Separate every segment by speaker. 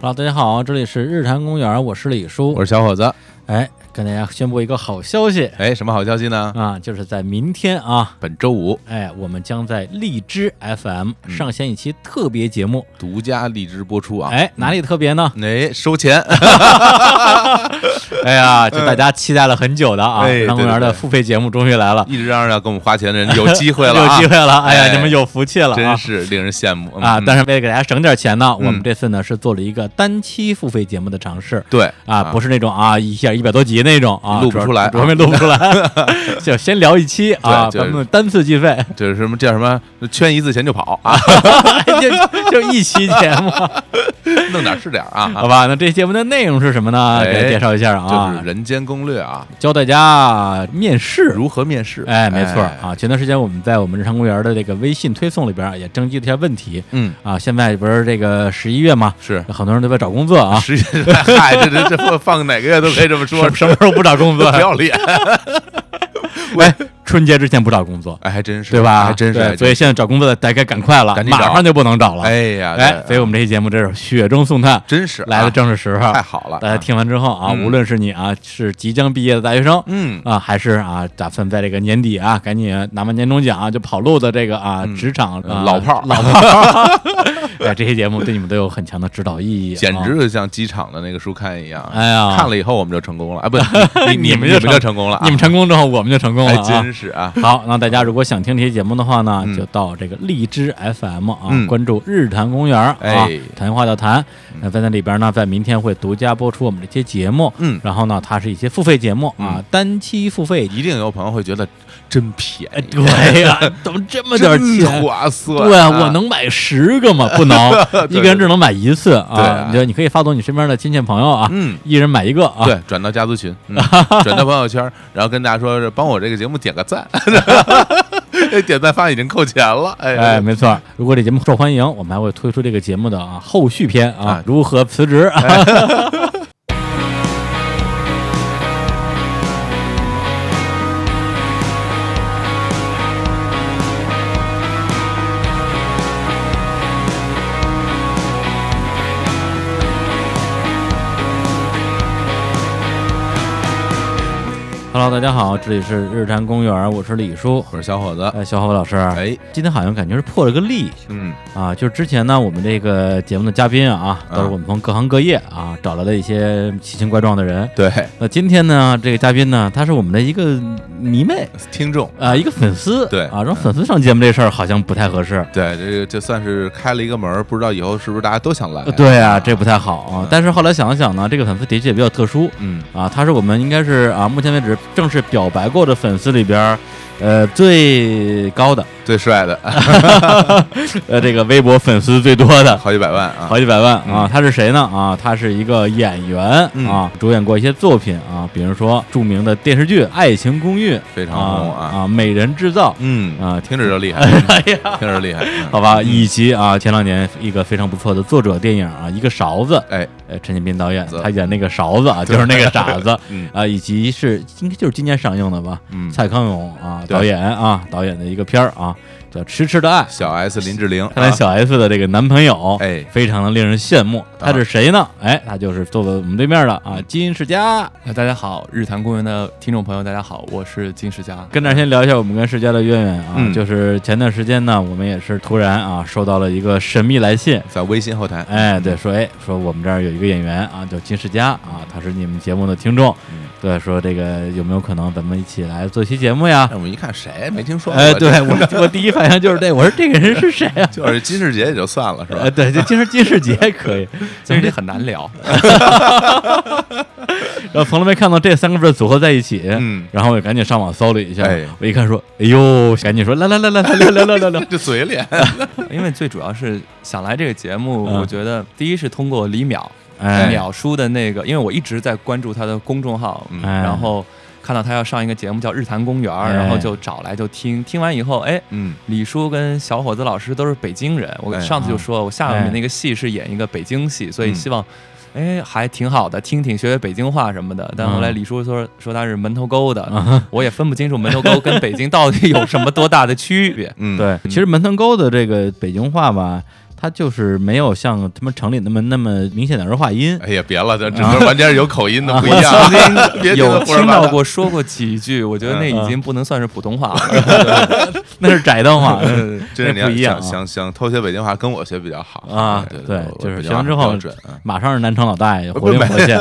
Speaker 1: Hello，大家好，这里是日坛公园，我是李叔。
Speaker 2: 我是小伙子。
Speaker 1: 哎，跟大家宣布一个好消息
Speaker 2: 哎，什么好消息呢？
Speaker 1: 啊，就是在明天啊，
Speaker 2: 本周五
Speaker 1: 哎，我们将在荔枝 FM
Speaker 2: 嗯
Speaker 1: 上线一期特别节目。
Speaker 2: 独家荔枝播出啊！
Speaker 1: 哎，哪里特别呢？
Speaker 2: 哎，收 钱，
Speaker 1: 哎呀，就大家期待了很久的啊，
Speaker 2: 嗯哎
Speaker 1: 日坛公园
Speaker 2: 对对
Speaker 1: 的
Speaker 2: 对
Speaker 1: 付费节目终于来了，
Speaker 2: 一直嚷嚷要给我们花钱 的人有机会了、
Speaker 1: 有
Speaker 2: 啊，
Speaker 1: 机会了。哎呀，
Speaker 2: 哎
Speaker 1: 你们有福气了啊
Speaker 2: 真！是令人羡慕
Speaker 1: 啊，
Speaker 2: 嗯
Speaker 1: 但是为了给大家省点钱呢，我们
Speaker 2: 嗯
Speaker 1: 这次呢是做了一个单期付费节目的尝试。
Speaker 2: 对
Speaker 1: 啊，不是那种啊，一下一百多集那种啊，
Speaker 2: 录不出来啊
Speaker 1: 主要是录不出来， 就先聊一期啊，
Speaker 2: 对就
Speaker 1: 咱
Speaker 2: 是
Speaker 1: 们单次计 费，
Speaker 2: 就是什么叫什么圈一次钱就跑啊，
Speaker 1: 就就一期节目，
Speaker 2: 弄点是点啊，
Speaker 1: 好吧？那这期节目的内容是什么呢？给大家
Speaker 2: 哎
Speaker 1: 介绍一下
Speaker 2: 就是
Speaker 1: 啊，
Speaker 2: 人间攻略啊，
Speaker 1: 教大家面试。
Speaker 2: 如何面试？
Speaker 1: 哎，没错儿，啊！前段时间我们在我们日常公园的这个微信推送里边儿也征集了一些问题
Speaker 2: 嗯，
Speaker 1: 啊。现在不是这个十一月嘛，
Speaker 2: 是，
Speaker 1: 很多人都在找工作啊，
Speaker 2: 实际 上，嗨，这这这放放哪个月都可以这么说，
Speaker 1: 什么时候不找工
Speaker 2: 都
Speaker 1: 作？
Speaker 2: 不要脸，
Speaker 1: 哎，春节之前不找工作，
Speaker 2: 哎，还真是，
Speaker 1: 对吧？
Speaker 2: 还真是，
Speaker 1: 对
Speaker 2: 还真
Speaker 1: 所以
Speaker 2: 是
Speaker 1: 现在找工作的大家赶快了
Speaker 2: 赶，紧找
Speaker 1: 马上就不能找了。
Speaker 2: 哎呀，
Speaker 1: 哎，
Speaker 2: 对
Speaker 1: 所以我们这期节目这是雪中送炭，
Speaker 2: 真是啊
Speaker 1: 来的正是时候
Speaker 2: 太。好了，
Speaker 1: 大家听完之后啊，
Speaker 2: 嗯
Speaker 1: 无论是你啊是即将毕业的大学生。
Speaker 2: 嗯，
Speaker 1: 啊，还是啊，打算在这个年底啊，赶紧拿完年终奖啊，就跑路的这个啊，
Speaker 2: 嗯
Speaker 1: 职场、
Speaker 2: 呃
Speaker 1: 啊
Speaker 2: 老炮儿
Speaker 1: 老炮儿，哎，这些节目对你们都有很强的指导意义，
Speaker 2: 简
Speaker 1: 啊
Speaker 2: 直就像机场的那个书刊一样。
Speaker 1: 哎呀哎
Speaker 2: 看了以后我们就成功了啊！不， 你
Speaker 1: 你
Speaker 2: 们
Speaker 1: 们
Speaker 2: 你
Speaker 1: 就
Speaker 2: 们就成功了啊，
Speaker 1: 你们成功之后，我们就成功了
Speaker 2: 还
Speaker 1: 啊！
Speaker 2: 真是啊！
Speaker 1: 好，那大家如果想听这些节目的话呢，
Speaker 2: 嗯
Speaker 1: 就到这个荔枝 FM 啊，
Speaker 2: 嗯
Speaker 1: 关注日坛公园啊，
Speaker 2: 哎嗯
Speaker 1: 谈话的谈。那在那里边呢，在明天会独家播出我们这些节目。
Speaker 2: 嗯
Speaker 1: 然后呢，它是一些付费节目啊，单期付费。
Speaker 2: 一定有朋友会觉得真便
Speaker 1: 哎，
Speaker 2: 宜，
Speaker 1: 对 呀、怎么这么点
Speaker 2: 真
Speaker 1: 钱？
Speaker 2: 划算。
Speaker 1: 对啊，我能买十个 吗？不能，一个人只能买一次
Speaker 2: 对
Speaker 1: 啊
Speaker 2: 啊。
Speaker 1: 你就你可以发动你身边的亲戚朋友啊，
Speaker 2: 嗯。
Speaker 1: 一人买一个啊。
Speaker 2: 对，转到家族群， 嗯转到朋友圈，然后跟大家说，是帮我这个节目点个 赞，点赞发已经扣钱了，哎
Speaker 1: 哎，没错儿。如果这节目受欢迎，我们还会推出这个节目的啊后续篇啊，
Speaker 2: 啊
Speaker 1: 如何辞职。Hello，大家好，这里是日坛公园，我是李叔，
Speaker 2: 我是小伙子，
Speaker 1: 哎，小伙老师，
Speaker 2: 哎，
Speaker 1: 今天好像感觉是破了个例
Speaker 2: 嗯，
Speaker 1: 啊！就是之前呢，我们这个节目的嘉宾啊，
Speaker 2: 啊
Speaker 1: 都是我们从各行各业啊找来的一些奇形怪状的人。
Speaker 2: 对，
Speaker 1: 那今天呢，这个嘉宾呢，她是我们的一个迷妹
Speaker 2: 听众，
Speaker 1: 啊，一个粉丝。
Speaker 2: 对
Speaker 1: 啊，让粉丝上节目这事儿好像不太合适。
Speaker 2: 对，这个这算是开了一个门儿，不知道以后是不是大家都想来
Speaker 1: 呃，对啊，这不太好啊。但是后来想了想呢，这个粉丝的确也比较特殊
Speaker 2: 嗯，
Speaker 1: 啊，她是我们应该是啊，目前为止正式表白过的粉丝里边儿，呃，最高的，
Speaker 2: 最帅的，
Speaker 1: 呃，这个微博粉丝最多的。
Speaker 2: 好几百万啊，
Speaker 1: 好几百万啊！他是谁呢？啊，他是一个演员
Speaker 2: 嗯
Speaker 1: 啊，主演过一些作品啊，比如说著名的电视剧《爱情公寓》
Speaker 2: 非常红
Speaker 1: 啊啊，《美人制造》
Speaker 2: 嗯
Speaker 1: 啊
Speaker 2: 听着就厉害，
Speaker 1: 哎呀，
Speaker 2: 听着厉害，嗯
Speaker 1: 好吧，以及啊，前两年一个非常不错的作者电影啊，《一个勺子》，
Speaker 2: 哎，
Speaker 1: 呃，陈建斌导演
Speaker 2: 子
Speaker 1: 他演那个勺子 啊，就是那个傻子
Speaker 2: 嗯
Speaker 1: 啊，以及是应该就是今年上映的吧，
Speaker 2: 嗯
Speaker 1: 蔡康永啊
Speaker 2: 对
Speaker 1: 导演啊导演的一个片儿啊，叫《痴痴的爱》。
Speaker 2: 小 S 林志玲，
Speaker 1: 看来
Speaker 2: 啊
Speaker 1: 小 S 的这个男朋友，
Speaker 2: 哎
Speaker 1: 非常的令人羡慕。
Speaker 2: 啊
Speaker 1: 他是谁呢？哎，他就是坐在我们对面的啊，金世佳。
Speaker 3: 那呃大家好，日坛公园的听众朋友，大家好，我是金世佳。
Speaker 1: 跟这儿先聊一下我们跟世佳的渊源啊，
Speaker 2: 嗯
Speaker 1: 就是前段时间呢，我们也是突然啊收到了一个神秘来信。
Speaker 2: 在微信后台，
Speaker 1: 哎，对，说哎，说我们这儿有一个演员啊，叫金世佳啊，他是你们节目的听众，
Speaker 2: 嗯
Speaker 1: 对，说这个有没有可能咱们一起来做一期节目呀
Speaker 2: 哎，？我们一看谁没听说过，
Speaker 1: 哎，
Speaker 2: 这
Speaker 1: 对 我我第一反应就是这，我说这个人是谁啊？
Speaker 2: 就是金世杰也就算 了，是吧
Speaker 1: 哎，？对，就金世金世杰可 以，
Speaker 3: 其实这很难 聊，
Speaker 1: 然后从来没看到这三个字组合在一起，
Speaker 2: 嗯
Speaker 1: 然后我就赶紧上网搜了一下，
Speaker 2: 哎
Speaker 1: 我一看说，哎呦，赶紧说来来来来来聊聊聊聊聊
Speaker 2: ，这嘴 脸，
Speaker 3: 因为最主要是想来这个节目，
Speaker 1: 嗯
Speaker 3: 我觉得第一是通过李淼
Speaker 1: 哎
Speaker 3: 淼叔的那个，因为我一直在关注他的公众号，
Speaker 2: 嗯
Speaker 1: 哎，
Speaker 3: 然后看到他要上一个节目叫《日坛公园》，
Speaker 1: 哎
Speaker 3: 然后就找来就听，听完以后，哎。
Speaker 2: 嗯，
Speaker 3: 李叔跟小伙子老师都是北京人，我
Speaker 2: 哎
Speaker 3: 上次就说，我下
Speaker 1: 哎
Speaker 3: 面那个戏是演一个北京戏，所以
Speaker 2: 嗯
Speaker 3: 希望，哎，还挺好的，听听学学北京话什么的。但后来
Speaker 1: 嗯
Speaker 3: 李叔说说他是门头沟的，
Speaker 2: 嗯
Speaker 3: 我也分不清楚门头沟跟
Speaker 2: 。
Speaker 3: 北京到底有什么多大的区别
Speaker 2: 嗯，
Speaker 1: 对，其实门头沟的这个北京话吧。它就是没有像他们城里那么那么明显的儿化音。
Speaker 2: 哎呀，别了，
Speaker 1: 啊
Speaker 2: 这整个玩家有口音的不一样。啊别觉得
Speaker 3: 有
Speaker 2: 胡说
Speaker 3: 听
Speaker 2: 八
Speaker 3: 到
Speaker 2: 道嗯
Speaker 3: 过说过几句，我觉得那已经不能算是普通话 了。
Speaker 1: 那是窄的话，
Speaker 2: 啊真是你
Speaker 1: 那
Speaker 2: 要
Speaker 1: 不一样啊
Speaker 2: 想想想偷学北京话，跟我学比较好
Speaker 1: 啊
Speaker 2: 对
Speaker 1: 对
Speaker 2: 我
Speaker 1: 就是
Speaker 2: 北京
Speaker 1: 学完
Speaker 2: 话
Speaker 1: 之后
Speaker 2: 比较准啊
Speaker 1: 马上是南城老大爷活灵活现。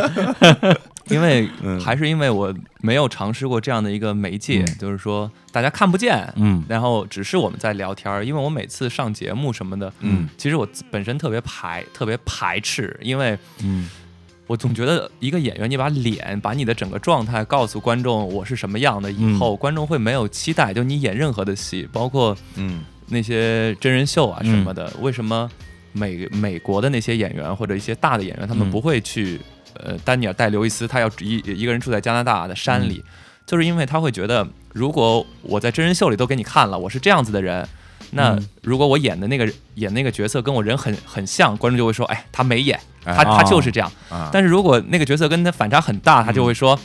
Speaker 3: 因为
Speaker 2: 嗯
Speaker 3: 还是因为我没有尝试过这样的一个媒介，
Speaker 1: 嗯
Speaker 3: 就是说大家看不见，
Speaker 1: 嗯
Speaker 3: 然后只是我们在聊天儿。因为我每次上节目什么的，
Speaker 2: 嗯，
Speaker 3: 其实我自本身特别排特别排斥，因为
Speaker 1: 嗯
Speaker 3: 我总觉得一个演员，你把脸把你的整个状态告诉观众我是什么样的，以
Speaker 1: 嗯
Speaker 3: 后观众会没有期待，就你演任何的戏，包括
Speaker 2: 嗯
Speaker 3: 那些真人秀啊
Speaker 1: 嗯
Speaker 3: 什么的，为什么美美国的那些演员或者一些大的演员，他们
Speaker 1: 嗯
Speaker 3: 不会去、呃丹尼尔戴刘易斯，他要一一个人住在加拿大的山里，
Speaker 1: 嗯
Speaker 3: 就是因为他会觉得，如果我在真人秀里都给你看了，我是这样子的人。那
Speaker 1: 嗯
Speaker 3: 如果我演的那个演那个角色跟我人很很像，观众就会说，哎，他没演，他
Speaker 2: 哎
Speaker 3: 他就是这样。
Speaker 2: 啊，
Speaker 3: 但是如果那个角色跟他反差很
Speaker 1: 嗯
Speaker 3: 大，他就会说，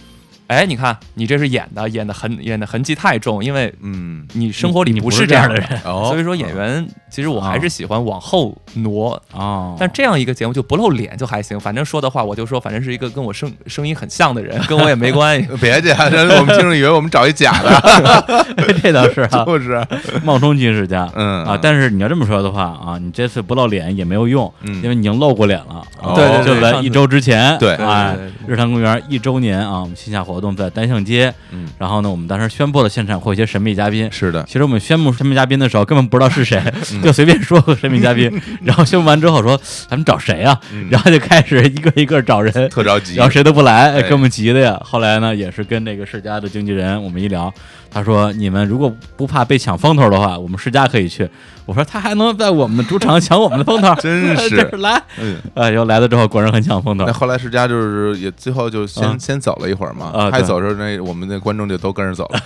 Speaker 3: 哎，你看你这是演的，演的痕演的痕迹太重，因为
Speaker 2: 嗯
Speaker 3: 你生活里
Speaker 1: 你不
Speaker 3: 是
Speaker 1: 是
Speaker 3: 这
Speaker 1: 这样
Speaker 3: 的
Speaker 1: 的
Speaker 3: 人。
Speaker 2: 哦，
Speaker 3: 所以说演员其实我还是喜欢往后挪。
Speaker 1: 哦，
Speaker 3: 但这样一个节目就不露脸就还行，反正说的话我就说，反正是一个跟我声声音很像的人，跟我也没 关系。
Speaker 2: 别介，让我们听众以为我们找一假的，
Speaker 1: 这倒是啊，
Speaker 2: 就是
Speaker 1: 冒充军事家。
Speaker 2: 嗯
Speaker 1: 啊，但是你要这么说的话啊，你这次不露脸也没有用，
Speaker 2: 嗯
Speaker 1: 因为你已经露过脸了。
Speaker 2: 哦
Speaker 1: 啊
Speaker 2: 对对对
Speaker 1: 就在
Speaker 3: 上次
Speaker 1: 一周之前，
Speaker 2: 对
Speaker 1: 哎
Speaker 3: 对对，
Speaker 1: 日坛公园一周年啊，我们线下活动在单向街。
Speaker 2: 嗯，
Speaker 1: 然后呢，我们当时宣布了现场会有一些神秘嘉宾。
Speaker 2: 是嗯的，
Speaker 1: 其实我们宣布神秘嘉宾的时候，根本不知道是谁，就随便说个神秘嘉 宾。然后宣布完之后说，咱们找谁啊？然后就开始一个一个找人，
Speaker 2: 嗯特着急
Speaker 1: 然，后谁都不来，哎
Speaker 2: 哎
Speaker 1: 给我们急的呀。后来呢，也是跟这个世家的经纪人我们一聊，他说你们如果不怕被抢风头的话，我们世家可以去。我说他还能在我们的主场抢我们的风头，
Speaker 2: 真 是
Speaker 1: 这来，
Speaker 2: 嗯。
Speaker 1: 哎呦，来了之后果然很抢风头
Speaker 2: 那。后来世家就是也最后就先
Speaker 1: 啊
Speaker 2: 先走了一会儿嘛，
Speaker 1: 啊
Speaker 2: 他一
Speaker 1: 对
Speaker 2: 走的时候，那我们那观众就都跟着走了，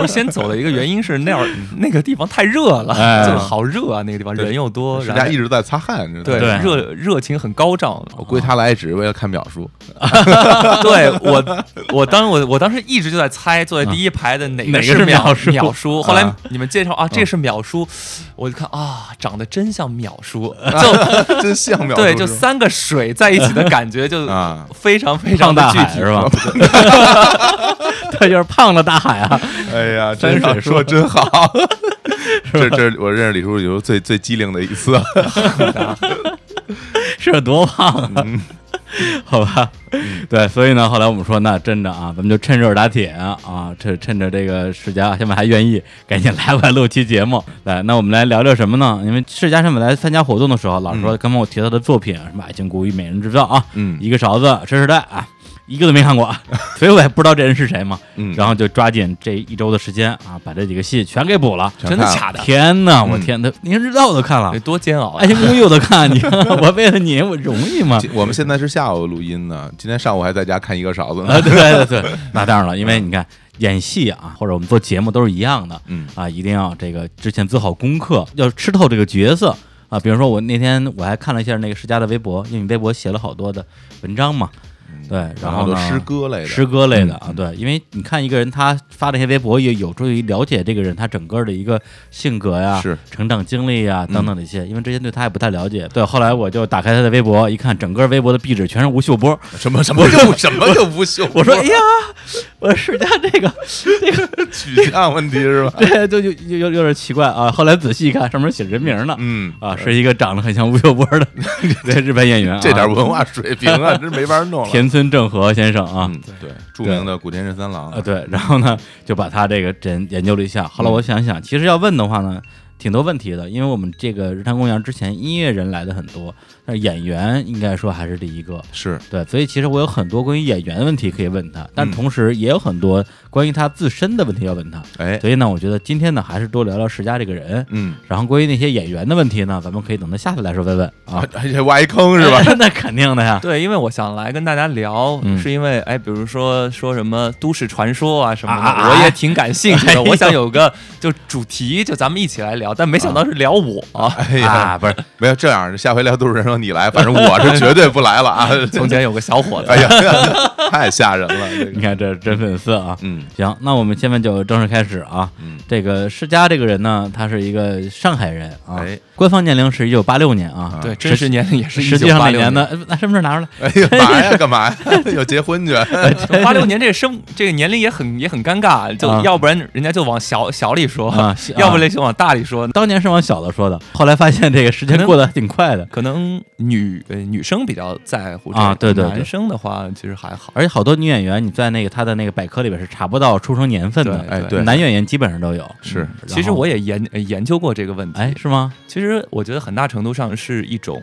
Speaker 3: 我先走的一个原因是那会儿那个地方太热了，
Speaker 1: 哎
Speaker 3: 就是好热啊，那个地方
Speaker 2: 对
Speaker 3: 人又多，
Speaker 2: 世
Speaker 3: 然
Speaker 2: 家
Speaker 3: 后
Speaker 2: 一直在擦汗，你知道
Speaker 3: 对
Speaker 2: 吗
Speaker 1: 对啊
Speaker 3: 热热情很 高涨。
Speaker 2: 我估计他来也只是为了看秒数，
Speaker 3: 对我，我当我我当时一直就在猜坐在第一排的哪
Speaker 1: 嗯哪个
Speaker 3: 是
Speaker 1: 是
Speaker 3: 秒
Speaker 1: 秒叔
Speaker 3: 秒叔，后来
Speaker 1: 啊
Speaker 3: 你们介绍啊，这是秒叔，我就看啊，长得真像秒 叔，就
Speaker 2: 真像秒数
Speaker 3: 对，
Speaker 2: 是
Speaker 3: 就
Speaker 2: 吧
Speaker 3: 三个水在一起的感 觉就
Speaker 2: 啊
Speaker 3: 非常非
Speaker 1: 胖
Speaker 3: 常的
Speaker 1: 大
Speaker 3: 具
Speaker 1: 海
Speaker 3: 体，
Speaker 1: 是吧？ 他就是胖了大海啊！
Speaker 2: 哎 呀，
Speaker 1: 山
Speaker 2: 真好
Speaker 1: 水
Speaker 2: 说
Speaker 1: 说
Speaker 2: 真好，这这是我认识李叔叔以后最最机灵的一 次，
Speaker 1: 是有多胖啊？ 好吧，对，所以呢，后来我们说，那真的啊，咱们就趁热打铁啊，啊趁趁着这个啊世家现在还愿意，赶紧来吧，录期节目。来，那我们来聊聊什么呢？因为世家上面来参加活动的时候，老师说刚刚我提到的作品，什么《爱情古语》《美人制造》啊，
Speaker 2: 嗯
Speaker 1: 一个勺子、真时代啊，一个都没看过，所以我也不知道这人是谁嘛。
Speaker 2: 嗯
Speaker 1: 然后就抓紧这一周的时间啊，把这几个戏全给补了。嗯哎
Speaker 3: 真的假的？
Speaker 1: 天呐，我天，他《美人制造》我都看了
Speaker 3: 得，多 煎熬啊
Speaker 1: 爱
Speaker 3: 呀！
Speaker 1: 情公寓我都看，你看 我为了你，我容易吗？
Speaker 2: 我们现在是下午录音呢，今天上午还在家看一个勺 子
Speaker 1: 啊，
Speaker 2: 呢，
Speaker 1: 对对对，那当然了，因为你看演戏啊，或者我们做节目都是一样的，
Speaker 2: 嗯
Speaker 1: 啊，一定要这个之前做好功课，要吃透这个角色啊。比如说我那天我还看了一下那个世家的微博，因为你微博写了好多的文章嘛，对，嗯然
Speaker 2: 后
Speaker 1: 后
Speaker 2: 都
Speaker 1: 呢，
Speaker 2: 诗歌类的，
Speaker 1: 诗歌类的啊，对，因为你看一个人他发这些微博，也有助于了解这个人他整个的一个性格呀、
Speaker 2: 是
Speaker 1: 成长经历呀等等的一些，因为之前对他也不太了解。对，后来我就打开他的微博，一看整个微博的壁纸全是吴秀波，
Speaker 2: 什么什么就什么就不秀，
Speaker 1: 我说哎呀，我说世家这个
Speaker 2: 取向问题是吧？
Speaker 1: 这就有有有有点奇怪啊。后来仔细一看，上面写人名呢。
Speaker 2: 嗯，
Speaker 1: 啊，是一个长得很像吴秀波的对日本演员、啊，
Speaker 2: 这点文化水平啊，真没法弄了。
Speaker 1: 田村正和先生啊，
Speaker 2: 嗯，对，著名的古田任三郎
Speaker 1: 啊，，对，然后呢，就把他这个诊研究了一下。后
Speaker 2: 嗯
Speaker 1: 来我想想，其实要问的话呢，挺多问题的，因为我们这个日坛公园之前音乐人来的很多，但是演员应该说还是第一个。
Speaker 2: 是
Speaker 1: 对，所以其实我有很多关于演员的问题可以问他，但
Speaker 2: 嗯
Speaker 1: 同时也有很多关于他自身的问题要问他。
Speaker 2: 哎，
Speaker 1: 所以呢，我觉得今天呢，还是多聊聊石家这个人。
Speaker 2: 嗯，
Speaker 1: 然后关于那些演员的问题呢，咱们可以等到下次来说问问啊。
Speaker 2: 而且哎挖一坑 是吧？？
Speaker 1: 那肯定的呀。
Speaker 3: 对，因为我想来跟大家聊，
Speaker 1: 嗯
Speaker 3: 是因为哎，比如说说什么都市传说啊什么的，
Speaker 1: 啊啊啊
Speaker 3: 我也挺感兴趣
Speaker 1: 哎
Speaker 3: 的。
Speaker 1: 呦
Speaker 3: 我想有个就主题，就咱们一起来聊聊，但没想到是聊我，
Speaker 2: 哎呀，
Speaker 1: 啊，不是，
Speaker 2: 没有这样，下回聊都市人说你来，反正我是绝对不来了啊！
Speaker 3: 从前有个小伙子
Speaker 2: 哎，呀， 太吓人了，这
Speaker 1: 你
Speaker 2: 个，
Speaker 1: 看这是真粉丝啊。
Speaker 2: 嗯
Speaker 1: 行，那我们下面就正式开始啊。
Speaker 2: 嗯
Speaker 1: 这个世嘉这个人呢，他是一个上海人啊，
Speaker 2: 哎
Speaker 1: 官方年龄是一九八六年啊，
Speaker 3: 对，真实年龄也是
Speaker 1: 实际上
Speaker 3: 1986
Speaker 1: 每年
Speaker 3: 年
Speaker 1: 呢，呃拿身份证拿出来，
Speaker 2: 哎呀，嘛呀，干嘛呀？ 要结婚去？
Speaker 3: 八六年这个生这个年龄也很也很尴尬，就
Speaker 1: 啊
Speaker 3: 要不然人家就往小小里说
Speaker 1: 啊小，
Speaker 3: 要不然就往大里说。
Speaker 1: 当年是往小了说的，后来发现这个时间过得还挺快的，
Speaker 3: 可能女呃女生比较在乎这个
Speaker 1: 啊对对对
Speaker 3: 男生的话其实还好。
Speaker 1: 而且好多女演员你在那个她的那个百科里边是查不到出生年份的，
Speaker 2: 哎，对，
Speaker 1: 男演员基本上都有。
Speaker 2: 是
Speaker 1: 嗯，
Speaker 3: 其实
Speaker 1: 然后
Speaker 3: 我也研呃研究过这个问题，
Speaker 1: 哎是吗？
Speaker 3: 其实我觉得很大程度上是一种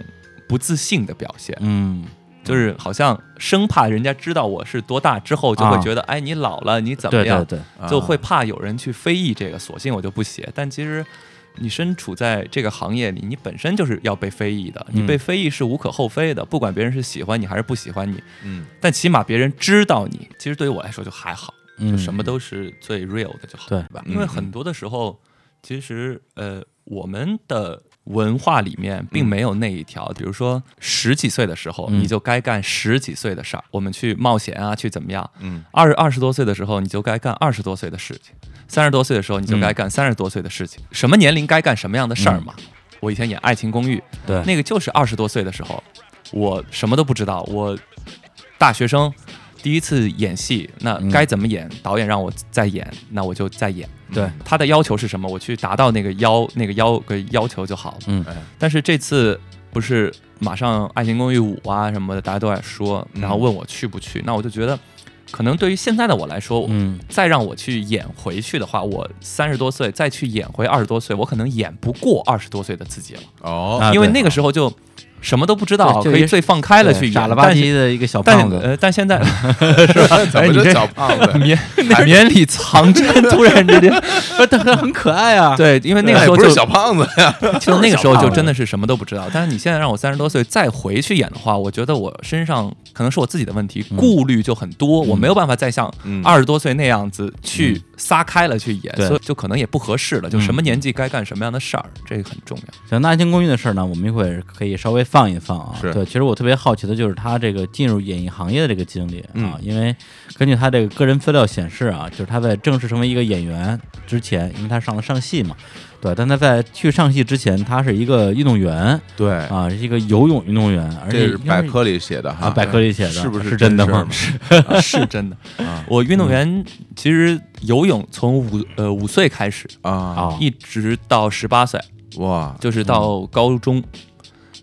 Speaker 3: 不自信的表现，
Speaker 1: 嗯，
Speaker 3: 就是好像生怕人家知道我是多大之后，就会
Speaker 1: 啊
Speaker 3: 觉得、哎你老了你怎么
Speaker 1: 对
Speaker 3: 样
Speaker 1: 对，对，
Speaker 3: 就会怕有人去非议这个，索性我就不写。但其实你身处在这个行业里，你本身就是要被非议的，
Speaker 1: 嗯
Speaker 3: 你被非议是无可厚非的，不管别人是喜欢你还是不喜欢你，
Speaker 2: 嗯，
Speaker 3: 但起码别人知道你。其实对于我来说就还好，就
Speaker 1: 嗯，
Speaker 3: 什么都是最 real 的就好，
Speaker 1: 对
Speaker 3: 吧？
Speaker 2: 嗯
Speaker 3: 因为很多的时候，其实呃，我们的文化里面并没有那一条，比如说十几岁的时候，
Speaker 1: 嗯
Speaker 3: 你就该干十几岁的事儿，我们去冒险啊，去怎么样？
Speaker 2: 嗯，
Speaker 3: 二二十多岁的时候，你就该干二十多岁的事情；三十多岁的时
Speaker 1: 嗯
Speaker 3: 候，你就该干三十多岁的事情。什么年龄该干什么样的事儿嘛？我以前演《爱情公寓》，
Speaker 1: 对
Speaker 3: 那个就是二十多岁的时候，我什么都不知道，我大学生第一次演戏，那
Speaker 1: 嗯
Speaker 3: 该怎么演？导演让我再演，那我就再演。
Speaker 1: 对，
Speaker 2: 哎
Speaker 3: 他的要求是什么？我去达到那个要那个要个要求就好了。
Speaker 1: 嗯
Speaker 2: 哎
Speaker 3: 但是这次不是马上《爱情公寓五》啊什么的，大家都在说，
Speaker 2: 嗯
Speaker 3: 然后问我去不去，那我就觉得，可能对于现在的我来说，
Speaker 1: 嗯
Speaker 3: 再让我去演回去的话，我三十多岁再去演回二十多岁，我可能演不过二十多岁的自己了，
Speaker 2: 哦，
Speaker 1: 啊
Speaker 3: 因为
Speaker 1: 对
Speaker 3: 那个时候就什么都不知道，
Speaker 1: 对就
Speaker 3: 可以
Speaker 1: 也
Speaker 3: 最放开了去
Speaker 1: 对
Speaker 3: 演，
Speaker 1: 傻了吧
Speaker 3: 但
Speaker 1: 唧
Speaker 3: 是
Speaker 1: 的一个小
Speaker 3: 但
Speaker 1: 胖
Speaker 3: 是
Speaker 1: 子，
Speaker 3: 呃，但现 在
Speaker 2: 怎么就小胖子？
Speaker 3: 绵绵里藏 针，突然之间，
Speaker 1: 不，他很可爱啊。
Speaker 3: 对，因为那个
Speaker 2: 哎
Speaker 3: 时候
Speaker 2: 不
Speaker 3: 就是
Speaker 2: 小胖子呀，
Speaker 3: 就那个时候
Speaker 1: 小胖
Speaker 3: 就
Speaker 1: 子
Speaker 3: 真的是什么都不知道。但是你现在让我三十多岁再回去演的话，我觉得我身上可能是我自己的问题，顾虑就很多，我没有办法再像
Speaker 2: 嗯
Speaker 3: 二十多岁那样子去撒开了去演，
Speaker 1: 对
Speaker 3: 所以就可能也不合适了。就什么年纪该干什么样的事儿，这个很重要。
Speaker 1: 行，那《爱情公寓》的事儿呢，我们一会儿可以稍微放一放啊。
Speaker 2: 是
Speaker 1: 对，其实我特别好奇的就是他这个进入演艺行业的这个经历啊，因为根据他这个个人资料显示啊，就是他在正式成为一个演员之前，因为他上了上戏嘛，对，但他在去上戏之前，他是一个运动员
Speaker 2: 对，
Speaker 1: 啊，是一个游泳运动员，而
Speaker 2: 哎这
Speaker 1: 且
Speaker 2: 是百科里写的哈，
Speaker 1: 啊，百科里写的，
Speaker 2: 是不
Speaker 1: 是真
Speaker 2: 真
Speaker 1: 的
Speaker 2: 事儿
Speaker 1: 吗
Speaker 2: 吗？？
Speaker 3: 是真的
Speaker 2: 啊，
Speaker 3: 我运动员其实游泳从五呃五岁开始，
Speaker 2: 啊，
Speaker 1: 啊，
Speaker 3: 一直到十八岁，
Speaker 2: 哇，
Speaker 3: 就是到高中，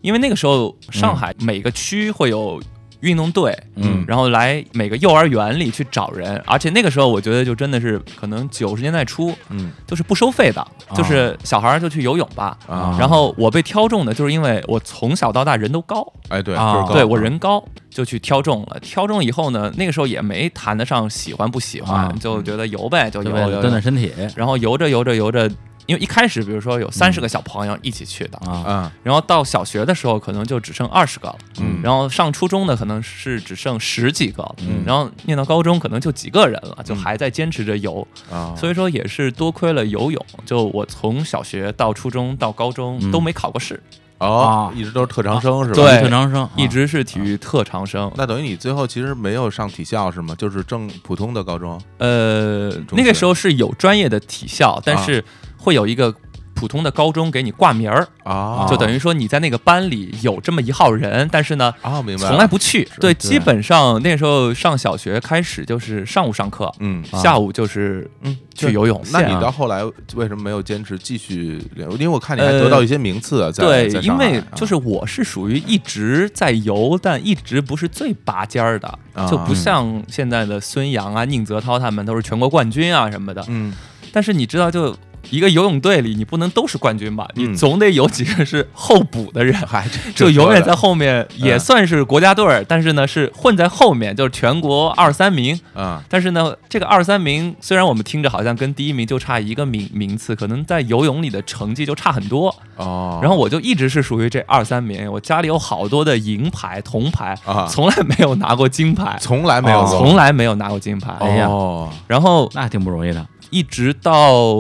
Speaker 3: 因为那个时候上海每个区会有运动队，
Speaker 1: 嗯
Speaker 3: 然后来每个幼儿园里去找人，而且那个时候我觉得就真的是可能九十年代初
Speaker 2: 嗯
Speaker 3: 就是不收费的，就是小孩儿就去游泳吧。
Speaker 2: 啊，
Speaker 3: 然后我被挑中的就是因为我从小到大人都高，
Speaker 2: 哎，对，
Speaker 1: 啊
Speaker 2: 就是高
Speaker 3: 对我人高就去挑中了。挑中以后呢，那个时候也没谈得上喜欢不喜欢，
Speaker 1: 啊
Speaker 3: 就觉得游呗，就
Speaker 1: 就
Speaker 3: 游
Speaker 1: 为了
Speaker 3: 游
Speaker 1: 锻
Speaker 3: 游
Speaker 1: 炼。身体
Speaker 3: 然后游着游着游着，因为一开始比如说有三十个小朋友一起去的，
Speaker 1: 啊，
Speaker 2: 啊，
Speaker 3: 然后到小学的时候可能就只剩二十个了，
Speaker 2: 嗯
Speaker 3: 然后上初中的可能是只剩十几个了，
Speaker 1: 嗯
Speaker 3: 然后念到高中可能就几个人了，
Speaker 2: 嗯
Speaker 3: 就还在坚持着游，
Speaker 2: 啊，
Speaker 3: 所以说也是多亏了游泳，就我从小学到初中到高中
Speaker 1: 嗯
Speaker 3: 都没考过试，
Speaker 2: 哦
Speaker 1: 啊，
Speaker 2: 一直都是特长生是吧？
Speaker 3: 对
Speaker 1: 特长生啊
Speaker 2: 哦
Speaker 3: 一直是体育特长生。
Speaker 2: 那等于你最后其实没有上体校是吗？就是正普通的高中
Speaker 3: 呃，
Speaker 2: 中
Speaker 3: 那个
Speaker 2: 学
Speaker 3: 时候是有专业的体校，但是会有一个。普通的高中给你挂名儿，
Speaker 2: 啊
Speaker 3: 就等于说你在那个班里有这么一号人，但是呢，
Speaker 2: 啊，明白了，
Speaker 3: 从来不去。对，
Speaker 1: 对
Speaker 3: 基本上那时候上小学开始就是上午上课，
Speaker 2: 嗯。
Speaker 1: 啊
Speaker 3: 下午就是
Speaker 2: 嗯，
Speaker 3: 去游泳。
Speaker 2: 那
Speaker 3: 现
Speaker 2: 你
Speaker 3: 在
Speaker 2: 到后来为什么没有坚持继续练？因为我看你还得到一些名次啊，在
Speaker 3: 呃对
Speaker 2: 在，上
Speaker 3: 因
Speaker 2: 海
Speaker 3: 为
Speaker 2: 啊
Speaker 3: 就是我是属于一直在游，但一直不是最拔尖儿的，
Speaker 2: 啊
Speaker 3: 就不像现在的孙杨啊、宁泽涛他们都是全国冠军啊什么的。
Speaker 2: 嗯，
Speaker 3: 但是你知道，就一个游泳队里，你不能都是冠军吧？
Speaker 2: 嗯
Speaker 3: 你总得有几个是候补的 人。
Speaker 2: 嗨，
Speaker 3: 就
Speaker 2: 这
Speaker 3: 永远
Speaker 2: 说
Speaker 3: 在
Speaker 2: 的
Speaker 3: 后面，也
Speaker 2: 嗯
Speaker 3: 算是国家队儿，但是呢是混在后面，就是全国二三名，
Speaker 2: 啊，
Speaker 3: 但是呢，这个二三名虽然我们听着好像跟第一名就差一个名名次，可能在游泳里的成绩就差很多。
Speaker 2: 哦，
Speaker 3: 然后我就一直是属于这二三名，我家里有好多的银牌、铜牌，
Speaker 2: 啊
Speaker 3: 从来没有拿过金牌，
Speaker 2: 从来没有
Speaker 1: 哦
Speaker 2: 过，
Speaker 3: 啊从来没有拿过金牌。
Speaker 1: 哎呀
Speaker 2: 哦，
Speaker 3: 然后
Speaker 1: 那挺不容易的
Speaker 3: 一直到，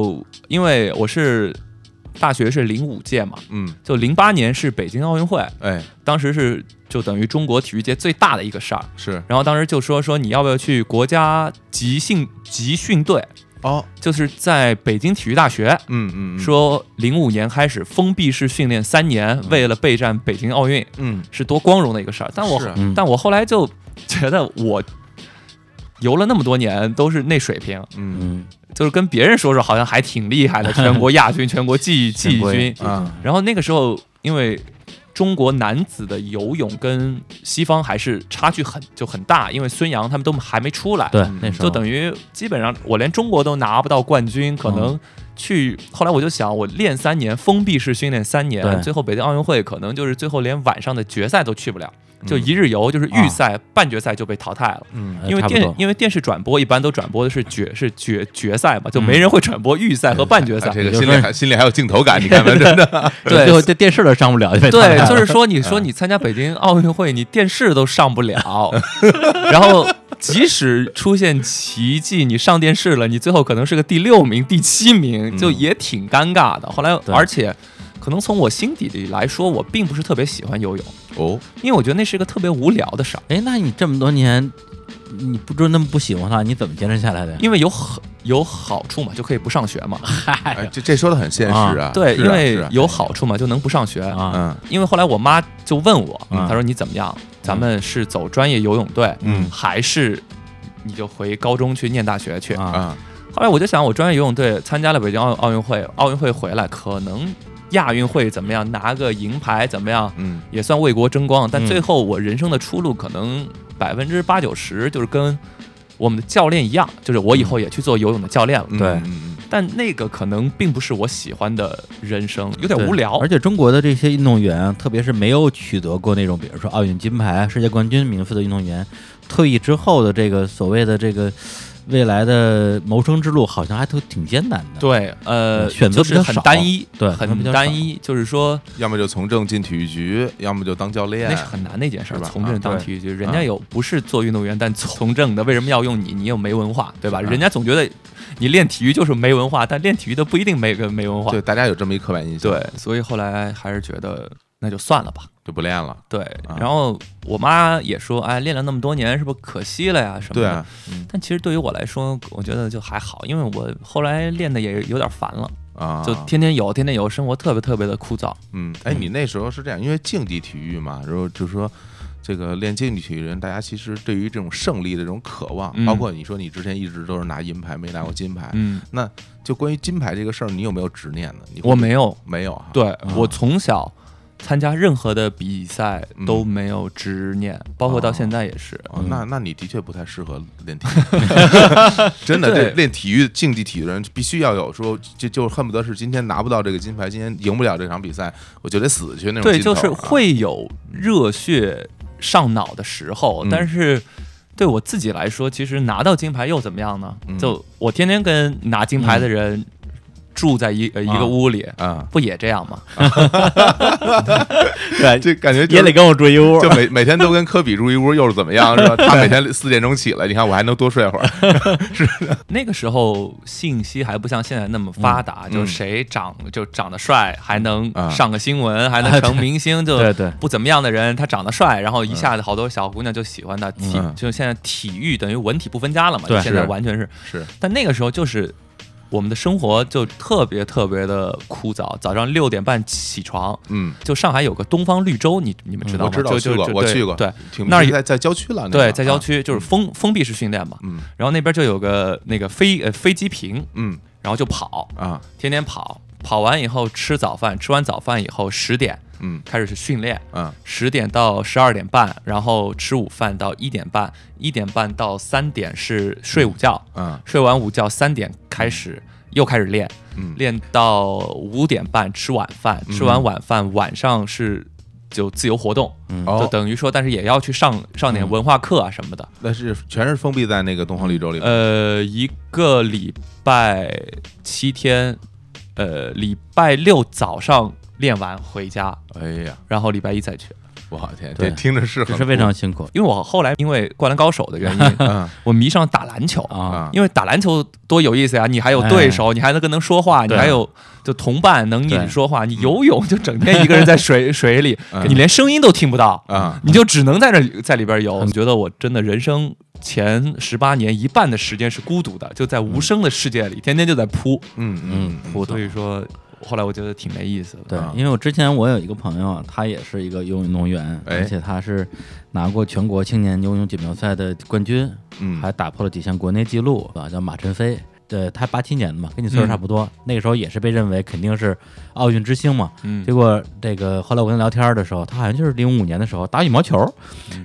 Speaker 3: 因为我是大学是零五届嘛，
Speaker 2: 嗯，
Speaker 3: 就零八年是北京奥运会，
Speaker 2: 哎，
Speaker 3: 当时是就等于中国体育界最大的一个事儿。
Speaker 2: 是
Speaker 3: 然后当时就说说你要不要去国家集训集训队，
Speaker 2: 哦，
Speaker 3: 就是在北京体育大学，
Speaker 2: 嗯嗯，嗯，
Speaker 3: 说零五年开始封闭式训练三年，为了备战北京奥运，
Speaker 2: 嗯，
Speaker 3: 是多光荣的一个事儿。但我
Speaker 2: 是啊
Speaker 1: 嗯
Speaker 3: 但我后来就觉得我游了那么多年都是那水平，
Speaker 2: 嗯
Speaker 1: 嗯，
Speaker 3: 就是跟别人说说好像还挺厉害的，全国亚军、全国季季军。
Speaker 1: 嗯
Speaker 2: 啊，
Speaker 3: 然后那个时候，因为中国男子的游泳跟西方还是差距很就很大，因为孙杨他们都还没出来，
Speaker 1: 对
Speaker 2: 嗯，
Speaker 1: 那时候
Speaker 3: 就等于基本上我连中国都拿不到冠军，
Speaker 1: 嗯
Speaker 3: 可能去、后来我就想，我练三年封闭式训练三
Speaker 1: 对
Speaker 3: 年，最后北京奥运会可能就是最后连晚上的决赛都去不了，就
Speaker 2: 嗯
Speaker 3: 一日游就是预赛、半决赛就被淘汰了。
Speaker 2: 嗯
Speaker 1: 啊呃
Speaker 3: 因为
Speaker 1: 差不
Speaker 3: 电
Speaker 1: 多
Speaker 3: 因为电视转播一般都转播的是决是决决赛嘛，就没
Speaker 1: 嗯
Speaker 3: 人会转播预赛和半 决赛。
Speaker 2: 哎这个
Speaker 1: 就
Speaker 2: 心里
Speaker 1: 是
Speaker 2: 还心里还有镜头感，你 看吧，真的，
Speaker 3: 对
Speaker 1: 最后这电视都上不了，就被 淘汰
Speaker 3: 对，
Speaker 1: 了
Speaker 3: 就是说，你说你参加北京奥运会，你电视都上 不了，然后即使出现奇迹，你上电视了，你最后可能是个第六名、第七名，就
Speaker 2: 嗯
Speaker 3: 也挺尴尬的。后来，
Speaker 1: 对
Speaker 3: 而且可能从我心底里来说，我并不是特别喜欢游泳，
Speaker 2: 哦，
Speaker 3: 因为我觉得那是一个特别无聊的事儿，
Speaker 1: 哎，那你这么多年，你不就那么不喜欢他，你怎么坚持下 来的呀？
Speaker 3: 因为有很有好处嘛，就可以不上学 嘛。
Speaker 2: 哎，这这说的很现实啊，
Speaker 3: 对，
Speaker 2: 是
Speaker 3: 因
Speaker 2: 啊
Speaker 3: 为，
Speaker 2: 是啊
Speaker 3: 有好处嘛，就能不上学。
Speaker 1: 啊，
Speaker 2: 嗯
Speaker 3: 因为后来我妈就问我，
Speaker 1: 嗯
Speaker 2: 啊
Speaker 3: 她说你怎么样？咱们是走专业游泳队，
Speaker 2: 嗯
Speaker 3: 还是你就回高中去念大学去？
Speaker 1: 啊，
Speaker 2: 啊，
Speaker 3: 后来我就想，我专业游泳队参加了北京奥奥运会，奥运会回来可能亚运会怎么样，拿个银牌怎么样，
Speaker 2: 嗯
Speaker 3: 也算为国争光。但
Speaker 1: 嗯
Speaker 3: 最后我人生的出路可能百分之八九十就是跟我们的教练一样，就是我以后也去做游泳的教练了。
Speaker 2: 嗯，
Speaker 1: 对
Speaker 2: 嗯嗯
Speaker 3: 但那个可能并不是我喜欢的人生，有点
Speaker 1: 对
Speaker 3: 无聊
Speaker 1: 而。且中国的这些运动员，特别是没有取得过那种，比如说奥运金牌、世界冠军名次的运动员，退役之后的这个所谓的这个未来的谋生之路，好像还都挺艰难 的。
Speaker 3: 对，呃，
Speaker 1: 选择
Speaker 3: 就
Speaker 1: 比
Speaker 3: 是
Speaker 1: 较
Speaker 3: 很
Speaker 1: 少
Speaker 3: 单一，
Speaker 1: 对选择
Speaker 3: 很
Speaker 1: 比较
Speaker 3: 单
Speaker 1: 少
Speaker 3: 一，就是说
Speaker 2: 要么就从政进体育局，要么就当教练，
Speaker 3: 那是很难的一件事儿
Speaker 2: 是吧，
Speaker 3: 从
Speaker 2: 啊
Speaker 3: 政当
Speaker 1: 对
Speaker 3: 体育局，人家有不是做运动员但从政的，为什么要用你？你又没文化，对吧？
Speaker 2: 是啊
Speaker 3: 人家总觉得你练体育就是没文化，但练体育的不一定没个没文化
Speaker 2: 对，。大家有这么一刻板印象，
Speaker 3: 对，，所以后来还是觉得那就算了吧。
Speaker 2: 就不练了，
Speaker 3: 对
Speaker 2: 啊，
Speaker 3: 然后我妈也说，哎，练了那么多年，是不是可惜了呀？什么
Speaker 2: 对
Speaker 3: 的。
Speaker 2: 啊，嗯
Speaker 3: 但其实对于我来说，我觉得就还好，因为我后来练的也有点烦了，
Speaker 2: 啊，
Speaker 3: 就天天有，天天有，生活特别特别的枯燥。
Speaker 2: 嗯，哎，你那时候是这样，因为竞技体育嘛，然后就是说。这个练竞技体育人，大家其实对于这种胜利的这种渴望，
Speaker 3: 嗯
Speaker 2: 包括你说你之前一直都是拿银牌，没拿过金牌。
Speaker 3: 嗯，
Speaker 2: 那就关于金牌这个事儿，你有没有执念呢？你会
Speaker 3: 我没有，
Speaker 2: 没有哈。啊
Speaker 3: 对我从小参加任何的比赛都没有执念，包括到现在也是。
Speaker 2: 嗯哦
Speaker 1: 嗯
Speaker 2: 那那你的确不太适合练 体育，真的，
Speaker 3: 对
Speaker 2: 这练体育竞技体育的人必须要有说，就就恨不得是今天拿不到这个金牌，今天赢不了这场比赛，我就得死去那种
Speaker 3: 对，
Speaker 2: 劲头
Speaker 3: 就
Speaker 2: 啊。
Speaker 3: 是会有热血上脑的时候，
Speaker 2: 嗯
Speaker 3: 但是。对我自己来说，其实拿到金牌又怎么样呢？
Speaker 2: 嗯
Speaker 3: 就我天天跟拿金牌的人住在一、呃一
Speaker 1: 啊
Speaker 3: 个屋里，
Speaker 2: 啊，
Speaker 3: 不也这样吗？
Speaker 1: 对，
Speaker 2: 这感觉就
Speaker 1: 也得跟我住一屋。
Speaker 2: 就每每天都跟科比住一屋，又是怎么 样是吧？他每天四点钟起来，你看我还能多睡会儿。
Speaker 3: 那个时候信息还不像现在那么发达，
Speaker 2: 嗯
Speaker 3: 就谁长就长得帅，还能
Speaker 2: 啊
Speaker 3: 上个新闻，还
Speaker 1: 啊
Speaker 3: 能成明星，就
Speaker 1: 对对
Speaker 3: 不怎么样的人，他长得帅，然后一下子好多小姑娘就喜欢他。体
Speaker 2: 嗯
Speaker 3: 就现在体育等于文体不分家了嘛，
Speaker 1: 对
Speaker 3: 就现在
Speaker 2: 是
Speaker 3: 完全是。
Speaker 2: 是，
Speaker 3: 但那个时候就是我们的生活就特别特别的枯燥，早上六点半起床。
Speaker 2: 嗯，
Speaker 3: 就上海有个东方绿洲，你你们知道
Speaker 2: 我
Speaker 3: 吗？
Speaker 2: 知道
Speaker 3: 就
Speaker 2: 去
Speaker 3: 就
Speaker 2: 过，
Speaker 3: 就
Speaker 2: 我
Speaker 3: 对
Speaker 2: 去过，
Speaker 3: 对
Speaker 2: 挺
Speaker 3: 那儿有
Speaker 2: 在在郊区了，那个
Speaker 3: 对，在郊
Speaker 2: 啊，
Speaker 3: 区就是封封闭式训练嘛。
Speaker 2: 嗯
Speaker 3: 然后那边就有个那个飞呃飞机坪，
Speaker 2: 嗯
Speaker 3: 然后就跑，
Speaker 2: 啊
Speaker 3: 天天跑，跑完以后吃早饭，吃完早饭以后十点
Speaker 2: 嗯
Speaker 3: 开始去训练，
Speaker 2: 啊
Speaker 3: 十点到十二点半，然后吃午饭到一点半，一点半到三点是睡午觉，
Speaker 2: 啊
Speaker 3: 睡完午觉三点开始又开始练，
Speaker 2: 嗯
Speaker 3: 练到五点半吃晚饭，吃完晚饭晚上是就自由活动，嗯就
Speaker 2: 哦，嗯
Speaker 3: 等于说，但是也要去上上点文化课啊什么的，
Speaker 2: 那是全是封闭在那个东方绿洲里面。
Speaker 3: 呃，一个礼拜七天，呃，礼拜六早上练完回家，
Speaker 2: 哎呀，
Speaker 3: 然后礼拜一再去。
Speaker 2: 我天，
Speaker 1: 对
Speaker 2: 这听着是
Speaker 1: 这
Speaker 2: 很
Speaker 1: 是非常辛苦
Speaker 3: 因为我后来因为《灌篮高手》的原
Speaker 2: 酷
Speaker 3: 因，
Speaker 2: 嗯
Speaker 3: 我迷上打篮球。
Speaker 1: 啊哎
Speaker 2: 啊，
Speaker 3: 因为打篮球多有意思呀！你还有对手，你还能跟能说话，你
Speaker 1: 对
Speaker 3: 还有就同伴能一
Speaker 1: 对嗯
Speaker 3: 起说话。你游泳就整天一个人在水 水里，
Speaker 2: 嗯
Speaker 3: 你连声音都听
Speaker 1: 嗯
Speaker 3: 不到，
Speaker 2: 啊，
Speaker 3: 你就只能在这里在里边游。我觉得我真的人生前十八年一半的时间是孤独的，就在无声的世界里，天天就在扑
Speaker 2: 嗯嗯
Speaker 1: 嗯，
Speaker 3: 扑。所以说，后来我觉得挺没意思的。
Speaker 1: 对
Speaker 2: 啊，
Speaker 1: 因为我之前我有一个朋友啊，他也是一个游泳运动员，
Speaker 2: 哎
Speaker 1: 而且他是拿过全国青年游泳锦标赛的冠军，
Speaker 2: 嗯
Speaker 1: 还打破了几项国内纪录啊，叫马晨飞。对他八七年的嘛，跟你
Speaker 3: 嗯
Speaker 1: 岁数差不多，那个时候也是被认为肯定是奥运之星嘛。
Speaker 3: 嗯
Speaker 1: 结果这个后来我跟他聊天的时候，他好像就是零五年的时候打羽毛球，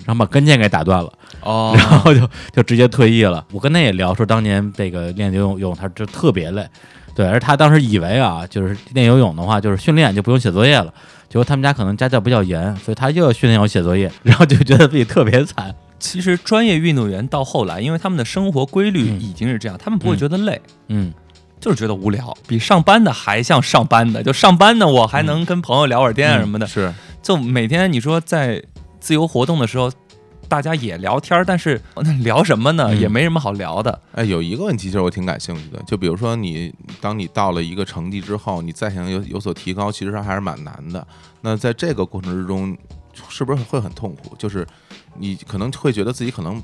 Speaker 1: 然后把跟腱给打断了，
Speaker 3: 嗯哦
Speaker 1: 然后就就直接退役了。我跟他也聊说，当年这个练游泳，游泳他就特别累，对，而他当时以为啊，就是练游泳的话，就是训练就不用写作业了。结果他们家可能家教比较严，所以他又要训练我写作业，然后就觉得自己特别惨。
Speaker 3: 其实专业运动员到后来，因为他们的生活规律已经是这样，他们不会觉得累，
Speaker 1: 嗯，
Speaker 3: 就是觉得无聊，比上班的还像上班的。就上班的
Speaker 1: 嗯
Speaker 3: 我还能跟朋友聊会儿天啊什么的，
Speaker 2: 是
Speaker 3: 就每天你说在自由活动的时候，大家也聊天儿，但是 那聊什么呢？
Speaker 1: 嗯
Speaker 3: 也没什么好聊的。
Speaker 2: 哎，有一个问题就是我挺感兴趣的，就比如说你，当你到了一个成绩之后，你再想有有所提高，其实还是蛮难的。那在这个过程之中，是不是会很痛苦？就是你可能会觉得自己可能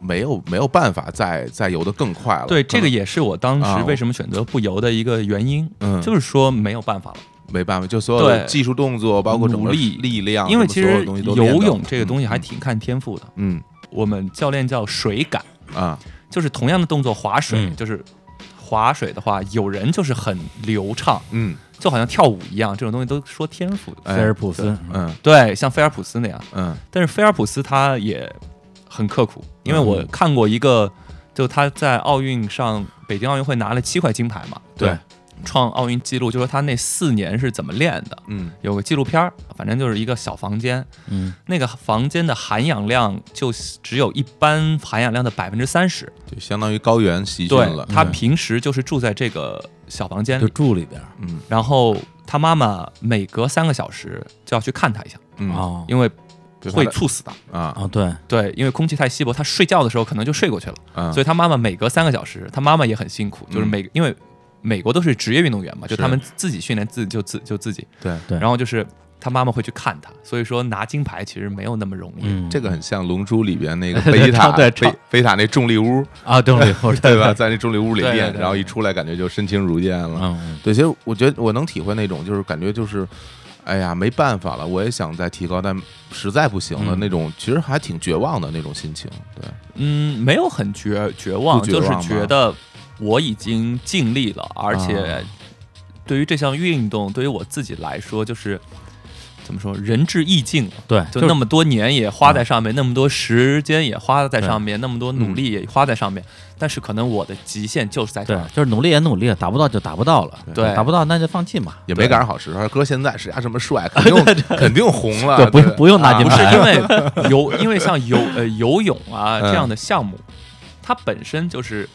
Speaker 2: 没有没有办法再再游得更快了。
Speaker 3: 对，
Speaker 2: 可
Speaker 3: 这个
Speaker 2: 能
Speaker 3: 也是我当
Speaker 2: 啊
Speaker 3: 时为什么选择不游的一个原因，
Speaker 2: 嗯，
Speaker 3: 就是说没有办法了。
Speaker 2: 没办法，就所有的
Speaker 3: 对
Speaker 2: 技术动作，包括整
Speaker 3: 努
Speaker 2: 个
Speaker 3: 力
Speaker 2: 力量，
Speaker 3: 因为
Speaker 2: 啊什么
Speaker 3: 其
Speaker 2: 所有
Speaker 3: 实
Speaker 2: 东西都练
Speaker 3: 游
Speaker 2: 到
Speaker 3: 泳这个东西还
Speaker 2: 嗯
Speaker 3: 挺看天赋的。
Speaker 2: 嗯
Speaker 3: 我们教练叫水感，
Speaker 2: 嗯啊
Speaker 3: 就是同样的动作划水，
Speaker 1: 嗯
Speaker 3: 就是划水的话，有人就是很流畅，
Speaker 2: 嗯
Speaker 3: 就好像跳舞一样，这种东西都说天赋的。
Speaker 1: 菲
Speaker 2: 哎
Speaker 1: 尔普斯，
Speaker 2: 嗯
Speaker 3: 对，像菲尔普斯那样，
Speaker 2: 嗯
Speaker 3: 但是菲尔普斯他也很刻苦，因为我看过一个，就他在奥运上，北京奥运会拿了七块金牌嘛，
Speaker 1: 对，
Speaker 3: 创奥运纪录，就说他那四年是怎么练的，
Speaker 2: 嗯
Speaker 3: 有个纪录片儿，反正就是一个小房间，
Speaker 1: 嗯，
Speaker 3: 那个房间的含氧量就只有一般含氧量的百分之三十，
Speaker 2: 就相当于高原习训
Speaker 3: 对
Speaker 2: 了。
Speaker 3: 他
Speaker 2: 嗯
Speaker 3: 平时就是住在这个小房间
Speaker 1: 就
Speaker 3: 里，
Speaker 1: 住里边
Speaker 2: 嗯
Speaker 3: 然后他妈妈每隔三个小时就要去看他一下，
Speaker 2: 嗯
Speaker 1: 啊
Speaker 3: 因为
Speaker 2: 对
Speaker 3: 哦会
Speaker 2: 他的
Speaker 3: 猝死的。
Speaker 2: 啊
Speaker 1: 啊，对，
Speaker 3: 对，因为空气太稀薄，他睡觉的时候可能就睡过去了，
Speaker 2: 啊，
Speaker 3: 所以他妈妈每隔三个小时，他妈妈也很辛苦，就是
Speaker 2: 嗯
Speaker 3: 每、因为美国都是职业运动员嘛，就是他们自己训练自就自就自己，
Speaker 2: 对。
Speaker 1: 对
Speaker 3: 然后就是他妈妈会去看他，所以说拿金牌其实没有那么容易。
Speaker 1: 嗯，
Speaker 2: 这个很像《龙珠》里 边那个
Speaker 1: 对
Speaker 2: 贝塔
Speaker 1: 超对
Speaker 2: 贝
Speaker 1: 超
Speaker 2: 贝塔那重力 屋，
Speaker 1: 啊，对对
Speaker 2: 对吧？？在那重力屋里
Speaker 3: 对对
Speaker 2: 练，
Speaker 3: 对
Speaker 2: 然后一出来感觉就身轻如燕了。
Speaker 1: 嗯嗯，
Speaker 2: 对，其实我觉得我能体会那种，就是感觉就是，哎呀，没办法了，我也想再提高，但实在不行了
Speaker 1: 嗯
Speaker 2: 那种，其实还挺绝望的那种心情。对，
Speaker 3: 嗯，没有很绝绝望，
Speaker 2: 不绝望
Speaker 3: 就
Speaker 2: 吗
Speaker 3: 是觉得我已经尽力了，而
Speaker 2: 啊
Speaker 3: 且对于这项运动，对于我自己来说，就是怎么说，仁至义尽了。
Speaker 1: 对，
Speaker 3: 就那么多年也花
Speaker 1: 嗯
Speaker 3: 在上面，那么多时间也花在上面，那么多努力也花在上面，但是可能我的极限就是在这
Speaker 1: 对
Speaker 2: 啊
Speaker 3: 儿。，
Speaker 1: 就是努力也努力了，达不到就达不到了，
Speaker 3: 对
Speaker 1: 达不到那就放弃嘛。
Speaker 2: 也没赶上好时候。哥现在是呀，这么帅，肯定 肯定红了。
Speaker 1: 对不
Speaker 2: 对
Speaker 1: 不用拿金
Speaker 3: 不 是
Speaker 1: 牌
Speaker 3: 因为游，因为像游呃游泳啊
Speaker 2: 嗯
Speaker 3: 这样的项目，它本身就是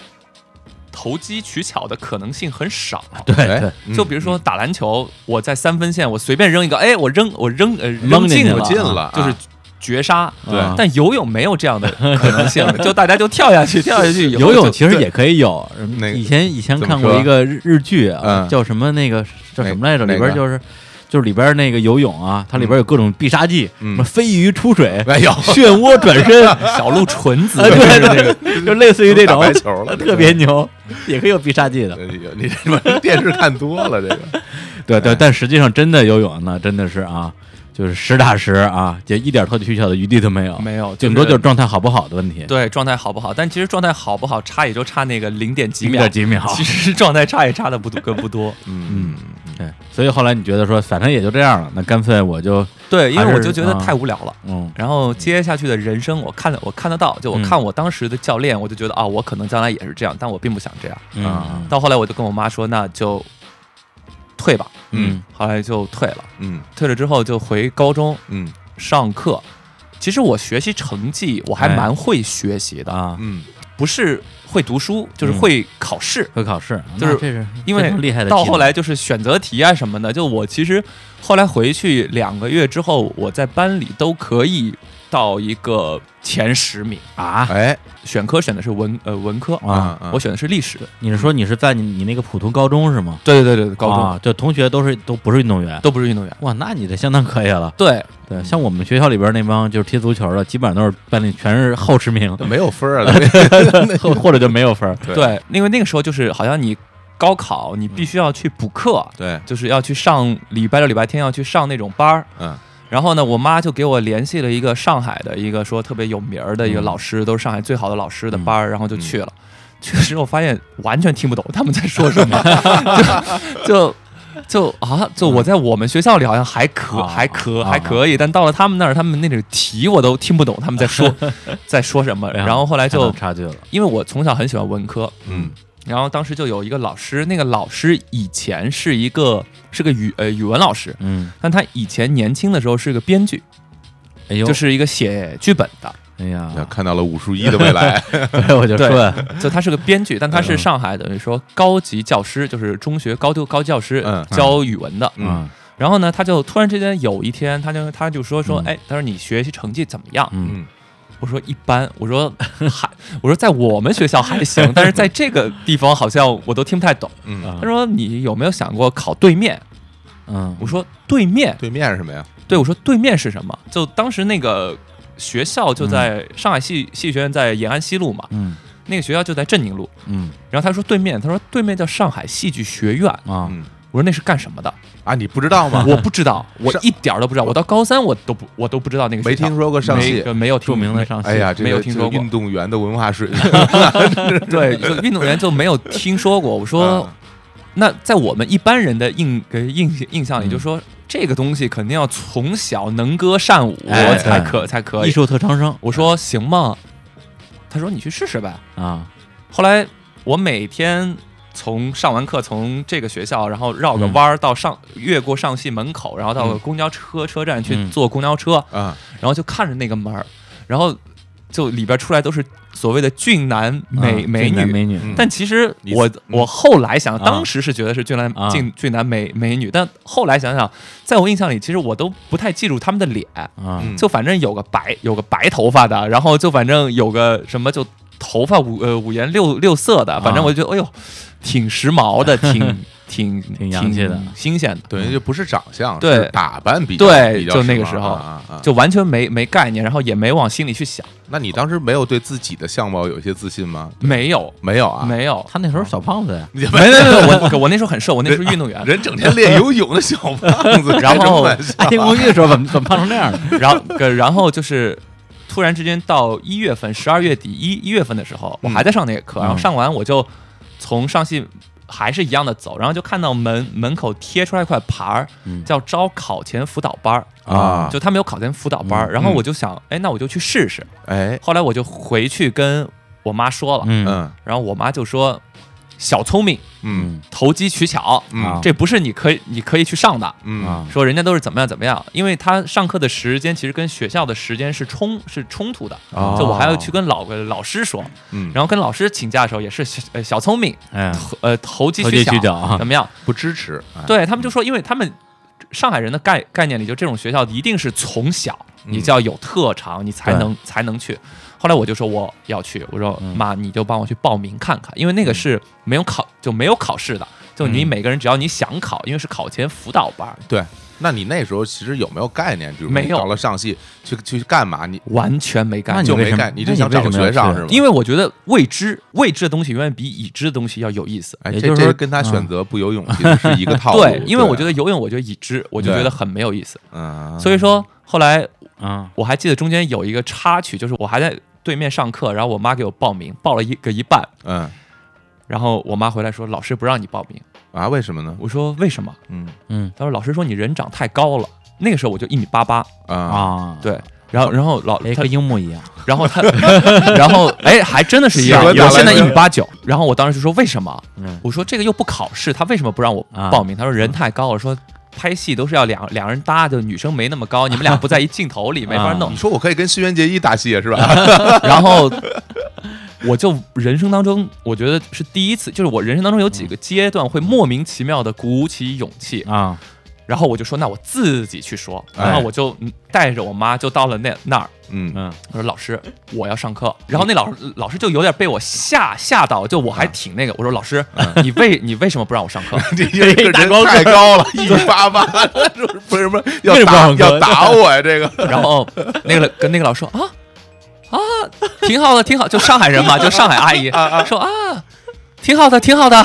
Speaker 3: 投机取巧的可能性很少。
Speaker 1: 啊对
Speaker 2: 哎
Speaker 1: 对，
Speaker 2: 嗯
Speaker 3: 就比如说打篮球，我在三分线，我随便扔一个，哎，我扔我扔呃
Speaker 1: 扔
Speaker 3: 扔
Speaker 1: 进去了
Speaker 3: 进了，
Speaker 2: 我进了啊，
Speaker 3: 就是绝杀。
Speaker 2: 对
Speaker 1: 啊
Speaker 3: 但游泳没有这样的可能性，就大家就跳下去，跳下去以后
Speaker 1: 游泳
Speaker 3: 就
Speaker 1: 其实也可以有，
Speaker 2: 那个
Speaker 1: 以前以前
Speaker 2: 怎么
Speaker 1: 看过
Speaker 2: 说
Speaker 1: 一个日日剧啊，
Speaker 2: 嗯
Speaker 1: 叫什么那个叫什么来着？
Speaker 2: 哪
Speaker 1: 里边
Speaker 2: 哪个
Speaker 1: 就是就是里边那个游泳啊，它里边有各种必杀技，什
Speaker 2: 嗯
Speaker 1: 么飞鱼出 水、
Speaker 2: 哎呦，
Speaker 1: 漩涡转 身，啊，
Speaker 3: 小鹿纯子，
Speaker 1: 对对对，就类似于这
Speaker 2: 打
Speaker 1: 种
Speaker 2: 白球了，
Speaker 1: 特别牛，也可以有必杀技的。
Speaker 2: 哎呦。你这你电视看多了，这个
Speaker 1: 对
Speaker 3: 哎
Speaker 1: 对，但实际上真的游泳呢，真的是啊，就是实打实啊，也一点投机取巧的余地都没有，
Speaker 3: 没有，
Speaker 1: 啊顶多就是状态好不好的问题，
Speaker 3: 对状态好不好。但其实状态好不好，差也就差那个零点几
Speaker 1: 零
Speaker 3: 秒
Speaker 1: 点。几秒。
Speaker 3: 其实状态差也差的不多，不 多。
Speaker 2: 嗯，
Speaker 1: 对，所以后来你觉得说，反正也就这样了，那干脆我就
Speaker 3: 对，因为
Speaker 1: 还
Speaker 3: 我
Speaker 1: 是
Speaker 3: 就觉得
Speaker 1: 啊
Speaker 3: 太无聊了。
Speaker 1: 嗯
Speaker 3: 然后接下去的人生，我看了，我看得到，就我
Speaker 1: 嗯
Speaker 3: 看我当时的教练，我就觉得啊，我可能将来也是这样，但我并不想这样。
Speaker 1: 嗯
Speaker 2: 啊
Speaker 3: 到后来我就跟我妈说，那就退吧。
Speaker 1: 嗯
Speaker 3: 后来就退了，
Speaker 2: 嗯
Speaker 3: 退了之后就回高中
Speaker 2: 嗯
Speaker 3: 上课。其实我学习成绩我还
Speaker 1: 哎
Speaker 3: 蛮会学习的，
Speaker 1: 啊
Speaker 2: 嗯
Speaker 3: 不是会读书，就是
Speaker 1: 嗯
Speaker 3: 会考试。
Speaker 1: 会考试，
Speaker 3: 就是
Speaker 1: 那这是
Speaker 3: 因
Speaker 1: 非
Speaker 3: 为
Speaker 1: 常厉害的技能，
Speaker 3: 到后来就是选择题啊什么的，就我其实后来回去两个月之后，我在班里都可以到一个前十名。
Speaker 1: 啊，
Speaker 2: 哎
Speaker 3: 选科选的是文呃文科，
Speaker 2: 啊
Speaker 1: 啊
Speaker 2: 啊
Speaker 3: 我，选的是历史。
Speaker 1: 你是说你是在你你那个普通高中是吗？
Speaker 3: 对对对对，高中、
Speaker 1: 啊，就同学都是都不是运动员，
Speaker 3: 都嗯不是运动员。
Speaker 1: 哇，那你这相当可以了。
Speaker 3: 对，
Speaker 1: 对，像我们学校里边那帮就是踢足球的，基本上都是班里全是后十名，
Speaker 2: 没有分儿 啊，
Speaker 1: 或或者就没有分儿。
Speaker 2: 对
Speaker 3: 对，嗯因为那个时候就是好像你高考，你必须要去补课，
Speaker 2: 对，
Speaker 3: 就是要去上礼拜六、礼拜天要去上那种班儿。
Speaker 2: 嗯
Speaker 3: 然后呢，我妈就给我联系了一个上海的一个说特别有名儿的一个老师，都是上海最好的老师的班儿，
Speaker 1: 嗯
Speaker 3: 然后就去了。去了之后发现完全听不懂他们在说什么，就 就就啊，就我在我们学校里好像还可
Speaker 1: 啊
Speaker 3: 还可
Speaker 1: 啊
Speaker 3: 还可以，但到了他们那儿，他们那种题我都听不懂他们 在说在说什么。然后后来
Speaker 1: 哎太大
Speaker 3: 就
Speaker 1: 差距了，
Speaker 3: 因为我从小很喜欢文科，
Speaker 2: 嗯
Speaker 3: 然后当时就有一个老师，那个老师以前是一个是个语呃语文老师，
Speaker 1: 嗯，
Speaker 3: 但他以前年轻的时候是个编剧，
Speaker 1: 哎呦，
Speaker 3: 就是一个写剧本的，
Speaker 1: 哎呀，
Speaker 2: 嗯看到了五数一的未 来，
Speaker 1: 对，我就
Speaker 3: 对
Speaker 1: 说，
Speaker 3: 就他是个编剧，但他是上海等于说高级教师，就是中学高就高级教师
Speaker 2: 嗯
Speaker 3: 教语文的。
Speaker 2: 嗯
Speaker 1: 嗯
Speaker 3: 然后呢，他就突然之间有一天，他就他就说说，
Speaker 1: 嗯
Speaker 3: 哎，他说你学习成绩怎么样？
Speaker 1: 嗯，
Speaker 2: 嗯
Speaker 3: 我说一般，我说还 我说在我们学校还行，但是在这个地方好像我都听不太懂。
Speaker 2: 嗯，
Speaker 1: 啊
Speaker 3: 他说你有没有想过考对面？
Speaker 1: 嗯
Speaker 3: 我说对面，
Speaker 2: 对面是什么呀？
Speaker 3: 对我说对面是什么？就当时那个学校就在上海戏戏剧学院在延安西路嘛，
Speaker 1: 嗯
Speaker 3: 那个学校就在镇宁路。
Speaker 1: 嗯
Speaker 3: 然后他说对面，他说对面叫上海戏剧学院。
Speaker 1: 啊
Speaker 2: 嗯
Speaker 3: 我说那是干什么的？
Speaker 2: 啊，你不知道吗？
Speaker 3: 我不知道，我
Speaker 2: 上
Speaker 3: 一点儿都不知道。我到高三我都不我都不知道那个
Speaker 2: 没
Speaker 3: 学校
Speaker 2: 听说过上
Speaker 3: 没
Speaker 2: 戏，
Speaker 3: 就没有听
Speaker 1: 著名的上戏
Speaker 2: 哎呀，这个
Speaker 3: 没有听
Speaker 2: 这
Speaker 3: 说过
Speaker 2: 个运动员的文化水平，
Speaker 3: 对，就运动员就没有听说过。我说
Speaker 2: 嗯
Speaker 3: 那在我们一般人的印呃印印象里，
Speaker 1: 嗯
Speaker 3: 就说这个东西肯定要从小能歌善舞
Speaker 1: 哎
Speaker 3: 才
Speaker 1: 对
Speaker 3: 可才可
Speaker 1: 艺
Speaker 3: 以。
Speaker 1: 术特长生
Speaker 3: 我说行吗？他说你去试试呗。
Speaker 1: 啊，
Speaker 3: 后来我每天从上完课，从这个学校，然后绕个弯儿到上，越过上戏门口，然后到
Speaker 2: 嗯
Speaker 3: 公交车车站去
Speaker 1: 嗯
Speaker 3: 坐公交车，
Speaker 2: 啊，
Speaker 3: 然后就看着那个门儿，然后就里边出来都是所谓的俊男美、
Speaker 1: 啊
Speaker 3: 美
Speaker 1: 俊男
Speaker 3: 女。
Speaker 1: 美女，
Speaker 2: 嗯
Speaker 3: 但其实
Speaker 2: 你
Speaker 3: 我
Speaker 2: 嗯
Speaker 3: 我后来想，
Speaker 1: 啊
Speaker 3: 当时是觉得是俊男
Speaker 1: 啊
Speaker 3: 俊俊男美美女，但后来想想，在我印象里，其实我都不太记住他们的脸。
Speaker 1: 啊，
Speaker 2: 嗯
Speaker 3: 就反正有个白有个白头发的，然后就反正有个什么就头发五呃五颜六六色的，反正
Speaker 1: 啊
Speaker 3: 我就觉得哎呦，挺时 髦的，挺挺
Speaker 1: 挺洋气的
Speaker 3: 新鲜的，
Speaker 2: 等于就不是长相，
Speaker 3: 对
Speaker 2: 是打扮比较
Speaker 3: 对
Speaker 2: 比较
Speaker 3: 就那个
Speaker 2: 时
Speaker 3: 时候
Speaker 2: 髦啊啊啊
Speaker 3: 就完全没没概念，然后也没往心里去想，
Speaker 2: 那你当时没有对自己的相貌有一些自信吗？
Speaker 3: 没有
Speaker 2: 没有啊，
Speaker 3: 没有，
Speaker 1: 他那时候小胖子呀，
Speaker 2: 你
Speaker 3: 没没没，我我我那时候很瘦，我那时候运动员，
Speaker 2: 人整天练游泳的小胖子，
Speaker 3: 然后哎
Speaker 2: 开什么玩 笑啊
Speaker 1: 爱听公寓的时候怎么怎么胖成这样的？
Speaker 3: 然后个然后就是。突然之间到一月份，十二月底一一月份的时候，我还在上那个课，然后
Speaker 1: 嗯
Speaker 3: 上完我就从上戏还是一样的走，然后就看到门门口贴出来一块牌儿，
Speaker 1: 嗯
Speaker 3: 叫招考前辅导班儿
Speaker 2: 啊
Speaker 3: 就他们有考前辅导班儿，
Speaker 2: 嗯
Speaker 3: 然后我就想，哎，那我就去试试。
Speaker 2: 哎，
Speaker 3: 后来我就回去跟我妈说了，
Speaker 1: 嗯
Speaker 2: 嗯
Speaker 3: 然后我妈就说，小聪明，
Speaker 2: 嗯
Speaker 3: 投机取巧，
Speaker 2: 嗯
Speaker 1: 啊
Speaker 3: 这不是你可以你可以去上的。
Speaker 2: 嗯
Speaker 1: 啊
Speaker 3: 说人家都是怎么样怎么样，因为他上课的时间其实跟学校的时间是冲是冲突的，
Speaker 2: 哦
Speaker 3: 就我还要去跟老老师说，
Speaker 2: 嗯，
Speaker 3: 然后跟老师请假的时候也是小呃小聪明，
Speaker 1: 哎，
Speaker 3: 投呃投机
Speaker 1: 投机取
Speaker 3: 巧
Speaker 1: 巧啊
Speaker 3: 怎么样？
Speaker 2: 不支持，哎，
Speaker 3: 对他们就说，因为他们上海人的概概念里，就这种学校一定是从小
Speaker 2: 嗯
Speaker 3: 你就要有特长，你才
Speaker 1: 对
Speaker 3: 能才能去。后来我就说我要去，我说
Speaker 1: 嗯
Speaker 3: 妈，你就帮我去报名看看，因为那个是没有考就没有考试的，就你
Speaker 1: 嗯
Speaker 3: 每个人只要你想考，因为是考前辅导班，
Speaker 2: 对。那你那时候其实有没有概念？比如说
Speaker 3: 没
Speaker 2: 你
Speaker 3: 有
Speaker 2: 到了上戏去去干嘛？你
Speaker 3: 完全没
Speaker 1: 那
Speaker 3: 干
Speaker 1: 你
Speaker 2: 就
Speaker 1: 为
Speaker 2: 没
Speaker 1: 什么
Speaker 2: 干，你就
Speaker 1: 那你
Speaker 2: 想
Speaker 1: 为
Speaker 2: 找
Speaker 1: 什
Speaker 2: 个
Speaker 1: 么要
Speaker 2: 学上
Speaker 1: 去
Speaker 2: 是吗？
Speaker 3: 因为我觉得未知未知的东西远远比已知的东西要有意思。
Speaker 2: 哎，
Speaker 1: 也
Speaker 2: 这
Speaker 1: 就是
Speaker 2: 这
Speaker 1: 说
Speaker 2: 跟他选
Speaker 1: 嗯
Speaker 2: 择不游泳 其实是一个套路。
Speaker 3: 对，因为我觉
Speaker 2: 得，
Speaker 3: 得游泳，我觉得已知，我就
Speaker 2: 对
Speaker 3: 觉得很没有意思。
Speaker 2: 嗯，
Speaker 3: 所以说后来
Speaker 1: 啊，
Speaker 3: 我还记得中间有一个插曲，就是我还在对面上课，然后我妈给我报名，报了一个一半，
Speaker 2: 嗯
Speaker 3: 然后我妈回来说老师不让你报名，
Speaker 2: 啊，为什么呢？
Speaker 3: 我说为什么？
Speaker 2: 嗯
Speaker 1: 嗯
Speaker 3: 她说老师说你人长太高了，那个时候我就一米八八，
Speaker 2: 啊，
Speaker 1: 啊，，
Speaker 3: 对。然后，然后老
Speaker 1: 哎，
Speaker 3: 他
Speaker 1: 跟，樱木一样，
Speaker 3: 然后他， 然后哎，还真的是一样。
Speaker 2: 喜欢打
Speaker 3: 我现在
Speaker 2: 篮
Speaker 3: 一
Speaker 2: 球
Speaker 3: 米八九，然后我当时就说为什么？
Speaker 1: 嗯
Speaker 3: 我说这个又不考试，他为什么不让我报名？他说人太高了，说拍戏都是要两两人搭的，女生没那么高，你们俩不在一镜头里，没法弄
Speaker 2: 你。说我可以跟轩辕杰一打戏是吧？
Speaker 3: 然后我就人生当中，我觉得是第一次，就是我人生当中有几个阶段会莫名其妙的鼓起勇气，
Speaker 1: 啊，
Speaker 3: 然后我就说，那我自己去说，
Speaker 2: 哎
Speaker 3: 然后我就嗯带着我妈就到了那那儿，
Speaker 2: 嗯
Speaker 1: 嗯
Speaker 3: 我说老师，我要上课。然后那老老师就有点被我吓吓到，就我还挺那个。我说老师，
Speaker 1: 嗯
Speaker 3: 你为你为什么不让 我上课？
Speaker 2: 这这
Speaker 1: 这
Speaker 2: 人
Speaker 1: 大高个儿
Speaker 2: 太高了，一米八八，这是为什 么要
Speaker 1: 为什么
Speaker 2: 打
Speaker 1: 不让
Speaker 2: 要
Speaker 1: 哥
Speaker 2: 打我呀？这个
Speaker 3: 然后那个跟那个老师说啊啊，挺好的，挺好，就上 海人嘛，就上海阿姨说啊，挺好的，挺好的，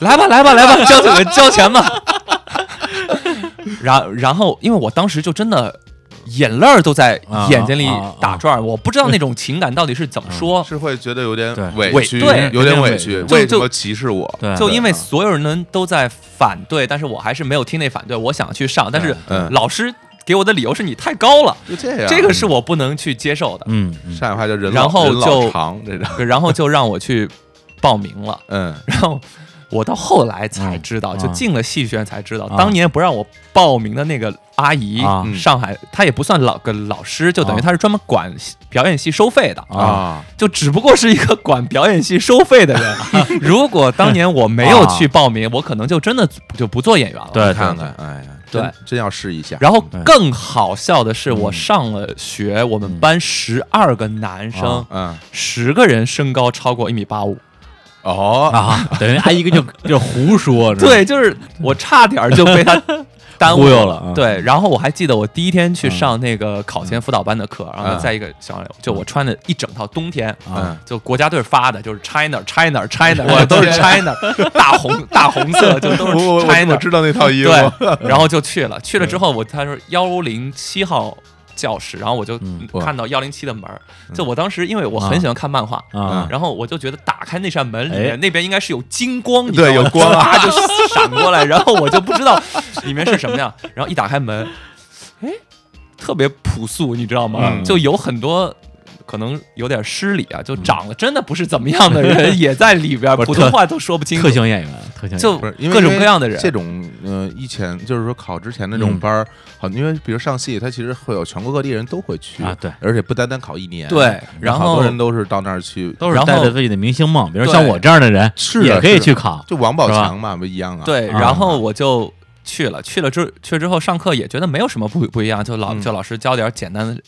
Speaker 3: 来吧，来吧，来吧，交钱交钱吧。然然后，因为我当时就真的眼泪儿都在眼睛里
Speaker 1: 啊啊嗯啊
Speaker 3: 打转儿，我不知道那种情感到底是怎么说，
Speaker 2: 是会觉得有点
Speaker 1: 对
Speaker 2: 委
Speaker 3: 委
Speaker 2: 屈，
Speaker 3: 对
Speaker 2: 有
Speaker 1: 肯
Speaker 2: 点
Speaker 1: 定
Speaker 2: 委
Speaker 1: 委
Speaker 2: 屈，
Speaker 1: 屈
Speaker 3: 就
Speaker 2: 为什
Speaker 3: 就
Speaker 2: 么歧视我？
Speaker 1: 对
Speaker 3: 就因为
Speaker 2: 啊
Speaker 3: 所有人都在反对，但是我还是没有听那反对，我想去上，但是
Speaker 2: 嗯啊
Speaker 3: 老师给我的理由是你太高了，
Speaker 2: 就这样，
Speaker 3: 这个是我不能去接受的，
Speaker 1: 嗯嗯
Speaker 2: 上海话叫人老
Speaker 3: 然后
Speaker 2: 人老
Speaker 3: 就
Speaker 2: 长这种，
Speaker 3: 然后就让我去报名了，
Speaker 2: 嗯
Speaker 3: 然后。我到后来才知道，
Speaker 1: 嗯
Speaker 3: 就进了戏学院才知道，
Speaker 1: 啊
Speaker 3: 当年不让我报名的那个阿姨，
Speaker 1: 啊
Speaker 2: 嗯
Speaker 3: 上海她也不算老个老师，就等于
Speaker 1: 啊
Speaker 3: 她是专门管戏表演系收费的，
Speaker 2: 啊，
Speaker 3: 就只不过是一个管表演系收费的 人。如果当年我没有
Speaker 2: 啊
Speaker 3: 去报名，我可能就真的就不做演员了。
Speaker 1: 对
Speaker 2: 你看
Speaker 1: 对
Speaker 2: 看，哎呀，
Speaker 3: 对
Speaker 2: 真，真要试一下。
Speaker 3: 然后
Speaker 1: 对
Speaker 3: 更好笑的是，
Speaker 1: 嗯
Speaker 3: 我上了学，我们班十二个男生
Speaker 1: 啊，
Speaker 2: 嗯，
Speaker 3: 十个人身高超过一米八五。
Speaker 2: 哦，
Speaker 1: 啊，等于阿姨跟就就胡说，是吧
Speaker 3: 对，就是我差点就被他耽误
Speaker 1: 忽悠了啊
Speaker 3: 对，然后我还记得我第一天去上那个考前辅导班的课，然后在一个小就我穿的一整套冬天。
Speaker 2: 嗯
Speaker 1: 啊，
Speaker 3: 就国家队发的，就是 China China China，我都是 China，大红大红色，就都
Speaker 2: 我
Speaker 3: 是
Speaker 2: 我我
Speaker 3: China。
Speaker 2: 知道那套衣服，
Speaker 3: 对，然后就去了。去了之后，我他说幺零七号教室，然后我就
Speaker 1: 嗯
Speaker 2: 哇嗯
Speaker 3: 看到幺零七的门儿。就我当时因为我很喜欢看漫画，
Speaker 1: 啊
Speaker 3: 然后我就觉得打开那扇门里
Speaker 1: 哎
Speaker 3: 面，那边应该是有金光，你知道
Speaker 2: 对，
Speaker 3: 吗
Speaker 2: 有光啊，
Speaker 3: 啪就闪过来，然后我就不知道里面是什么呀。然后一打开门，哎，特别朴素，你知道吗？
Speaker 2: 嗯
Speaker 3: 就有很多。可能有点失礼啊，就长得真的不是怎么样 的人也在里边，
Speaker 1: 不是
Speaker 3: 普通话都说不清楚
Speaker 1: 特，型演员，特型演员
Speaker 3: 就
Speaker 2: 不是因为
Speaker 3: 各种
Speaker 2: 因为
Speaker 3: 各样的人
Speaker 2: 这种呃，以前就是说考之前的这种
Speaker 1: 嗯
Speaker 2: 班儿，好，因为比如上戏，它其实会有全国各地人都会去
Speaker 1: 啊对
Speaker 2: 而且不单单考一年，
Speaker 3: 对然
Speaker 2: 好
Speaker 3: 后
Speaker 2: 多人都是到那儿去，
Speaker 1: 都是
Speaker 3: 然
Speaker 1: 带
Speaker 3: 后
Speaker 1: 着自己的明星梦，比如
Speaker 3: 对
Speaker 1: 像我这样的人
Speaker 2: 是的
Speaker 1: 也可
Speaker 2: 是
Speaker 1: 以
Speaker 2: 的
Speaker 1: 去 考，
Speaker 2: 就王宝
Speaker 1: 是吧
Speaker 2: 强嘛，不一样啊？
Speaker 3: 对，
Speaker 1: 啊
Speaker 3: 然后我就去了，去了之去了之后上课也觉得没有什么不不一样，就老
Speaker 2: 嗯
Speaker 3: 就老师教点简单的。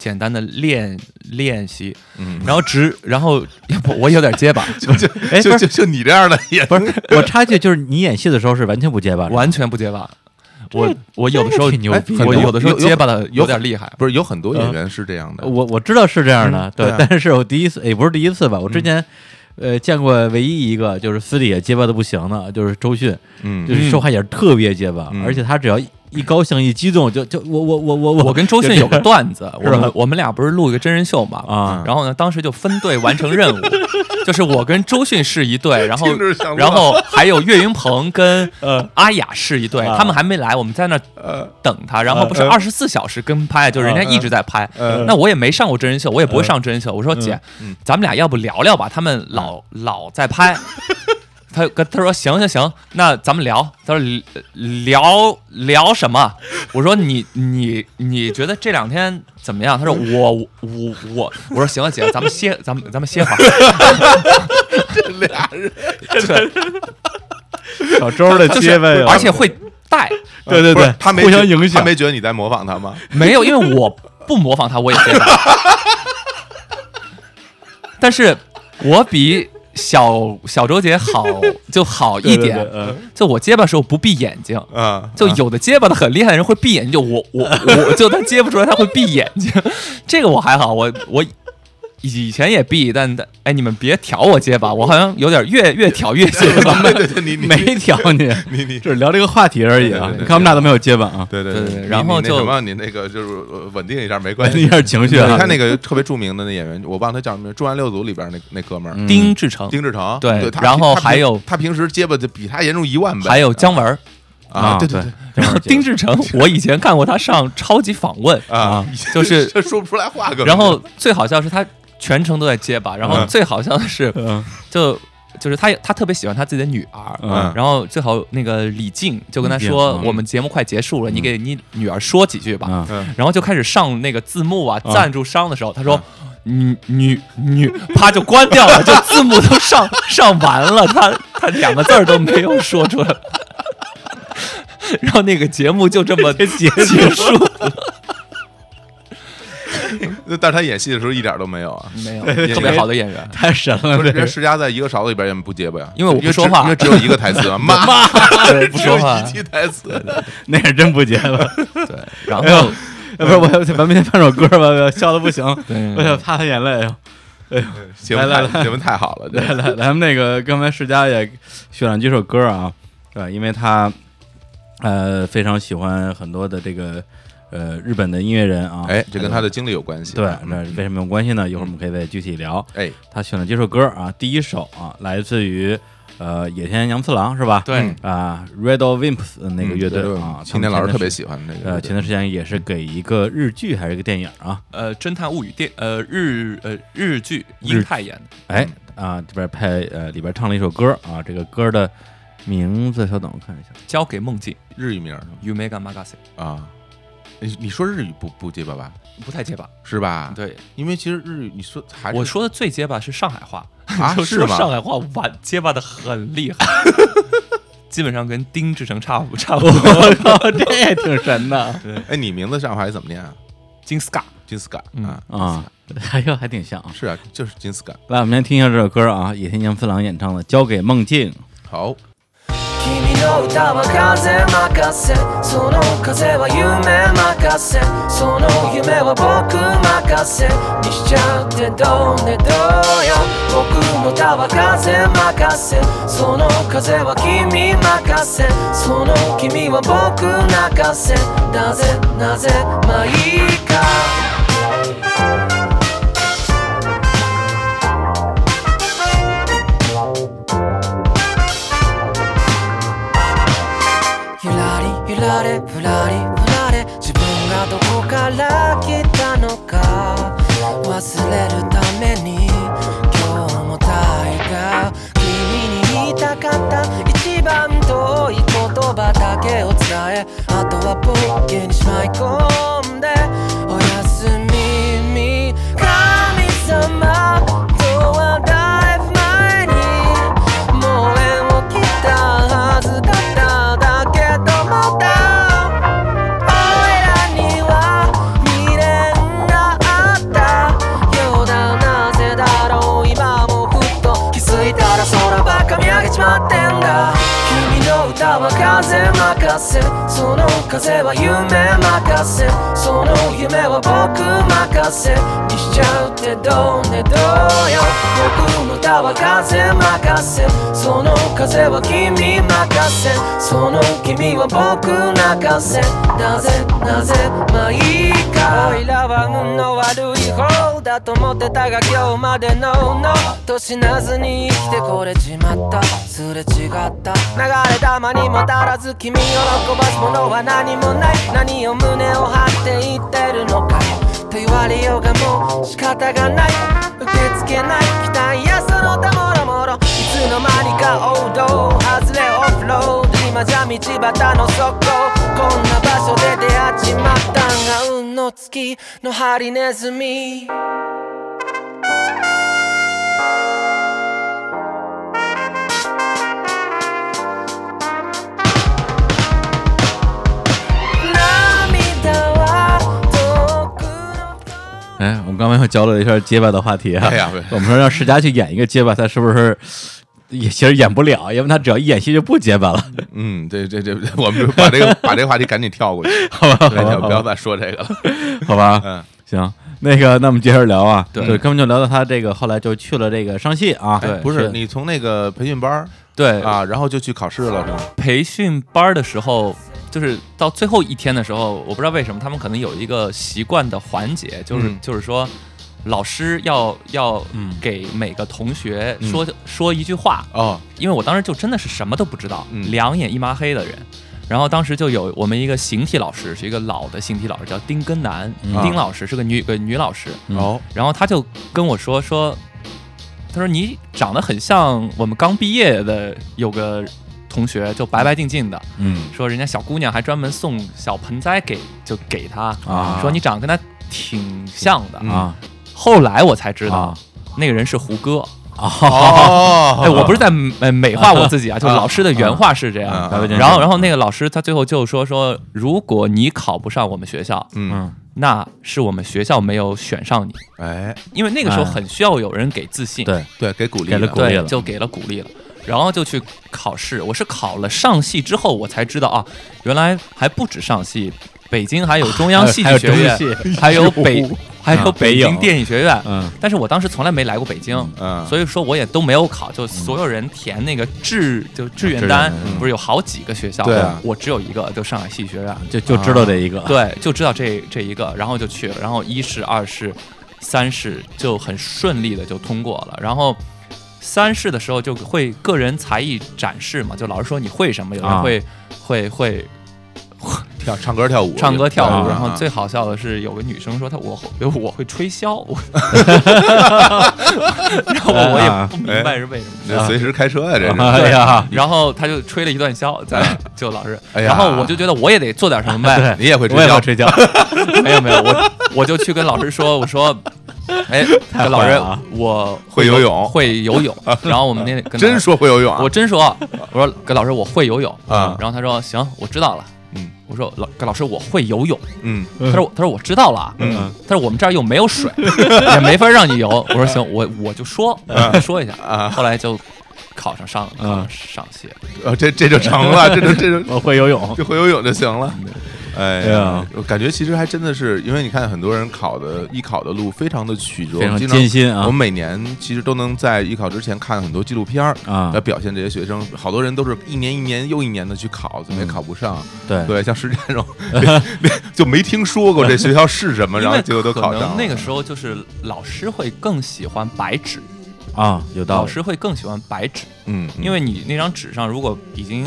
Speaker 3: 简单的练练习，
Speaker 2: 嗯，
Speaker 3: 然后直，然后我我有点结巴，
Speaker 2: 就就
Speaker 1: 哎
Speaker 2: 就
Speaker 1: 不
Speaker 2: 就是就你这样的也
Speaker 1: 不是我插一句，就是你演戏的时候是完全不结巴的，
Speaker 3: 完全不结巴。我我有的时
Speaker 1: 这
Speaker 3: 候
Speaker 1: 挺牛
Speaker 2: 哎
Speaker 1: 逼
Speaker 2: 很
Speaker 1: 的，
Speaker 3: 我
Speaker 2: 多
Speaker 3: 有的时候
Speaker 2: 有有
Speaker 3: 结巴的
Speaker 2: 有
Speaker 3: 有点厉害，
Speaker 2: 不是有很多演员是这样的，
Speaker 1: 呃我我知道是这样的，对，
Speaker 2: 对啊
Speaker 1: 但是我第一次也不是第一次吧，我之前、呃见过唯一一个就是私底下结巴的不行的，就是周迅，
Speaker 2: 嗯，
Speaker 1: 就是说话也是特别结巴，
Speaker 2: 嗯
Speaker 1: 而且他只要一一高兴一激动就就我我我我我
Speaker 3: 我跟周迅有个段子，我
Speaker 1: 是吧
Speaker 3: 们我们俩不是录一个真人秀嘛，
Speaker 1: 啊
Speaker 3: 然后呢，当时就分队完成任务，就是我跟周迅是一队，然后
Speaker 2: 听着像乱
Speaker 3: 然后还有岳云 鹏跟阿雅是一队，
Speaker 1: 啊
Speaker 3: 他们还没来，我们在那
Speaker 2: 嗯呃
Speaker 3: 等他，然后不是
Speaker 2: 呃
Speaker 3: 二十四小时跟拍，就是人家一直在拍。那我也没上过真人秀，我也不会上真人秀。我说姐
Speaker 2: 嗯，
Speaker 3: 咱们俩要不聊聊吧？他们老老 在拍。他跟他说行行行，那咱们聊。他说聊聊什么？我说你你你觉得这两天怎么样？他说
Speaker 2: 嗯
Speaker 3: 我我我我我说行了姐，咱们歇咱们咱 们歇会儿。这俩人
Speaker 1: 小周的
Speaker 3: 就是而且会带，
Speaker 1: 对对
Speaker 2: 不是
Speaker 1: 对，
Speaker 2: 他没
Speaker 1: 互
Speaker 2: 觉
Speaker 1: 相影
Speaker 2: 他
Speaker 1: 响
Speaker 2: 没觉得你在模仿他吗？
Speaker 3: 没有，因为我不模仿他，我也接受。但是，我比小小周姐好就好一点。
Speaker 1: 对对对嗯
Speaker 3: 就我结巴的时候不闭眼睛，
Speaker 2: 啊，
Speaker 3: 就有的结巴的很厉害的人会闭眼睛，就我我我就他结不出来，他会闭眼睛。这个我还好，我我。以前也闭，但但哎，你们别挑我结巴，我好像有点越越挑越结 巴。
Speaker 2: 对对对，你你
Speaker 1: 没挑你，
Speaker 2: 你你
Speaker 1: 就是聊这个话题而已啊，
Speaker 2: 对对对
Speaker 1: 你看我们俩都没有结巴啊，
Speaker 2: 对对
Speaker 3: 对对
Speaker 2: 你
Speaker 3: 然后
Speaker 2: 你那
Speaker 3: 就
Speaker 2: 什么，你那个就是呃稳定一下没关系
Speaker 1: 一。下情绪啊
Speaker 2: 你，看那个特别著名的那演员，我忘了他叫什么，《重案六组》里边那那哥们儿，
Speaker 1: 嗯
Speaker 3: 丁志成，
Speaker 2: 丁志成。
Speaker 3: 对
Speaker 2: 他
Speaker 3: 然后
Speaker 2: 他平
Speaker 3: 还有
Speaker 2: 他平时结巴就比他严重一万倍。
Speaker 3: 还有姜文儿，
Speaker 2: 啊，对对
Speaker 1: 对
Speaker 2: 对，
Speaker 1: 然 后
Speaker 3: 丁志成， 我以前看过他上《超级访问》
Speaker 2: 啊，
Speaker 3: 就是
Speaker 2: 这说不出来话，根本
Speaker 3: 然后最好笑是他全程都在结巴，然后
Speaker 2: 嗯
Speaker 3: 最好笑的是，
Speaker 1: 嗯
Speaker 3: 就就是他他特别喜欢他自己的女儿。啊
Speaker 1: 嗯
Speaker 3: 然后最好那个李静就跟他
Speaker 1: 李
Speaker 3: 说：“
Speaker 1: 静嗯
Speaker 3: 我们节目快结束了，你给你女儿说几句吧。
Speaker 1: 啊
Speaker 2: 嗯
Speaker 3: 啊然后就开始上那个字幕啊，赞助商的时候，他说：“女女女，啪就关掉了，就字幕都上上完了，他他两个字儿都没有说出来，然后那个节目就这么结束，
Speaker 2: 但是他演戏的时候一点都没有啊。
Speaker 3: 没有
Speaker 2: 对
Speaker 3: 特别好的演员，
Speaker 1: 太神了，
Speaker 2: 不是，
Speaker 1: 这
Speaker 2: 人世家在一个勺子里边也不结巴呀，
Speaker 3: 因为我不
Speaker 2: 只
Speaker 3: 说话
Speaker 2: 因为只有一个台 词嘛，啊妈，
Speaker 3: 对不
Speaker 2: 只
Speaker 3: 说
Speaker 2: 有
Speaker 3: 话
Speaker 2: 一，句台词，
Speaker 1: 那是真不结巴。
Speaker 3: 对，然
Speaker 1: 哎呦
Speaker 3: 后，
Speaker 1: 哎不是我，咱们先放首歌吧，我笑的不行，
Speaker 2: 嗯
Speaker 3: 对
Speaker 1: 我想擦擦眼泪。哎呦
Speaker 2: 节目
Speaker 1: 来来
Speaker 2: 太节目太好了，
Speaker 1: 来
Speaker 2: 这
Speaker 1: 来，咱们那个刚才世佳也选了几首歌啊，对吧？因为他呃非常喜欢很多的这个呃日本的音乐人啊，
Speaker 2: 哎，这跟他的经历有关系，
Speaker 1: 对，
Speaker 2: 嗯
Speaker 1: 那为什么有关系呢？一会儿我们可以再具体聊。
Speaker 2: 哎，
Speaker 1: 他选了几首歌啊，第一首啊来自于呃野田洋次郎是吧？
Speaker 3: 对，
Speaker 1: 啊，Red o Wimps 那个
Speaker 2: 嗯
Speaker 1: 乐队
Speaker 2: 对
Speaker 1: 啊，
Speaker 2: 青年老师特别
Speaker 1: 喜。
Speaker 2: 喜欢那个
Speaker 1: 呃，
Speaker 2: 乐
Speaker 1: 前
Speaker 2: 队，
Speaker 1: 段时间也是给一个日剧还是一个电影啊？
Speaker 3: 呃，侦探物语电呃日呃日剧英泰演
Speaker 2: 嗯
Speaker 3: 的，
Speaker 1: 哎啊，这边拍呃里边唱了一首歌啊，这个歌的名字稍等我看 一下，
Speaker 3: 交给梦境
Speaker 2: 日语名儿是吗
Speaker 3: Umega Magase，
Speaker 2: 啊，你你说日语不不结巴吧？
Speaker 3: 不太结巴，
Speaker 2: 是吧？，
Speaker 3: 对
Speaker 2: 因为其实日语你说还是
Speaker 3: 我说的最结巴是上海话，
Speaker 2: 啊
Speaker 3: 就是说上
Speaker 2: 吗？
Speaker 3: 海话完结巴的很厉害，基本上跟丁志成差不差不多。
Speaker 1: 我靠， 这也挺神的
Speaker 2: 哎，你名字上海怎么念啊？
Speaker 3: 金斯卡，
Speaker 2: 金斯嘎
Speaker 3: 嗯
Speaker 2: 啊，
Speaker 1: 啊！哎呦，还挺像啊！
Speaker 2: 是啊，就是金斯嘎。
Speaker 1: 来，我们先听一下这首歌啊，野田洋次郎演唱的《交给梦境》。
Speaker 2: 好，
Speaker 4: 君の歌は風任せその風は夢任せその夢は僕任せにしちゃってどうねどうよ僕の歌は風任せその風は君任せその君は僕任せなぜなぜまあいいかゆらりゆられふらりふられ自分がどこから来たのか忘れるために今日も大河君に言いたかった一番遠い言葉だけを伝えあとはポッケにしまい込んでおやすみ神様ドアダイブ前にもう縁を切ったはずだっただけどまた俺らには未練があったようだなぜだろう今もふっと気づいたら空ばっか見上げちまってんだ君の歌は風任せその風は夢任せその夢は僕任せにしちゃうってどうねどうよ僕の歌は風任せその風は君任せその君は僕任せなぜなぜまあいいかおいらは運の悪い方だと思ってたが今日までののと死なずに生きてこれちまったすれ違った流れ玉にも足らず君を喜ばすものは何もない何を胸を張って言ってるのかと言われようがもう仕方がない受け付けない期待やその他もろもろいつの間にか王道外れオフロード今じゃ道端の底こんな場所で出会っちまったんが運の月のハリネズミ涙は遠くの
Speaker 1: 哎，我们刚刚又交流了一下结巴的话题啊。
Speaker 2: 哎呀喂
Speaker 1: 我们说让世佳去演一个结巴，他是不是也其实演不了？因为他只要一演戏就不结巴 了，
Speaker 2: 嗯，这这这，我们就把这个 把这个话题赶紧跳过去，
Speaker 1: 好吧？好
Speaker 2: 赶紧
Speaker 1: 吧，
Speaker 2: 不要再说这个了。
Speaker 1: 好吧，
Speaker 2: 嗯，
Speaker 1: 行，那个，那我们接着聊啊。
Speaker 3: 对
Speaker 1: 根本就聊到他这个，后来就去了这个上戏啊。
Speaker 2: 哎
Speaker 3: 对
Speaker 2: 不是
Speaker 1: 是
Speaker 2: 你从那个培训班儿
Speaker 3: 对，
Speaker 2: 啊，然后就去考试了是吗？
Speaker 3: 培训班儿的时候，就是到最后一天的时候，我不知道为什么他们可能有一个习惯的环节，就是、
Speaker 2: 嗯
Speaker 3: 就是说。老师要要
Speaker 1: 嗯
Speaker 3: 给每个同学
Speaker 2: 嗯
Speaker 3: 说、说一句话，
Speaker 2: 哦，
Speaker 3: 因为我当时就真的是什么都不知道，
Speaker 2: 嗯
Speaker 3: 两眼一抹黑的人。然后当时就有我们一个形体老师，是一个老的形体老师，叫丁根南，
Speaker 1: 嗯
Speaker 3: 丁老师是个女个女老师。
Speaker 1: 嗯
Speaker 2: 哦，
Speaker 3: 然后他就跟我说说，他说你长得很像我们刚毕业的有个同学，就白白净净的，
Speaker 1: 嗯
Speaker 3: 说人家小姑娘还专门送小盆栽给就给他，
Speaker 1: 啊
Speaker 3: 说你长得跟他挺像的。
Speaker 2: 嗯
Speaker 1: 啊，
Speaker 3: 后来我才知道
Speaker 1: 啊，
Speaker 3: 那个人是胡歌。
Speaker 2: 哦
Speaker 3: 哎，我不是在美美化我自己啊，就老师的原话是这
Speaker 2: 啊
Speaker 3: 样。
Speaker 2: 啊啊
Speaker 3: 然后，然后那个老师他最后就说说，如果你考不上我们学校，
Speaker 2: 嗯，
Speaker 1: 嗯
Speaker 3: 那是我们学校没有选上你，
Speaker 2: 哎，
Speaker 3: 因为那个时候
Speaker 1: 哎
Speaker 3: 很需要有人给自信。
Speaker 1: 嗯对
Speaker 2: 对，给鼓励
Speaker 1: 给了
Speaker 2: 的
Speaker 1: 鼓励
Speaker 3: 对，就给了鼓励了。然后就去考试，我是考了上戏之后，我才知道啊，原来还不止上戏，北京还有中央戏
Speaker 1: 还有
Speaker 3: 剧学院，
Speaker 1: 中戏
Speaker 3: 还有北，还有北
Speaker 1: 北
Speaker 3: 京
Speaker 1: 影
Speaker 3: 电影学院。
Speaker 1: 嗯
Speaker 3: 但是我当时从来没来过北京，
Speaker 2: 嗯，
Speaker 3: 所以说我也都没有考，就所有人填那个志就志愿单
Speaker 1: 志愿单，
Speaker 3: 不是有好几个学校，
Speaker 2: 对啊
Speaker 3: 我只有一个，就上海戏剧学院。
Speaker 1: 就就知道这一个，
Speaker 3: 对，就知道这这一个，然后就去了，然后一试、二试、三试就很顺利的就通过了，然后三试的时候就会个人才艺展示嘛，就老师说你会什么，有
Speaker 1: 啊
Speaker 3: 人会、会会
Speaker 2: 跳唱歌跳舞，
Speaker 3: 唱歌跳舞，
Speaker 1: 啊
Speaker 3: 然后最好笑的是有个女生说她我会我会吹箫， 我然后我也不明白是为什么。
Speaker 2: 这
Speaker 3: 啊
Speaker 2: 随时开车呀，啊这是。
Speaker 1: 哎呀，
Speaker 3: 然后她就吹了一段箫，在 就老师，
Speaker 2: 哎呀
Speaker 3: 然后我就觉得我也得做点什么呗，
Speaker 2: 你也会
Speaker 1: 我也
Speaker 2: 箫
Speaker 1: 会睡觉，
Speaker 3: 没有没有，我我就去跟老师说，我说，哎，
Speaker 1: 太
Speaker 3: 老
Speaker 1: 坏
Speaker 3: 师
Speaker 1: 了啊，
Speaker 3: 我
Speaker 2: 会游泳
Speaker 3: 会 游泳。然后我们那跟
Speaker 2: 真
Speaker 3: 老，
Speaker 2: 说会游泳啊
Speaker 3: 我真说，我说跟老师我会游泳
Speaker 2: 啊
Speaker 3: 然后他说行，我知道了。
Speaker 2: 嗯
Speaker 3: 我说老跟老师我会游泳，
Speaker 2: 嗯
Speaker 1: 嗯
Speaker 3: 他说他说我知道了，
Speaker 2: 嗯，
Speaker 3: 但是我们这儿又没有水， 也没法让你游。我说行，我我就说说一下，
Speaker 2: 啊，
Speaker 3: 后来就考上上考
Speaker 1: 嗯
Speaker 3: 上上戏了，
Speaker 2: 呃这这就成了，这就这就
Speaker 1: 我会游泳，
Speaker 2: 就会游泳就行了。哎
Speaker 1: 哦对啊，
Speaker 2: 我感觉其实还真的是，因为你看很多人考的艺考的路非常的曲折，
Speaker 1: 非常
Speaker 2: 经常
Speaker 1: 艰辛啊
Speaker 2: 我们每年其实都能在艺考之前看很多纪录片儿
Speaker 1: 啊
Speaker 2: 来表现这些学生。好多人都是一年一年又一年的去考，怎么也考不上。
Speaker 1: 嗯对
Speaker 2: 对，像石这种连连 就没听说过这学校是什么，然后结果都
Speaker 3: 可
Speaker 2: 考上
Speaker 3: 能
Speaker 2: 了。嗯
Speaker 3: 那个时候就是老师会更喜欢白纸，
Speaker 1: 啊，有道
Speaker 3: 老
Speaker 1: 理，
Speaker 3: 师会更喜欢白纸，
Speaker 2: 嗯，嗯，
Speaker 3: 因为你那张纸上如果已经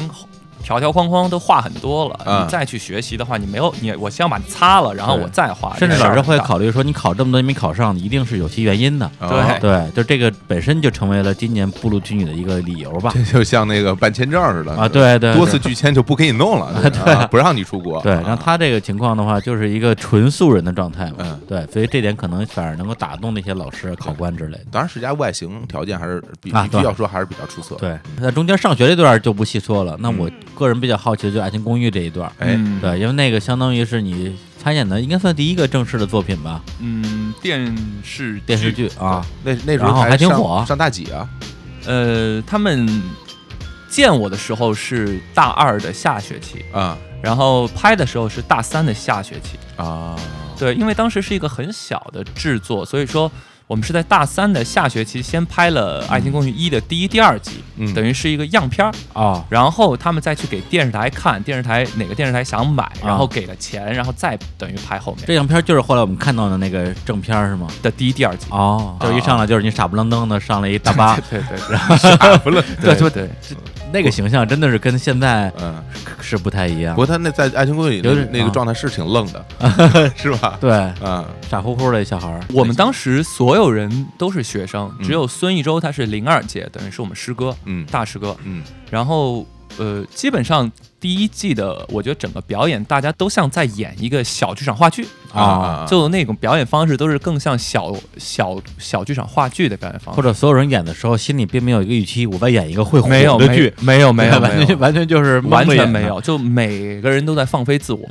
Speaker 3: 条条框框都画很多了，
Speaker 2: 嗯
Speaker 3: 你再去学习的话，你没有你，我先把它擦了，然后
Speaker 1: 对
Speaker 3: 我再画。
Speaker 1: 甚至
Speaker 3: 这事
Speaker 1: 老
Speaker 3: 儿
Speaker 1: 师会
Speaker 3: 不大
Speaker 1: 考虑说，你考这么多年没考上，一定是有其原因的。
Speaker 2: 哦
Speaker 3: 对
Speaker 1: 啊对，就这个本身就成为了今年步入军旅的一个理由吧。
Speaker 2: 这 就像那个办签证似的
Speaker 1: 啊，对对，
Speaker 2: 多
Speaker 1: 对
Speaker 2: 次拒签就不给你弄了，啊不让你出国。
Speaker 1: 对，
Speaker 2: 啊
Speaker 1: 然后他这个情况的话，就是一个纯素人的状态嘛。
Speaker 2: 嗯
Speaker 1: 对，所以这点可能反而能够打动那些老师、啊考官之类的。
Speaker 2: 当然，世家外形条件还是比
Speaker 1: 啊
Speaker 2: 必
Speaker 1: 对
Speaker 2: 须要说还是比较出色。，
Speaker 1: 对，那中间上学这段就不细说了。那我个人比较好奇的就是《爱情公寓》这一段，
Speaker 2: 哎，
Speaker 3: 嗯
Speaker 1: 对，因为那个相当于是你参演的，应该算第一个正式的作品吧，
Speaker 3: 嗯，电视
Speaker 1: 电视，剧啊。
Speaker 2: 那那时候
Speaker 1: 然后还挺
Speaker 2: 上
Speaker 1: 火
Speaker 2: 上大几啊？
Speaker 3: 呃，他们见我的时候是大二的下学期，
Speaker 2: 啊
Speaker 3: 然后拍的时候是大三的下学期。
Speaker 2: 啊，
Speaker 3: 对，因为当时是一个很小的制作，所以说我们是在大三的下学期先拍了《爱情公寓一》的第一、第二集，
Speaker 2: 嗯
Speaker 3: 等于是一个样片儿。
Speaker 1: 哦，
Speaker 3: 然后他们再去给电视台看，电视台哪个电视台想买，然后
Speaker 1: 啊
Speaker 3: 给了钱，然后再等于拍后面
Speaker 1: 这样片儿就是后来我们看到的那个正片儿是吗？
Speaker 3: 的第一、第二集。
Speaker 1: 哦，就是一上来就是你傻不愣登的上了一大巴，
Speaker 3: 啊对对 对，
Speaker 2: 不了，
Speaker 3: 对对对，
Speaker 1: 那个形象真的是跟现在
Speaker 2: 嗯，
Speaker 1: 是不太一样
Speaker 2: 不。过他那在《爱情公寓》
Speaker 1: 有
Speaker 2: 里
Speaker 1: 点
Speaker 2: 那那
Speaker 1: 啊
Speaker 2: 个状态是挺愣 的，是吧？
Speaker 1: 对，
Speaker 2: 啊，
Speaker 1: 傻乎乎的一小孩儿。
Speaker 3: 我们当时所有人都是学生，
Speaker 2: 嗯
Speaker 3: 只有孙艺洲他是零二届，等于是我们师哥，
Speaker 2: 嗯
Speaker 3: 大师哥。
Speaker 2: 嗯，
Speaker 3: 然后呃，基本上第一季的，我觉得整个表演大家都像在演一个小剧场话剧。
Speaker 2: 啊
Speaker 1: 啊
Speaker 2: 啊，
Speaker 3: 就那种表演方式都是更像小小小剧场话剧的表演方
Speaker 1: 或
Speaker 3: 式，
Speaker 1: 者所有人演的时候，心里并没有一个预期，我在演一个会火
Speaker 3: 没有
Speaker 1: 的剧，
Speaker 3: 没有没有没有
Speaker 1: 完全完全就是
Speaker 3: 完
Speaker 1: 蒙着
Speaker 3: 全
Speaker 1: 演
Speaker 3: 没
Speaker 1: 的
Speaker 3: 有，就每个人都在放飞自 我，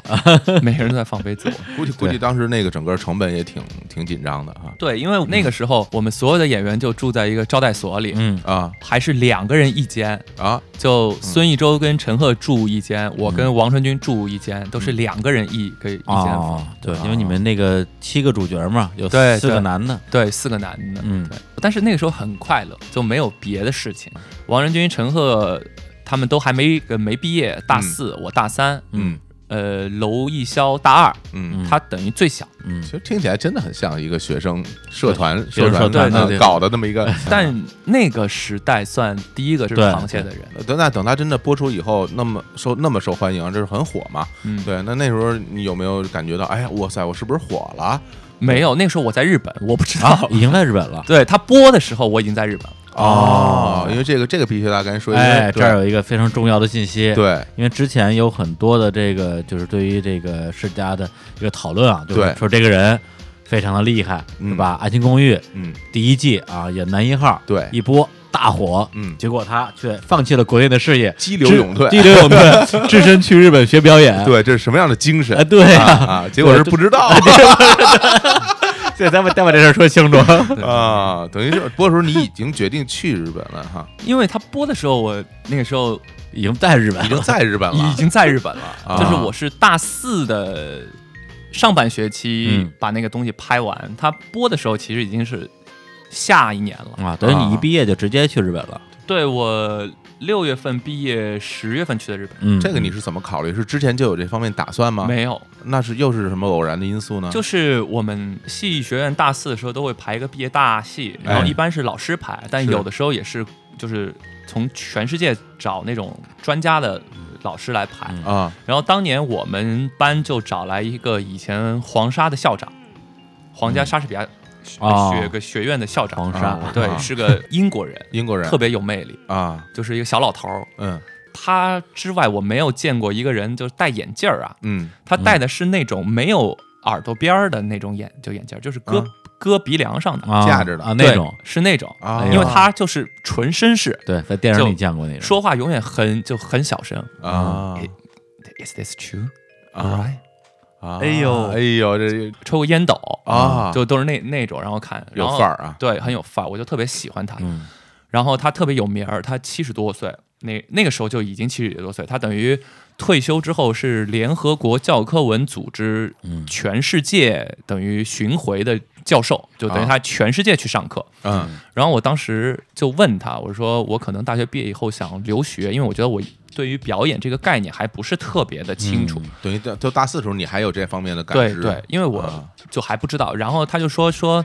Speaker 3: 每个人都在放飞自我。
Speaker 2: 估计估计当时那个整个成本也挺挺紧张的啊
Speaker 3: 对，因为那个时候我们所有的演员就住在一个招待所里，
Speaker 1: 嗯
Speaker 2: 啊
Speaker 3: 还是两个人一间，
Speaker 2: 啊，
Speaker 3: 就孙艺洲跟陈赫住一间，我跟王传君住一间，都是两个人一个一间房。
Speaker 1: 哦，对，因为你们那个七个主角嘛，有
Speaker 3: 啊对
Speaker 1: 四个
Speaker 3: 对
Speaker 1: 男的，
Speaker 3: 对，四个男的，
Speaker 1: 嗯
Speaker 3: 对。但是那个时候很快乐，就没有别的事情。王仁君、陈赫他们都还没呃没毕业，大四，我大三，
Speaker 2: 嗯
Speaker 3: 呃，娄艺潇大二，
Speaker 2: 嗯。
Speaker 3: 他等于最小。
Speaker 1: 嗯
Speaker 2: 其，实听起来真的很像一个学生社团
Speaker 1: 学
Speaker 2: 社
Speaker 1: 生社
Speaker 2: 团
Speaker 1: 团
Speaker 2: 啊
Speaker 1: 对对对
Speaker 2: 搞的那么 一个，
Speaker 3: 但那个时代算第一个是
Speaker 1: 对
Speaker 3: 螃蟹的人，
Speaker 2: 等那等他真的播出以后，那么受那么受欢迎，这是很火嘛？
Speaker 3: 嗯，，
Speaker 2: 对，那那时候你有没有感觉到，哎呀，哇塞，我是不是火了？
Speaker 3: 没有，那时候我在日本，我不知道。
Speaker 1: 啊，已经在日本了。
Speaker 3: 对他播的时候，我已经在日本了。
Speaker 1: 哦
Speaker 2: 因为这个这个必须大家赶紧说一
Speaker 1: 哎，
Speaker 2: 下，
Speaker 1: 这儿有一个非常重要的信息，
Speaker 2: 对，对
Speaker 1: 因为之前有很多的这个就是对于这个世家的一个讨论啊，就
Speaker 2: 对
Speaker 1: 是说这个人非常的厉害，
Speaker 2: 嗯
Speaker 1: 是吧？《爱情公寓》
Speaker 2: 嗯，
Speaker 1: 第一季啊，也男一号，
Speaker 2: 对
Speaker 1: 一波大火，
Speaker 2: 嗯
Speaker 1: 结果他却放弃了国内的事业，
Speaker 2: 激流
Speaker 1: 只
Speaker 2: 勇退
Speaker 1: 激流勇退，只身去日本学表演，
Speaker 2: 对，这是什么样的精神
Speaker 1: 啊，对
Speaker 2: 啊
Speaker 3: 呃
Speaker 1: 啊，
Speaker 2: 啊？结果是不知道
Speaker 1: 对，咱们再把这事儿说清楚，
Speaker 2: 啊，等于是播的时候你已经决定去日本了哈，
Speaker 3: 因为他播的时候，我那个时候
Speaker 1: 已经在日本
Speaker 2: 已经
Speaker 1: 了，
Speaker 2: 在日本了，
Speaker 3: 已经在日本了，
Speaker 2: 啊
Speaker 3: 就是我是大四的上半学期
Speaker 1: 嗯
Speaker 3: 把那个东西拍完，他播的时候其实已经是下一年了。
Speaker 2: 嗯
Speaker 1: 啊，等于你一毕业就直接去日本了，
Speaker 3: 对我六月份毕业，十月份去的日本，
Speaker 1: 嗯，
Speaker 2: 这个你是怎么考虑？是之前就有这方面打算吗？
Speaker 3: 没有，
Speaker 2: 那是又是什么偶然的因素呢？
Speaker 3: 就是我们戏剧学院大四的时候都会排一个毕业大戏，
Speaker 2: 哎
Speaker 3: 然后一般是老师排，但
Speaker 2: 是
Speaker 3: 有的时候也是就是从全世界找那种专家的老师来排。
Speaker 1: 嗯
Speaker 2: 啊，
Speaker 3: 然后当年我们班就找来一个以前黄沙的校长，皇家莎士比亚学
Speaker 1: 嗯哦
Speaker 3: 学个学院的校长，
Speaker 1: 黄
Speaker 2: 啊
Speaker 1: 沙，
Speaker 2: 我
Speaker 3: 对，是个英国人，
Speaker 2: 英国人
Speaker 3: 特别有魅力，
Speaker 2: 啊，
Speaker 3: 就是一个小老头儿。
Speaker 2: 嗯
Speaker 3: 他之外，我没有见过一个人就是戴眼镜儿啊，
Speaker 2: 嗯
Speaker 3: 他戴的是那种没有耳朵边儿的那种眼，就眼镜儿，就是搁、
Speaker 2: 啊
Speaker 3: 搁鼻梁上的，
Speaker 1: 嗯啊
Speaker 2: 架着的
Speaker 1: 啊那
Speaker 3: 对
Speaker 1: 种，
Speaker 3: 是那种，
Speaker 2: 啊
Speaker 3: 因为他就是纯绅士，
Speaker 1: 对，在电影里见过那种，
Speaker 3: 说话永远很就很小声。
Speaker 2: 啊
Speaker 3: Is this true?
Speaker 1: Uh-huh.
Speaker 2: 啊
Speaker 3: Alright，、
Speaker 2: 啊！
Speaker 1: 哎呦
Speaker 2: 哎呦，这
Speaker 3: 抽个烟斗
Speaker 2: 啊
Speaker 3: 就都是那那种，然后看
Speaker 2: 有范，
Speaker 3: 然后
Speaker 2: 儿啊！
Speaker 3: 对，很有范儿，我就特别喜欢他。
Speaker 1: 嗯
Speaker 3: 然后他特别有名儿，他七十多岁，那那个时候就已经七十多岁，他等于呃退休之后是联合国教科文组织
Speaker 1: 嗯
Speaker 3: 全世界等于巡回的教授，就等于
Speaker 2: 啊
Speaker 3: 他全世界去上课。
Speaker 2: 嗯
Speaker 3: 然后我当时就问他，我说我可能大学毕业以后想留学，因为我觉得我对于表演这个概念还不是特别的清楚。
Speaker 2: 等于到到大四的时候，你还有这方面的感
Speaker 3: 对
Speaker 2: 知，
Speaker 3: 对，因为我
Speaker 2: 啊
Speaker 3: 就还不知道。然后他就说说，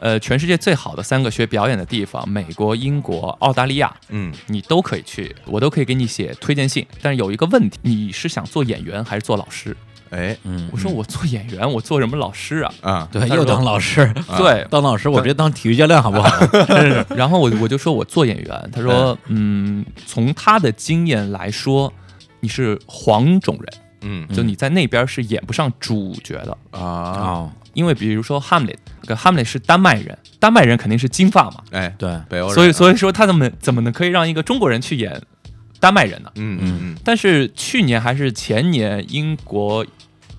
Speaker 3: 呃，全世界最好的三个学表演的地方，美国、英国、澳大利亚，
Speaker 2: 嗯
Speaker 3: 你都可以去，我都可以给你写推荐信。但是有一个问题，你是想做演员还是做老师？
Speaker 2: 哎
Speaker 1: 嗯
Speaker 3: 我，说我做演员，我做什么老师啊？
Speaker 2: 啊
Speaker 1: 对，
Speaker 3: 他
Speaker 1: 又
Speaker 3: 说
Speaker 1: 当老师，
Speaker 3: 对，
Speaker 1: 当老师我直接当体育教练好不好？
Speaker 3: 然后我我就说我做演员，他说嗯，从他的经验来说，你是黄种人，
Speaker 2: 嗯
Speaker 3: 就你在那边是演不上主角的，
Speaker 2: 啊
Speaker 1: 哦，
Speaker 3: 因为比如说 Hamlet，跟 Hamlet 是丹麦人，丹麦人肯定是金发嘛，
Speaker 2: 哎，
Speaker 1: 对，
Speaker 2: 北欧人啊，
Speaker 3: 所以所以说他怎么怎么能可以让一个中国人去演丹麦人呢？
Speaker 2: 嗯嗯
Speaker 3: 但是去年还是前年，英国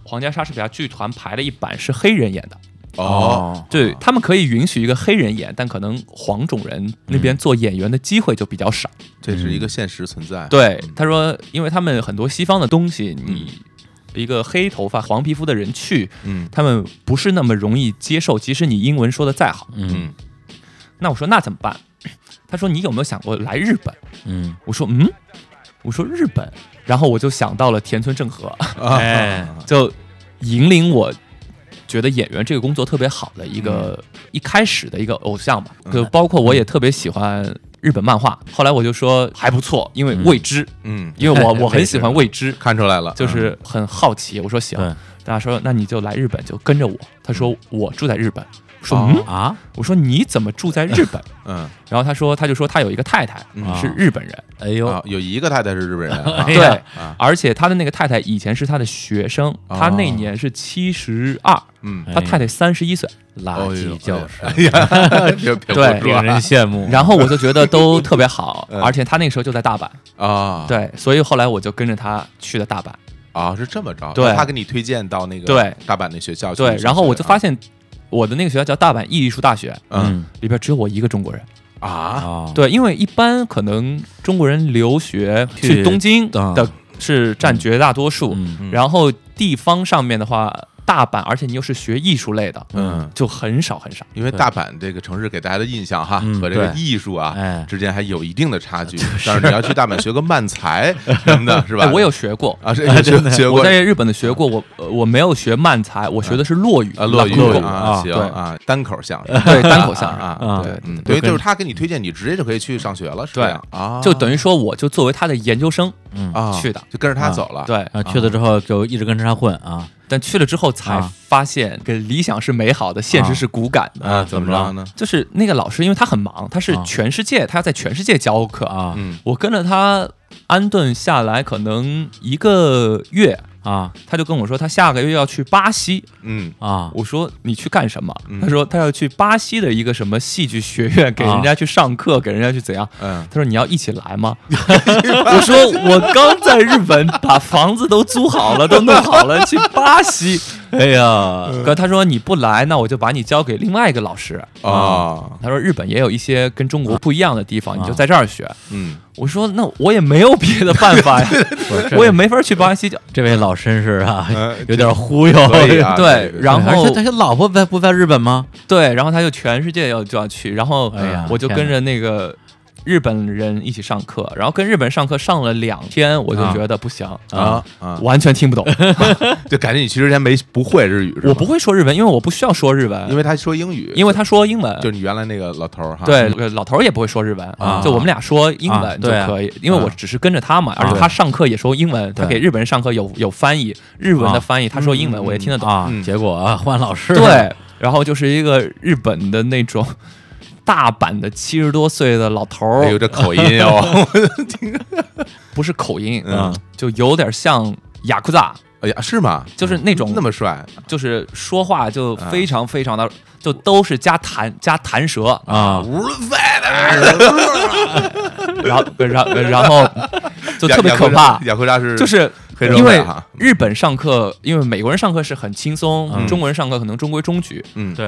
Speaker 3: 皇家莎士比亚剧团排了一版是黑人演的。
Speaker 2: 嗯哦，
Speaker 3: 对
Speaker 2: 啊
Speaker 3: 他们可以允许一个黑人演，但可能黄种人那边做演员的机会就比较少。
Speaker 2: 这是一个现实存在，
Speaker 3: 对
Speaker 2: 嗯，
Speaker 3: 他说，因为他们很多西方的东西，你一个黑头发、黄皮肤的人去，
Speaker 2: 嗯
Speaker 3: 他们不是那么容易接受，即使你英文说的再好。
Speaker 1: 嗯
Speaker 2: 嗯
Speaker 3: 那我说那怎么办？ 他说你有没有想过来日本？
Speaker 1: 嗯，
Speaker 3: 我说嗯，我说日本，然后我就想到了田村正和，
Speaker 1: 哎
Speaker 2: 啊
Speaker 3: 就引领我。觉得演员这个工作特别好的一个、一开始的一个偶像吧，就包括我也特别喜欢日本漫画。后来我就说还不错，因为未 知，
Speaker 2: 嗯，
Speaker 3: 因为我我
Speaker 1: 未
Speaker 3: 很
Speaker 1: 知
Speaker 3: 喜欢未知，
Speaker 2: 看出来了，
Speaker 3: 就是很好奇。我说行，
Speaker 1: 对
Speaker 3: 嗯大家说那你就来日本，就跟着我。他说我住在日本，我说、
Speaker 2: 哦
Speaker 3: 嗯，
Speaker 1: 啊，
Speaker 3: 我说你怎么住在日 本？
Speaker 2: 嗯
Speaker 3: 然后他说他就说他有一个太太、
Speaker 2: 嗯
Speaker 3: 是日本人，
Speaker 1: 哎呦
Speaker 2: 嗯，啊，有一个太太是日本人
Speaker 1: 哎
Speaker 2: 啊，
Speaker 3: 对
Speaker 1: 呀，
Speaker 2: 啊
Speaker 3: 而且他的那个太太以前是他的学生，
Speaker 2: 哦
Speaker 3: 他那年是七十二，
Speaker 2: 嗯，
Speaker 1: 哎
Speaker 3: 他太太三十一岁。
Speaker 1: 垃圾教师，
Speaker 2: 哦哎呀，别别
Speaker 3: 对
Speaker 2: 胡说
Speaker 1: 令人羡慕。
Speaker 3: 然后我就觉得都特别好，
Speaker 2: 嗯
Speaker 3: 而且他那个时候就在大阪，
Speaker 2: 啊，
Speaker 3: 对，所以后来我就跟着他去了大阪，
Speaker 2: 啊，是这么着，
Speaker 3: 对
Speaker 2: 他给你推荐到那个
Speaker 3: 对
Speaker 2: 大阪那学校去上
Speaker 3: 对，
Speaker 2: 学，
Speaker 3: 然后我就发现我的那个学校叫大阪艺术大学，
Speaker 2: 啊嗯
Speaker 3: 里边只有我一个中国人。
Speaker 2: 啊，
Speaker 1: 啊，
Speaker 3: 对，因为一般可能中国人留学
Speaker 1: 去
Speaker 3: 去东京
Speaker 1: 啊
Speaker 3: 的是占绝大多数，
Speaker 1: 嗯
Speaker 2: 嗯
Speaker 3: 然后地方上面的话，大阪，而且你又是学艺术类的，
Speaker 2: 嗯，
Speaker 3: 就很少很少。
Speaker 2: 因为大阪这个城市给大家的印象哈
Speaker 1: 嗯
Speaker 2: 和这个
Speaker 1: 对
Speaker 2: 艺术啊
Speaker 1: 哎
Speaker 2: 之间还有一定的差 距，但是你要去大阪学个漫才什么的，是吧？
Speaker 3: 哎，我有学过。
Speaker 2: 啊， 是有学学
Speaker 3: 我
Speaker 2: 过
Speaker 3: 在日本的学过，我呃我没有学漫才，我学的是落语
Speaker 2: 啊，落语
Speaker 3: Rakugo
Speaker 2: 啊，行
Speaker 3: 哦对
Speaker 2: 啊，单口相声
Speaker 3: 对 单口相声，
Speaker 2: 啊，
Speaker 3: 对
Speaker 2: 嗯，
Speaker 1: 就
Speaker 2: 等于就是
Speaker 1: 跟
Speaker 2: 他给你推荐，你直接就可以去上学了，是这样啊，
Speaker 3: 就等于说我就作为他的研究生，
Speaker 1: 嗯
Speaker 2: 啊
Speaker 3: 去的
Speaker 2: 就跟着他走了，
Speaker 3: 对，
Speaker 1: 啊，去了之后就一直跟着他混啊
Speaker 3: 但去了之后才
Speaker 1: 啊
Speaker 3: 发现，给理想是美好的，现实是骨感的。
Speaker 2: 啊，怎么着呢？
Speaker 3: 就是那个老师，因为他很忙，他是
Speaker 1: 啊
Speaker 3: 全世界，他要在全世界教课。
Speaker 1: 啊，
Speaker 2: 嗯
Speaker 3: 我跟着他安顿下来，可能一个月，
Speaker 1: 啊
Speaker 3: 他就跟我说他下个月要去巴西。
Speaker 2: 嗯
Speaker 1: 啊
Speaker 3: 我说你去干什么
Speaker 2: 嗯？啊
Speaker 3: 他说他要去巴西的一个什么戏剧学院给人家去上课，给人家去怎样？
Speaker 2: 嗯，
Speaker 3: 他说你要一起来 吗？我说我刚在日本把房子都租好了，都弄好了，去巴西。
Speaker 1: 哎 呀，
Speaker 3: 可他说你不来，那我就把你交给另外一个老师。
Speaker 2: 啊，
Speaker 3: 他说日本也有一些跟中国不一样的地
Speaker 1: 啊
Speaker 3: 方，你就在这儿学。
Speaker 2: 嗯，
Speaker 3: 我说那我也没有别的办 法呀，我也没法去巴西。
Speaker 1: 这位老绅士啊
Speaker 3: 哎
Speaker 2: 呃，
Speaker 1: 有点忽悠。哎
Speaker 2: 可以啊，
Speaker 3: 对
Speaker 2: 这，个
Speaker 3: 然
Speaker 1: 而
Speaker 3: 后
Speaker 1: 且他老婆在不在日本吗？
Speaker 3: 对，然后他就全世界要就要去，然后
Speaker 1: 哎呀
Speaker 3: 我就跟着那个日本人一起上课，然后跟日本上课上了两天，我就觉得不行
Speaker 2: 啊啊，
Speaker 3: 完全 听不懂。
Speaker 2: 就感觉你去之前没不会日语是吗？
Speaker 3: 我不，会说日文，因为我不需要说日文，
Speaker 2: 因为他说英语，
Speaker 3: 因为他说英文。
Speaker 2: 就是你啊原来那个老头儿哈，
Speaker 3: 对，呃老头儿也不会说日文，
Speaker 1: 啊
Speaker 3: 就我们俩说英
Speaker 1: 啊
Speaker 3: 文就
Speaker 1: 对啊
Speaker 3: 可以，因为我只是跟着他
Speaker 2: 啊
Speaker 3: 嘛，而且
Speaker 1: 对
Speaker 3: 他上课也说英文，他
Speaker 1: 对
Speaker 3: 给日本人上课有有翻译，日文
Speaker 1: 啊
Speaker 3: 的翻译，他说英文我也听得懂。
Speaker 1: 啊
Speaker 2: 嗯，
Speaker 1: 结果啊 换老师了
Speaker 3: 对，然后就是一个日本的那种大阪的七十多岁的老头
Speaker 2: 哎呦
Speaker 3: 儿，
Speaker 2: 这口音
Speaker 3: 哦
Speaker 2: 哟，
Speaker 3: 不是口音，
Speaker 2: 嗯
Speaker 3: 就有点像雅库扎，
Speaker 2: 哎呀是吗？
Speaker 3: 就是那种
Speaker 2: 嗯那么啊帅，
Speaker 3: 就是说话就非常非常的，就都是加弹加弹舌，
Speaker 1: 啊，
Speaker 2: 五十岁
Speaker 3: 然后然后然后就特别可怕，
Speaker 2: 雅库扎是
Speaker 3: 就是
Speaker 2: 黑社会
Speaker 3: 因为
Speaker 2: 哈
Speaker 3: 日本上课，因为美国人上课是很轻松，
Speaker 1: 嗯
Speaker 3: 中国人上课可能中规中矩，
Speaker 2: 嗯
Speaker 1: 对，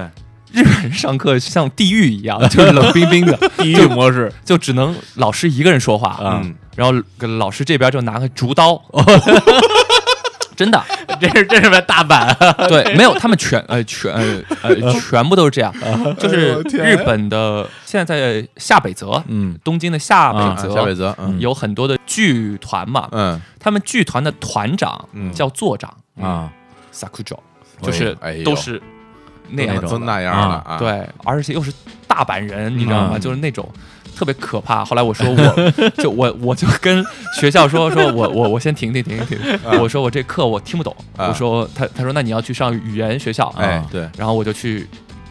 Speaker 3: 日本人上课像地狱一 样，就是冷冰冰的，
Speaker 1: 地狱模式
Speaker 3: 就只能老师一个人说话，
Speaker 1: 啊，
Speaker 2: 嗯
Speaker 3: 然后跟老师这边就拿个竹 刀，真的，
Speaker 1: 这是这是在大嗯阪
Speaker 3: 对，没有，他们全呃全呃呃全部都是这样，
Speaker 1: 嗯哎
Speaker 3: 就是日本的现在在下北泽，
Speaker 1: 嗯，
Speaker 3: 东京的下
Speaker 1: 啊
Speaker 3: 北泽，
Speaker 2: 小北泽嗯
Speaker 3: 有很多的剧团嘛，
Speaker 2: 嗯
Speaker 3: 他们剧团的团长
Speaker 2: 嗯
Speaker 3: 叫座长
Speaker 1: 啊，
Speaker 3: sakujo，
Speaker 1: 嗯
Speaker 2: 呦
Speaker 3: 就是
Speaker 2: 哎呦
Speaker 3: 都是那样
Speaker 1: 那
Speaker 3: 的，
Speaker 2: 都那样了啊，
Speaker 3: 对，而且又是大阪人，你知道吗？
Speaker 1: 嗯
Speaker 3: 就是那种。特别可怕。后来我 说我就我我就跟学校说说我我我先停停停停，我说我这课我听不懂。
Speaker 2: 啊
Speaker 3: 我说他他说那你要去上语言学校，
Speaker 2: 哎
Speaker 1: 啊
Speaker 2: 对，
Speaker 3: 然后我就去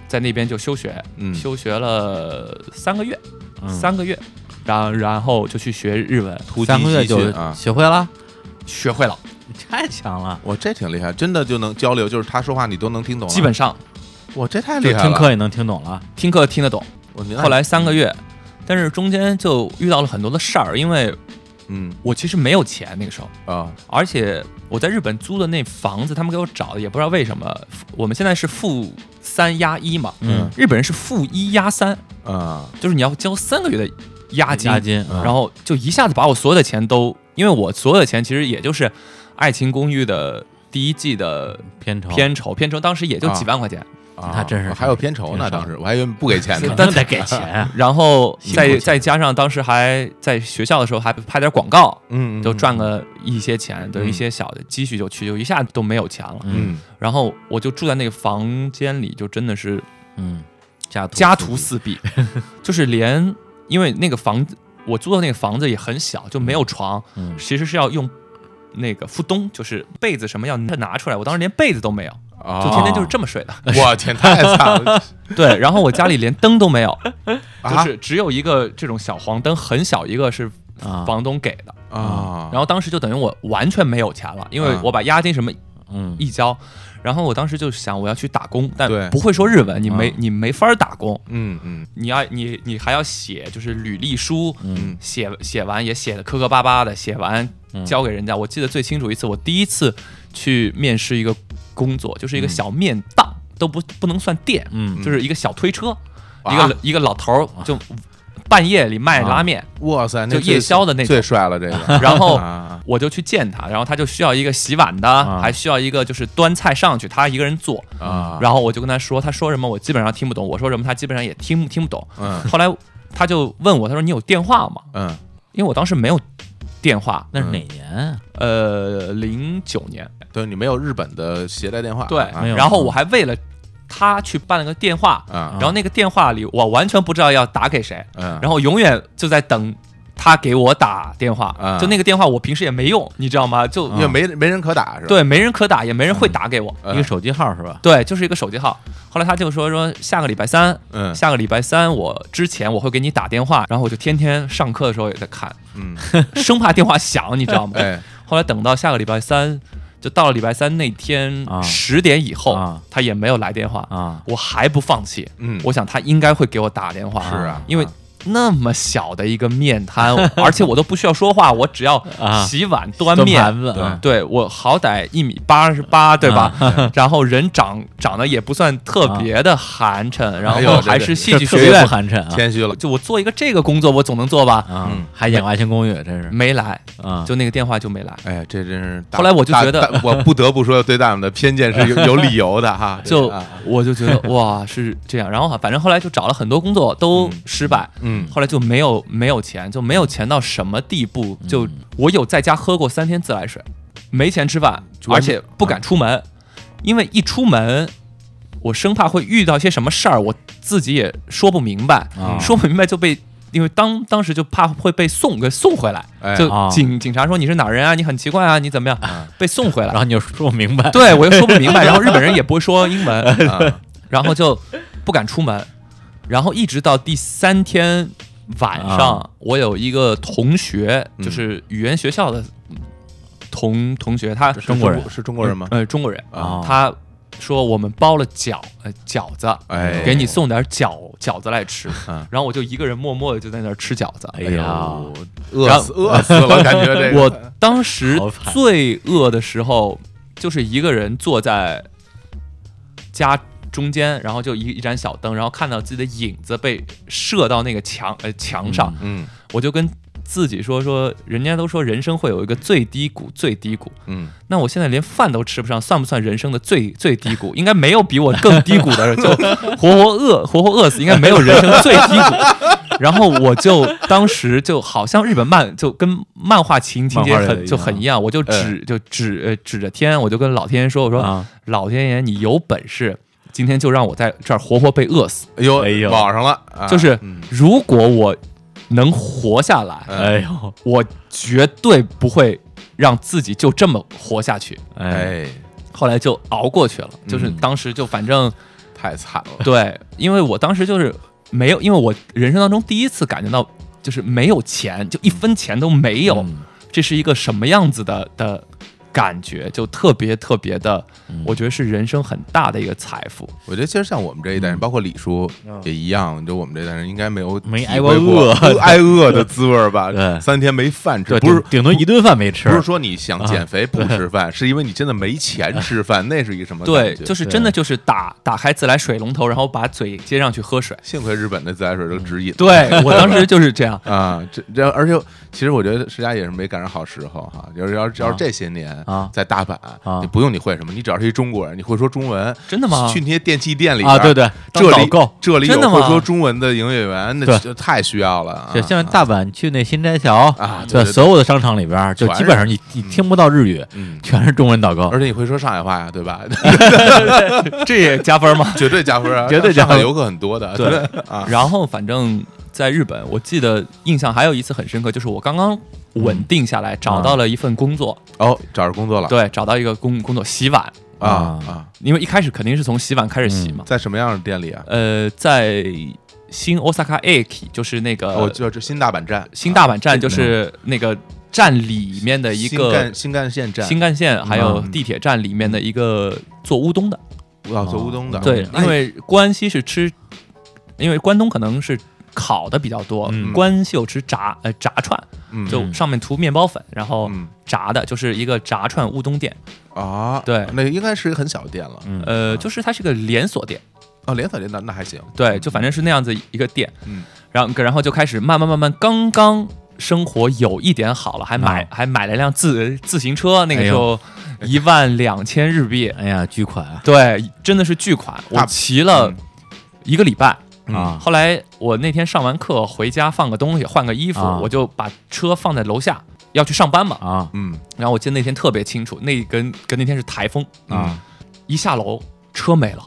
Speaker 3: 在那边就休学，
Speaker 2: 嗯
Speaker 3: 休学了三个月，
Speaker 1: 嗯
Speaker 3: 三个月，然然后就去学日文，
Speaker 2: 突
Speaker 1: 三
Speaker 2: 击
Speaker 1: 个月
Speaker 2: 西进
Speaker 1: 就
Speaker 2: 啊。
Speaker 1: 学会了，
Speaker 3: 学会了，
Speaker 1: 太强了，
Speaker 2: 我这挺厉害，真的就能交流，就是他说话你都能听懂了。
Speaker 3: 基本上
Speaker 2: 我这太
Speaker 1: 就
Speaker 2: 厉害
Speaker 1: 听
Speaker 2: 了。
Speaker 1: 课也能听懂了
Speaker 3: 听课听得懂。
Speaker 2: 我
Speaker 1: 哎
Speaker 3: 后来三个月，但是中间就遇到了很多的事儿，因为
Speaker 2: 嗯
Speaker 3: 我其实没有钱那个时候，
Speaker 2: 啊
Speaker 3: 而且我在日本租的那房子，他们给我找的也不知道为什么，我们现在是负三押一嘛，
Speaker 1: 嗯
Speaker 3: 日本人是负一押三，
Speaker 2: 啊
Speaker 3: 就是你要交三个月的押金，
Speaker 1: 押金，嗯
Speaker 3: 然后就一下子把我所有的钱都，因为我所有的钱其实也就是《爱情公寓》的第一季的
Speaker 1: 嗯片酬
Speaker 3: 片酬，片酬当时也就几万块钱，
Speaker 2: 啊！
Speaker 1: 那真是
Speaker 2: 还有片酬呢，
Speaker 1: 真是
Speaker 2: 当时我还以为不给钱呢。
Speaker 1: 那得给钱啊
Speaker 3: 然后
Speaker 1: 辛苦
Speaker 3: 再
Speaker 1: 钱
Speaker 3: 再加上当时还在学校的时候还拍点广告，
Speaker 2: 嗯，嗯
Speaker 3: 就赚个一些钱，等
Speaker 2: 嗯
Speaker 3: 于一些小的积蓄就去，就一下都没有钱了。
Speaker 2: 嗯
Speaker 3: 然后我就住在那个房间里，就真的是
Speaker 1: 嗯，家徒
Speaker 3: 家徒四壁，就是连因为那个房子我租的那个房子也很小，就没有床，
Speaker 1: 嗯
Speaker 3: 其实是要用那个富东，就是被子什么要拿出来，我当时连被子都没有，就天
Speaker 2: 啊！
Speaker 3: 天就是这么睡的。
Speaker 2: 我天，太惨了
Speaker 3: 对，然后我家里连灯都没有，就
Speaker 2: 啊
Speaker 3: 是只有一个这种小黄灯，很小一个是
Speaker 1: 啊
Speaker 3: 房东给的。
Speaker 2: 啊！
Speaker 3: 嗯然后当时就等于我完全没有钱了，因为
Speaker 2: 啊
Speaker 3: 我把押金什么
Speaker 1: 嗯
Speaker 3: 一交，然后我当时就想我要去打工，但
Speaker 2: 对
Speaker 3: 不会说日文，你没
Speaker 1: 啊
Speaker 3: 你没法儿打工，
Speaker 2: 嗯嗯
Speaker 3: 你要你你还要写就是履历书，
Speaker 1: 嗯
Speaker 3: 写写完也写的磕磕巴巴的，写完
Speaker 1: 嗯
Speaker 3: 交给人家。我记得最清楚一次，我第一次去面试一个工作，就是一个小面档，都不不能算店，
Speaker 1: 嗯啊
Speaker 3: 就是一个小推车，
Speaker 2: 啊
Speaker 3: 一个一个老头儿就半夜里卖拉 面，
Speaker 2: 哇塞，那
Speaker 3: 就夜宵的那种
Speaker 2: 最帅了这个。
Speaker 3: 然后
Speaker 2: 啊
Speaker 3: 我就去见他，然后他就需要一个洗碗的，还需要一个就是端菜上去，他一个人做。
Speaker 2: 啊，
Speaker 3: 然后我就跟他说，他说什么我基本上听不懂，我说什么他基本上也听听 不懂。
Speaker 2: 嗯
Speaker 3: 后来他就问我，他说你有电话吗？
Speaker 2: 嗯
Speaker 3: 因为我当时没有电话，
Speaker 1: 那是哪年啊？
Speaker 3: 呃，零九年
Speaker 2: 对你没有日本的携带电话，
Speaker 3: 对，
Speaker 2: 啊
Speaker 1: 没有
Speaker 3: 然后我还为了他去办了个电话，
Speaker 2: 啊
Speaker 3: 然后那个电话里我完全不知道要打给谁，
Speaker 2: 嗯，
Speaker 3: 然后永远就在等他给我打电话，
Speaker 2: 啊
Speaker 3: 就那个电话我平时也没用，你知道吗？就、
Speaker 2: 嗯因为没没人可打是吧？
Speaker 3: 对没人可打，也没人会打给我，
Speaker 2: 嗯
Speaker 1: 一个手机号是吧？
Speaker 3: 对，就是一个手机号。后来他就说说下个礼拜三，
Speaker 2: 嗯
Speaker 3: 下个礼拜三我之前我会给你打电话，然后我就天天上课的时候也在看，
Speaker 2: 嗯
Speaker 3: 生怕电话响，你知道吗？
Speaker 2: 哎
Speaker 3: 后来等到下个礼拜三，就到了礼拜三那天
Speaker 1: 啊
Speaker 3: 十点以后，
Speaker 1: 啊
Speaker 3: 他也没有来电话，
Speaker 1: 啊，
Speaker 3: 我还不放弃。
Speaker 2: 嗯，
Speaker 3: 我想他应该会给我打电话，
Speaker 2: 是啊
Speaker 3: 因为
Speaker 2: 啊
Speaker 3: 那么小的一个面摊，而且我都不需要说话，我只要
Speaker 1: 啊
Speaker 3: 洗碗、端
Speaker 1: 端
Speaker 3: 面
Speaker 1: 盘子啊
Speaker 3: 对我好歹一米八十八，对吧？然后人长长得也不算特
Speaker 1: 啊
Speaker 3: 别的寒碜，然
Speaker 2: 哎呦
Speaker 3: 后还是戏
Speaker 1: 这
Speaker 3: 剧
Speaker 1: 特
Speaker 3: 学
Speaker 1: 别
Speaker 3: 院
Speaker 1: 不，寒碜啊
Speaker 2: 谦虚了，
Speaker 3: 就我做一个这个工作，我总能做吧？
Speaker 1: 啊
Speaker 2: 嗯，
Speaker 1: 还演过《爱情公寓》，真是
Speaker 3: 没来，
Speaker 1: 啊，
Speaker 3: 就那个电话就没来。
Speaker 2: 哎呀，这真是大。
Speaker 3: 后来我就
Speaker 2: 大
Speaker 3: 觉得
Speaker 2: 大我不得不说对大们的偏见 是有有理由的哈。
Speaker 3: 就
Speaker 2: 啊
Speaker 3: 我就 觉得哇是这样，然后反正后来就找了很多工作都
Speaker 2: 嗯
Speaker 3: 失败，
Speaker 2: 嗯
Speaker 3: 后来就没有没有钱，就没有钱到什么地步？就我有在家喝过三天自来水，没钱吃饭，
Speaker 2: 完
Speaker 3: 而且不敢出门，因为一出门，我生怕会遇到些什么事儿，我自己也说不明白，
Speaker 1: 啊
Speaker 3: 说不明白就被。因为当当时就怕会被送给送回来，
Speaker 2: 哎
Speaker 3: 就
Speaker 1: 啊
Speaker 3: 警、警察说你是哪儿人啊，你很奇怪啊，你怎么样，被送回来
Speaker 1: 然，后你就说不明白，
Speaker 3: 对我又说不明 白，然后日本人也不会说英文，
Speaker 2: 啊
Speaker 3: 然后就不敢出门，然后一直到第三天晚上，
Speaker 1: 啊
Speaker 3: 我有一个同学，
Speaker 2: 嗯
Speaker 3: 就是语言学校的同同学，他
Speaker 1: 中国人
Speaker 2: 是中国人吗？
Speaker 3: 呃，中国人，
Speaker 1: 啊，
Speaker 3: 他说我们包了饺呃饺子，
Speaker 2: 哎，
Speaker 3: 给你送点饺饺子来吃，
Speaker 2: 啊
Speaker 3: 然后我就一个人默默的就在那儿吃饺子。
Speaker 1: 哎
Speaker 2: 哎呦
Speaker 1: 呀，
Speaker 2: 饿死饿死了，感觉这个
Speaker 3: 我当时
Speaker 1: 好惨
Speaker 3: 最饿的时候，就是一个人坐在家中间，然后就一一盏小灯，然后看到自己的影子被射到那个墙呃墙上，
Speaker 2: 嗯
Speaker 3: 我就跟自己说说，人家都说人生会有一个最低谷，最低谷。
Speaker 2: 嗯，
Speaker 3: 那我现在连饭都吃不上，算不算人生的最最低谷？应该没有比我更低谷 的，就活活饿活活饿死，应该没有人生最低谷。然后我就当时就好像日本漫就跟漫画情情节
Speaker 1: 漫画里的一样嗯
Speaker 3: 很就很一样，我就指就指呃指着天，我就跟老天爷说，我说
Speaker 1: 啊，
Speaker 3: 老天爷，你有本事。今天就让我在这儿活活被饿死，
Speaker 2: 哎呦
Speaker 1: 哎呦
Speaker 2: 网上了，啊
Speaker 3: 就是
Speaker 2: 嗯
Speaker 3: 如果我能活下来，
Speaker 1: 哎呦，
Speaker 3: 我绝对不会让自己就这么活下去。
Speaker 1: 哎，
Speaker 2: 哎，
Speaker 3: 后来就熬过去了，就是
Speaker 2: 嗯
Speaker 3: 当时就反正
Speaker 2: 太惨了，
Speaker 3: 对，因为我当时就是没有，因为我人生当中第一次感觉到就是没有钱，就一分钱都没有，
Speaker 1: 嗯
Speaker 3: 这是一个什么样子的的感觉，就特别特别的，
Speaker 2: 嗯
Speaker 3: 我觉得是人生很大的一个财富。
Speaker 2: 我觉得其实像我们这一代人，包括李叔也一样，就我们这一代人应该没有
Speaker 1: 没
Speaker 2: 体
Speaker 1: 挨
Speaker 2: 会
Speaker 1: 过
Speaker 2: 过
Speaker 1: 饿
Speaker 2: 挨饿的滋味儿吧？
Speaker 1: 对
Speaker 2: 三天没饭吃
Speaker 1: 对，，
Speaker 2: 不是
Speaker 1: 顶顶多一顿饭没吃，
Speaker 2: 不是说你想减肥不吃饭，是因为你真的没钱吃饭，那是一个什么感
Speaker 3: 对，
Speaker 2: 觉？
Speaker 3: 就是真的就是打打开自来水龙头，然后把嘴接上去喝 水。
Speaker 2: 幸亏日本的自来水都直饮。，
Speaker 3: 对我当时就是这样
Speaker 2: 啊，这这而且其实我觉得石家也是没赶上好时候哈，要是要是要
Speaker 1: 啊
Speaker 2: 是这些年
Speaker 1: 啊
Speaker 2: 在大阪
Speaker 1: 啊
Speaker 2: 你不用你会什么，你只要是一中国人，你会说中文，
Speaker 3: 真的吗
Speaker 2: 去那些电器店里
Speaker 1: 啊，对，
Speaker 2: 边
Speaker 1: 对，
Speaker 2: 这
Speaker 1: 当导
Speaker 2: 里
Speaker 1: 购。
Speaker 2: 这里有
Speaker 3: 真的
Speaker 2: 会
Speaker 3: 吗
Speaker 2: 说中文的营业员，那
Speaker 1: 对
Speaker 2: 就太需要了啊。
Speaker 1: 就像大阪去那新斋桥
Speaker 2: 啊对
Speaker 1: 对，
Speaker 2: 对
Speaker 1: 所有的商场里边儿，就
Speaker 2: 全
Speaker 1: 基
Speaker 2: 是
Speaker 1: 本上你你听不到日语，
Speaker 2: 嗯，
Speaker 1: 全是中文导购
Speaker 2: 而且你会说上海话呀，对吧？
Speaker 3: 这也加分吗？
Speaker 2: 绝对加分啊，
Speaker 1: 绝对加
Speaker 2: 上
Speaker 1: 分
Speaker 2: 海游客很多的，
Speaker 3: 对
Speaker 2: 啊，
Speaker 3: 然后反正在日本，我记得印象还有一次很深刻，就是我刚刚
Speaker 2: 嗯
Speaker 3: 稳定下来，找到了一份工作，
Speaker 2: 哦，找着工作了，
Speaker 3: 对，找到一个工工作洗碗，
Speaker 2: 啊
Speaker 1: 啊
Speaker 2: 啊，
Speaker 3: 因为一开始肯定是从洗碗开始洗嘛。
Speaker 2: 嗯在什么样的店里啊？
Speaker 3: 呃，在新 Osaka Aki，就是那个、
Speaker 2: 我哦就这啊新大阪站，
Speaker 3: 新大阪站，就是那个站里面的一
Speaker 2: 新
Speaker 3: 个
Speaker 2: 干新干线嗯站，
Speaker 3: 新干线，还有地铁站里面的一个做乌冬的。
Speaker 2: 要做乌冬
Speaker 1: 哦
Speaker 2: 的，
Speaker 3: 对，
Speaker 2: 哎
Speaker 3: 因为关西是吃，因为关东可能是烤的比较多，
Speaker 1: 嗯
Speaker 3: 关西有吃炸呃炸串，
Speaker 2: 嗯
Speaker 3: 就上面涂面包粉，然后
Speaker 2: 嗯
Speaker 3: 炸的，就是一个炸串乌冬店。
Speaker 2: 啊，
Speaker 3: 对
Speaker 2: 那应该是一个很小的店了，
Speaker 1: 嗯
Speaker 3: 呃，就是它是个连锁店，
Speaker 2: 哦，连锁店那那还行，
Speaker 1: 嗯
Speaker 3: 对，就反正是那样子一个店。
Speaker 2: 嗯，
Speaker 3: 然后然后就开始慢慢慢慢，刚刚生活有一点好了，还
Speaker 1: 嗯
Speaker 3: 买、还买了辆自自行车，那个时候一万两千日币，
Speaker 1: 哎呀，巨款啊！
Speaker 3: 对，真的是巨款，我
Speaker 2: 大
Speaker 3: 骑了一个礼拜。
Speaker 2: 嗯
Speaker 1: 嗯啊
Speaker 3: 后来我那天上完课回家放个东西，换个衣服，
Speaker 1: 啊
Speaker 3: 我就把车放在楼下，要去上 班嘛。
Speaker 1: 啊
Speaker 2: 嗯
Speaker 3: 然后我记得那天特别清楚，那跟跟那天是台风，
Speaker 2: 嗯，
Speaker 1: 啊！
Speaker 3: 一下楼车没了，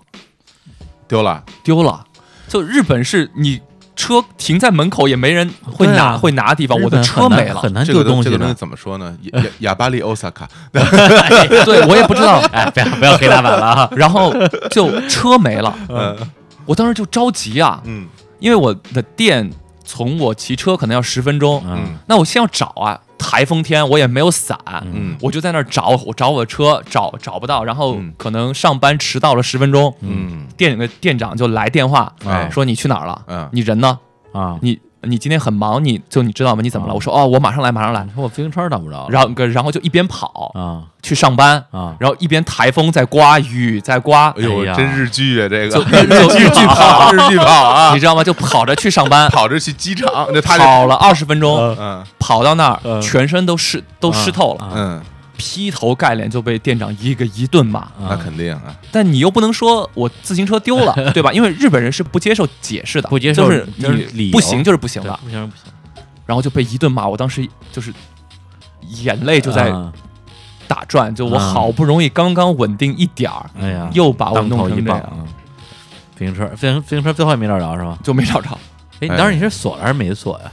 Speaker 2: 丢了，
Speaker 3: 丢了。就日本是你车停在门口也没人会
Speaker 1: 对
Speaker 3: 拿、
Speaker 1: 啊
Speaker 3: 会拿的地方，
Speaker 1: 日
Speaker 3: 我的
Speaker 1: 本
Speaker 3: 车
Speaker 1: 很难
Speaker 3: 没了
Speaker 1: 很。难
Speaker 2: 这
Speaker 1: 丢
Speaker 2: 个东
Speaker 1: 东
Speaker 2: 这
Speaker 1: 西
Speaker 2: 个东西
Speaker 1: 的。
Speaker 2: 怎么说呢？哑哑哑巴利欧萨卡，
Speaker 3: 对我也不 知道。
Speaker 1: 哎，不要不要黑大板了啊！
Speaker 3: 然后就车没了，
Speaker 2: 嗯
Speaker 3: 我当时就着急啊，
Speaker 2: 嗯
Speaker 3: 因为我的店从我骑车可能要十分钟，
Speaker 1: 嗯
Speaker 3: 那我先要找啊，台风天我也没有伞，
Speaker 2: 嗯
Speaker 3: 我就在那儿找，我找我的车找找不到，然后
Speaker 2: 嗯
Speaker 3: 可能上班迟到了十分钟，
Speaker 2: 嗯
Speaker 3: 店里店长就来电话、
Speaker 2: 哎
Speaker 3: 说你去哪儿了？
Speaker 2: 嗯
Speaker 3: 你人呢？
Speaker 1: 啊，
Speaker 3: 你你今天很忙，你就你知道吗？你怎么了？
Speaker 1: 啊
Speaker 3: 我说哦，我马上来，马上来
Speaker 1: 你。说我自行车找不着，
Speaker 3: 然后然后就一边跑、
Speaker 1: 啊
Speaker 3: 去上班，
Speaker 1: 啊，
Speaker 3: 然后一边台风在刮，雨在刮，
Speaker 2: 哎呦
Speaker 1: 哎，呀
Speaker 2: 真日剧啊，这
Speaker 3: 就
Speaker 2: 个
Speaker 3: 日就日剧跑，
Speaker 2: 日剧跑啊
Speaker 3: 你，知道吗？就跑着去上班，
Speaker 2: 跑着去机场，那他这
Speaker 3: 跑了二啊十分钟
Speaker 1: 嗯，
Speaker 2: 嗯
Speaker 3: 跑到那儿
Speaker 1: 嗯
Speaker 3: 全身都湿都湿透了，
Speaker 1: 啊
Speaker 2: 嗯，
Speaker 3: 劈头盖脸就被店长一个一顿骂。
Speaker 2: 那肯定啊，
Speaker 3: 但你又不能说我自行车丢了，对吧？因为日本人是不接受解释的，
Speaker 1: 不接受
Speaker 3: 就是
Speaker 1: 就是理
Speaker 3: 你
Speaker 1: 由
Speaker 3: 不行就是不行
Speaker 1: 对
Speaker 3: 了，
Speaker 1: 不行不行，
Speaker 3: 然后就被一顿骂。我当时就是眼泪就在
Speaker 1: 啊
Speaker 3: 打转，就我
Speaker 1: 啊
Speaker 3: 好不容易刚刚稳定一点儿，
Speaker 1: 哎呀，
Speaker 3: 又把我
Speaker 1: 当
Speaker 3: 弄
Speaker 1: 头一
Speaker 3: 成这
Speaker 1: 棒
Speaker 3: 样，
Speaker 1: 嗯自行车，自行自行车最后也没找着是吧？
Speaker 3: 就没找着，
Speaker 1: 哎，你当时你是锁了还是没锁呀？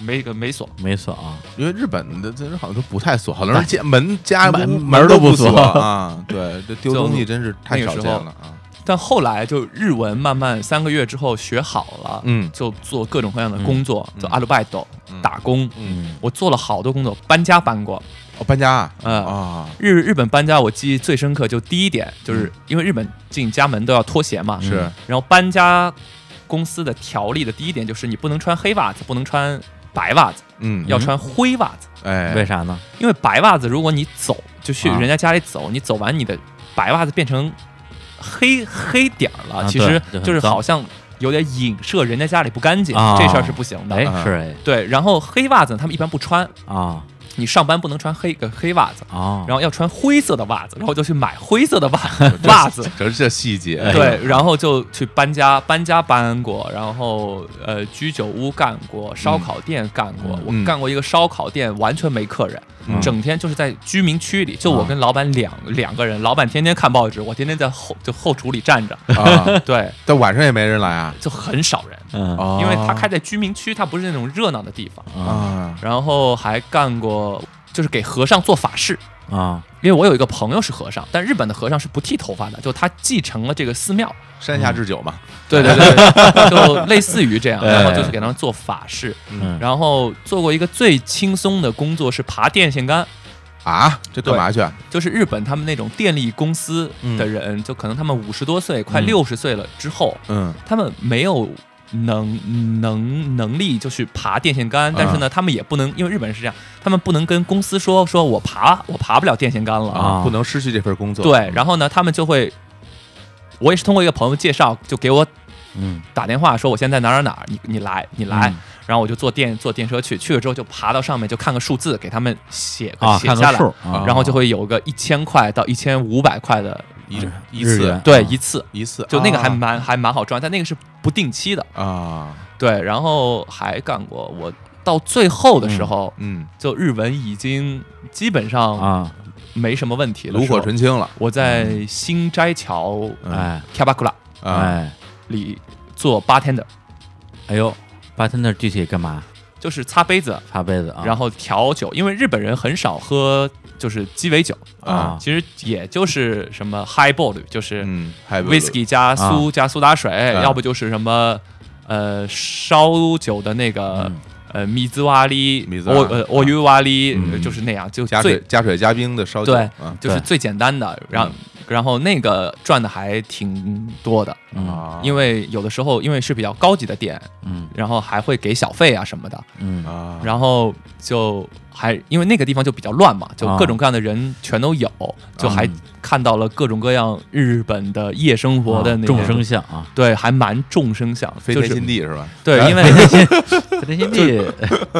Speaker 3: 没个没锁。
Speaker 1: 没锁啊，
Speaker 2: 因为日本的这人好像都不太锁，好多人家门家
Speaker 1: 门
Speaker 2: 门
Speaker 1: 都
Speaker 2: 不
Speaker 1: 不锁
Speaker 2: 啊。对，这丢
Speaker 3: 就
Speaker 2: 东西真是太
Speaker 3: 那个
Speaker 2: 少
Speaker 3: 时
Speaker 2: 见
Speaker 3: 候
Speaker 2: 了啊。
Speaker 3: 但后来就日文慢慢三个月之后学好了，
Speaker 2: 嗯
Speaker 3: 就做各种各样的工作，
Speaker 2: 嗯
Speaker 3: 就アルバイト、
Speaker 2: 嗯
Speaker 3: 打工，
Speaker 1: 嗯
Speaker 3: 我做了好多工作，搬家搬过。
Speaker 2: 哦，搬家啊，
Speaker 3: 嗯
Speaker 2: 啊，
Speaker 3: 日日本搬家，我记忆最深刻就第一点，就是因为日本进家门都要脱鞋嘛，
Speaker 2: 是
Speaker 3: 然后搬家公司的条例的第一点就是你不能穿黑袜子，不能穿白袜子，
Speaker 2: 嗯，
Speaker 3: 要穿灰袜子，
Speaker 2: 哎，
Speaker 1: 嗯为啥呢？
Speaker 3: 因为白袜子如果你走就去
Speaker 1: 啊
Speaker 3: 人家家里走，你走完你的白袜子变成黑黑点儿了，
Speaker 1: 啊
Speaker 3: 其实
Speaker 1: 对就很
Speaker 3: 就是
Speaker 1: 脏
Speaker 3: 好像有点影射人家家里不干净，
Speaker 1: 啊
Speaker 3: 这事儿是不行的。
Speaker 1: 哎
Speaker 2: 啊，
Speaker 1: 是哎
Speaker 3: 对，然后黑袜子他们一般不穿，
Speaker 1: 啊
Speaker 3: 你上班不能穿黑个黑袜子。
Speaker 1: 啊，
Speaker 3: 然后要穿灰色的袜子，然后就去买灰色的袜 袜子，
Speaker 2: 这这细节，
Speaker 1: 哎
Speaker 3: 对，然后就去搬家，搬家搬过，然后呃，居酒屋干过，烧烤店干过，
Speaker 1: 嗯
Speaker 2: 嗯
Speaker 3: 我干过一个烧烤店，完全没客人，
Speaker 2: 嗯
Speaker 3: 整天就是在居民区里，就我跟老板两、
Speaker 1: 嗯
Speaker 3: 两个人，老板天天看报纸，我天天在后就后厨里站
Speaker 1: 嗯
Speaker 3: 着，
Speaker 2: 啊，
Speaker 3: 对，
Speaker 2: 但晚上也没人来啊，
Speaker 3: 就很少人，
Speaker 1: 嗯
Speaker 2: 哦
Speaker 3: 因为他开在居民区，他不是那种热闹的地方，
Speaker 1: 啊
Speaker 2: 啊，
Speaker 3: 然后还干过就是给和尚做法事，
Speaker 1: 啊
Speaker 3: 因为我有一个朋友是和尚，但日本的和尚是不剃头发的，就他继承了这个寺庙。
Speaker 2: 山下智久嘛，
Speaker 3: 对对 对，就类似于这样，
Speaker 1: 哎
Speaker 3: 然后就是给他们做法事，
Speaker 1: 嗯
Speaker 3: 然后做过一个最轻松的工作是爬电线杆，
Speaker 2: 啊，这干嘛去啊？
Speaker 3: 就是日本他们那种电力公司的人，就可能他们五十多岁、快
Speaker 1: 嗯
Speaker 3: 六十岁了之后，
Speaker 2: 嗯
Speaker 3: 他们没有能能能力就去爬电线
Speaker 1: 嗯
Speaker 3: 杆，但是呢，他们也不能，因为日本人是这样，他们不能跟公司说说我爬我爬不了电线杆了
Speaker 1: 啊
Speaker 2: 不能失去这份工作。
Speaker 3: 对，然后呢，他们就会，我也是通过一个朋友介绍，就给我
Speaker 1: 嗯
Speaker 3: 打电话说我现在哪儿哪儿哪儿，你你来你来，
Speaker 1: 嗯
Speaker 3: 然后我就坐电坐电车去，去了之后就爬到上面就看个数字，给他们写个、
Speaker 1: 啊，
Speaker 3: 写
Speaker 1: 看
Speaker 3: 下
Speaker 1: 个
Speaker 3: 来
Speaker 1: 数，，啊
Speaker 3: 然后就会有个一千块到一千五百块的，
Speaker 2: 一
Speaker 1: 日
Speaker 2: 一
Speaker 1: 日
Speaker 2: 次
Speaker 1: 元
Speaker 3: 对、
Speaker 1: 啊
Speaker 3: 一次，
Speaker 2: 一次，
Speaker 3: 就那个还
Speaker 1: 哦
Speaker 2: 啊
Speaker 3: 蛮、还蛮好赚，但那个是不定期的，
Speaker 2: 啊，
Speaker 3: 对，然后还干过我到最后的时候，
Speaker 2: 嗯，
Speaker 3: 就日文已经基本上
Speaker 1: 啊，
Speaker 3: 没什么问题了，
Speaker 2: 炉火纯青了，
Speaker 3: 我
Speaker 1: 嗯
Speaker 3: 在新斋桥
Speaker 2: 嗯
Speaker 1: 哎
Speaker 3: k a b a k u r a
Speaker 2: 啊，
Speaker 1: 哎
Speaker 3: 里做 bartender，
Speaker 1: 哎呦，八天那具体干嘛？
Speaker 3: 就是擦杯子，
Speaker 1: 擦杯子啊，
Speaker 3: 然后调酒，因为日本人很少喝就是鸡尾酒，
Speaker 1: 啊
Speaker 3: 其实也就是什么 high ball，就是
Speaker 2: 嗯，啊还有
Speaker 3: whisky 加苏、加苏打水，
Speaker 2: 啊
Speaker 3: 要不就是什么呃烧酒的那个。
Speaker 1: 嗯
Speaker 3: 呃，米兹瓦里
Speaker 2: 米，兹瓦
Speaker 3: 我呃，我鱼瓦里
Speaker 2: 嗯，
Speaker 3: 就是那样，就
Speaker 2: 加水
Speaker 3: 最
Speaker 2: 加水加冰的烧酒，
Speaker 3: 对
Speaker 2: 啊嗯
Speaker 3: 就是
Speaker 1: 对
Speaker 3: 最简单的，然后然后那个赚的还挺多的，
Speaker 1: 嗯
Speaker 2: 啊，
Speaker 3: 因为有的时候因为是比较高级的店，
Speaker 1: 嗯
Speaker 3: 然后还会给小费啊什么的，
Speaker 1: 嗯
Speaker 2: 啊，
Speaker 3: 然后就还因为那个地方就比较乱嘛，就
Speaker 1: 啊
Speaker 3: 各种各样的人全都有，就还
Speaker 1: 嗯
Speaker 3: 看到了各种各样日本的夜生活的
Speaker 1: 啊
Speaker 3: 那些
Speaker 1: 众生相 啊，
Speaker 3: 对，还蛮众生相，
Speaker 2: 飞
Speaker 3: 就
Speaker 2: 天
Speaker 3: 是
Speaker 2: 新地是吧？
Speaker 3: 对，因为
Speaker 1: 这些地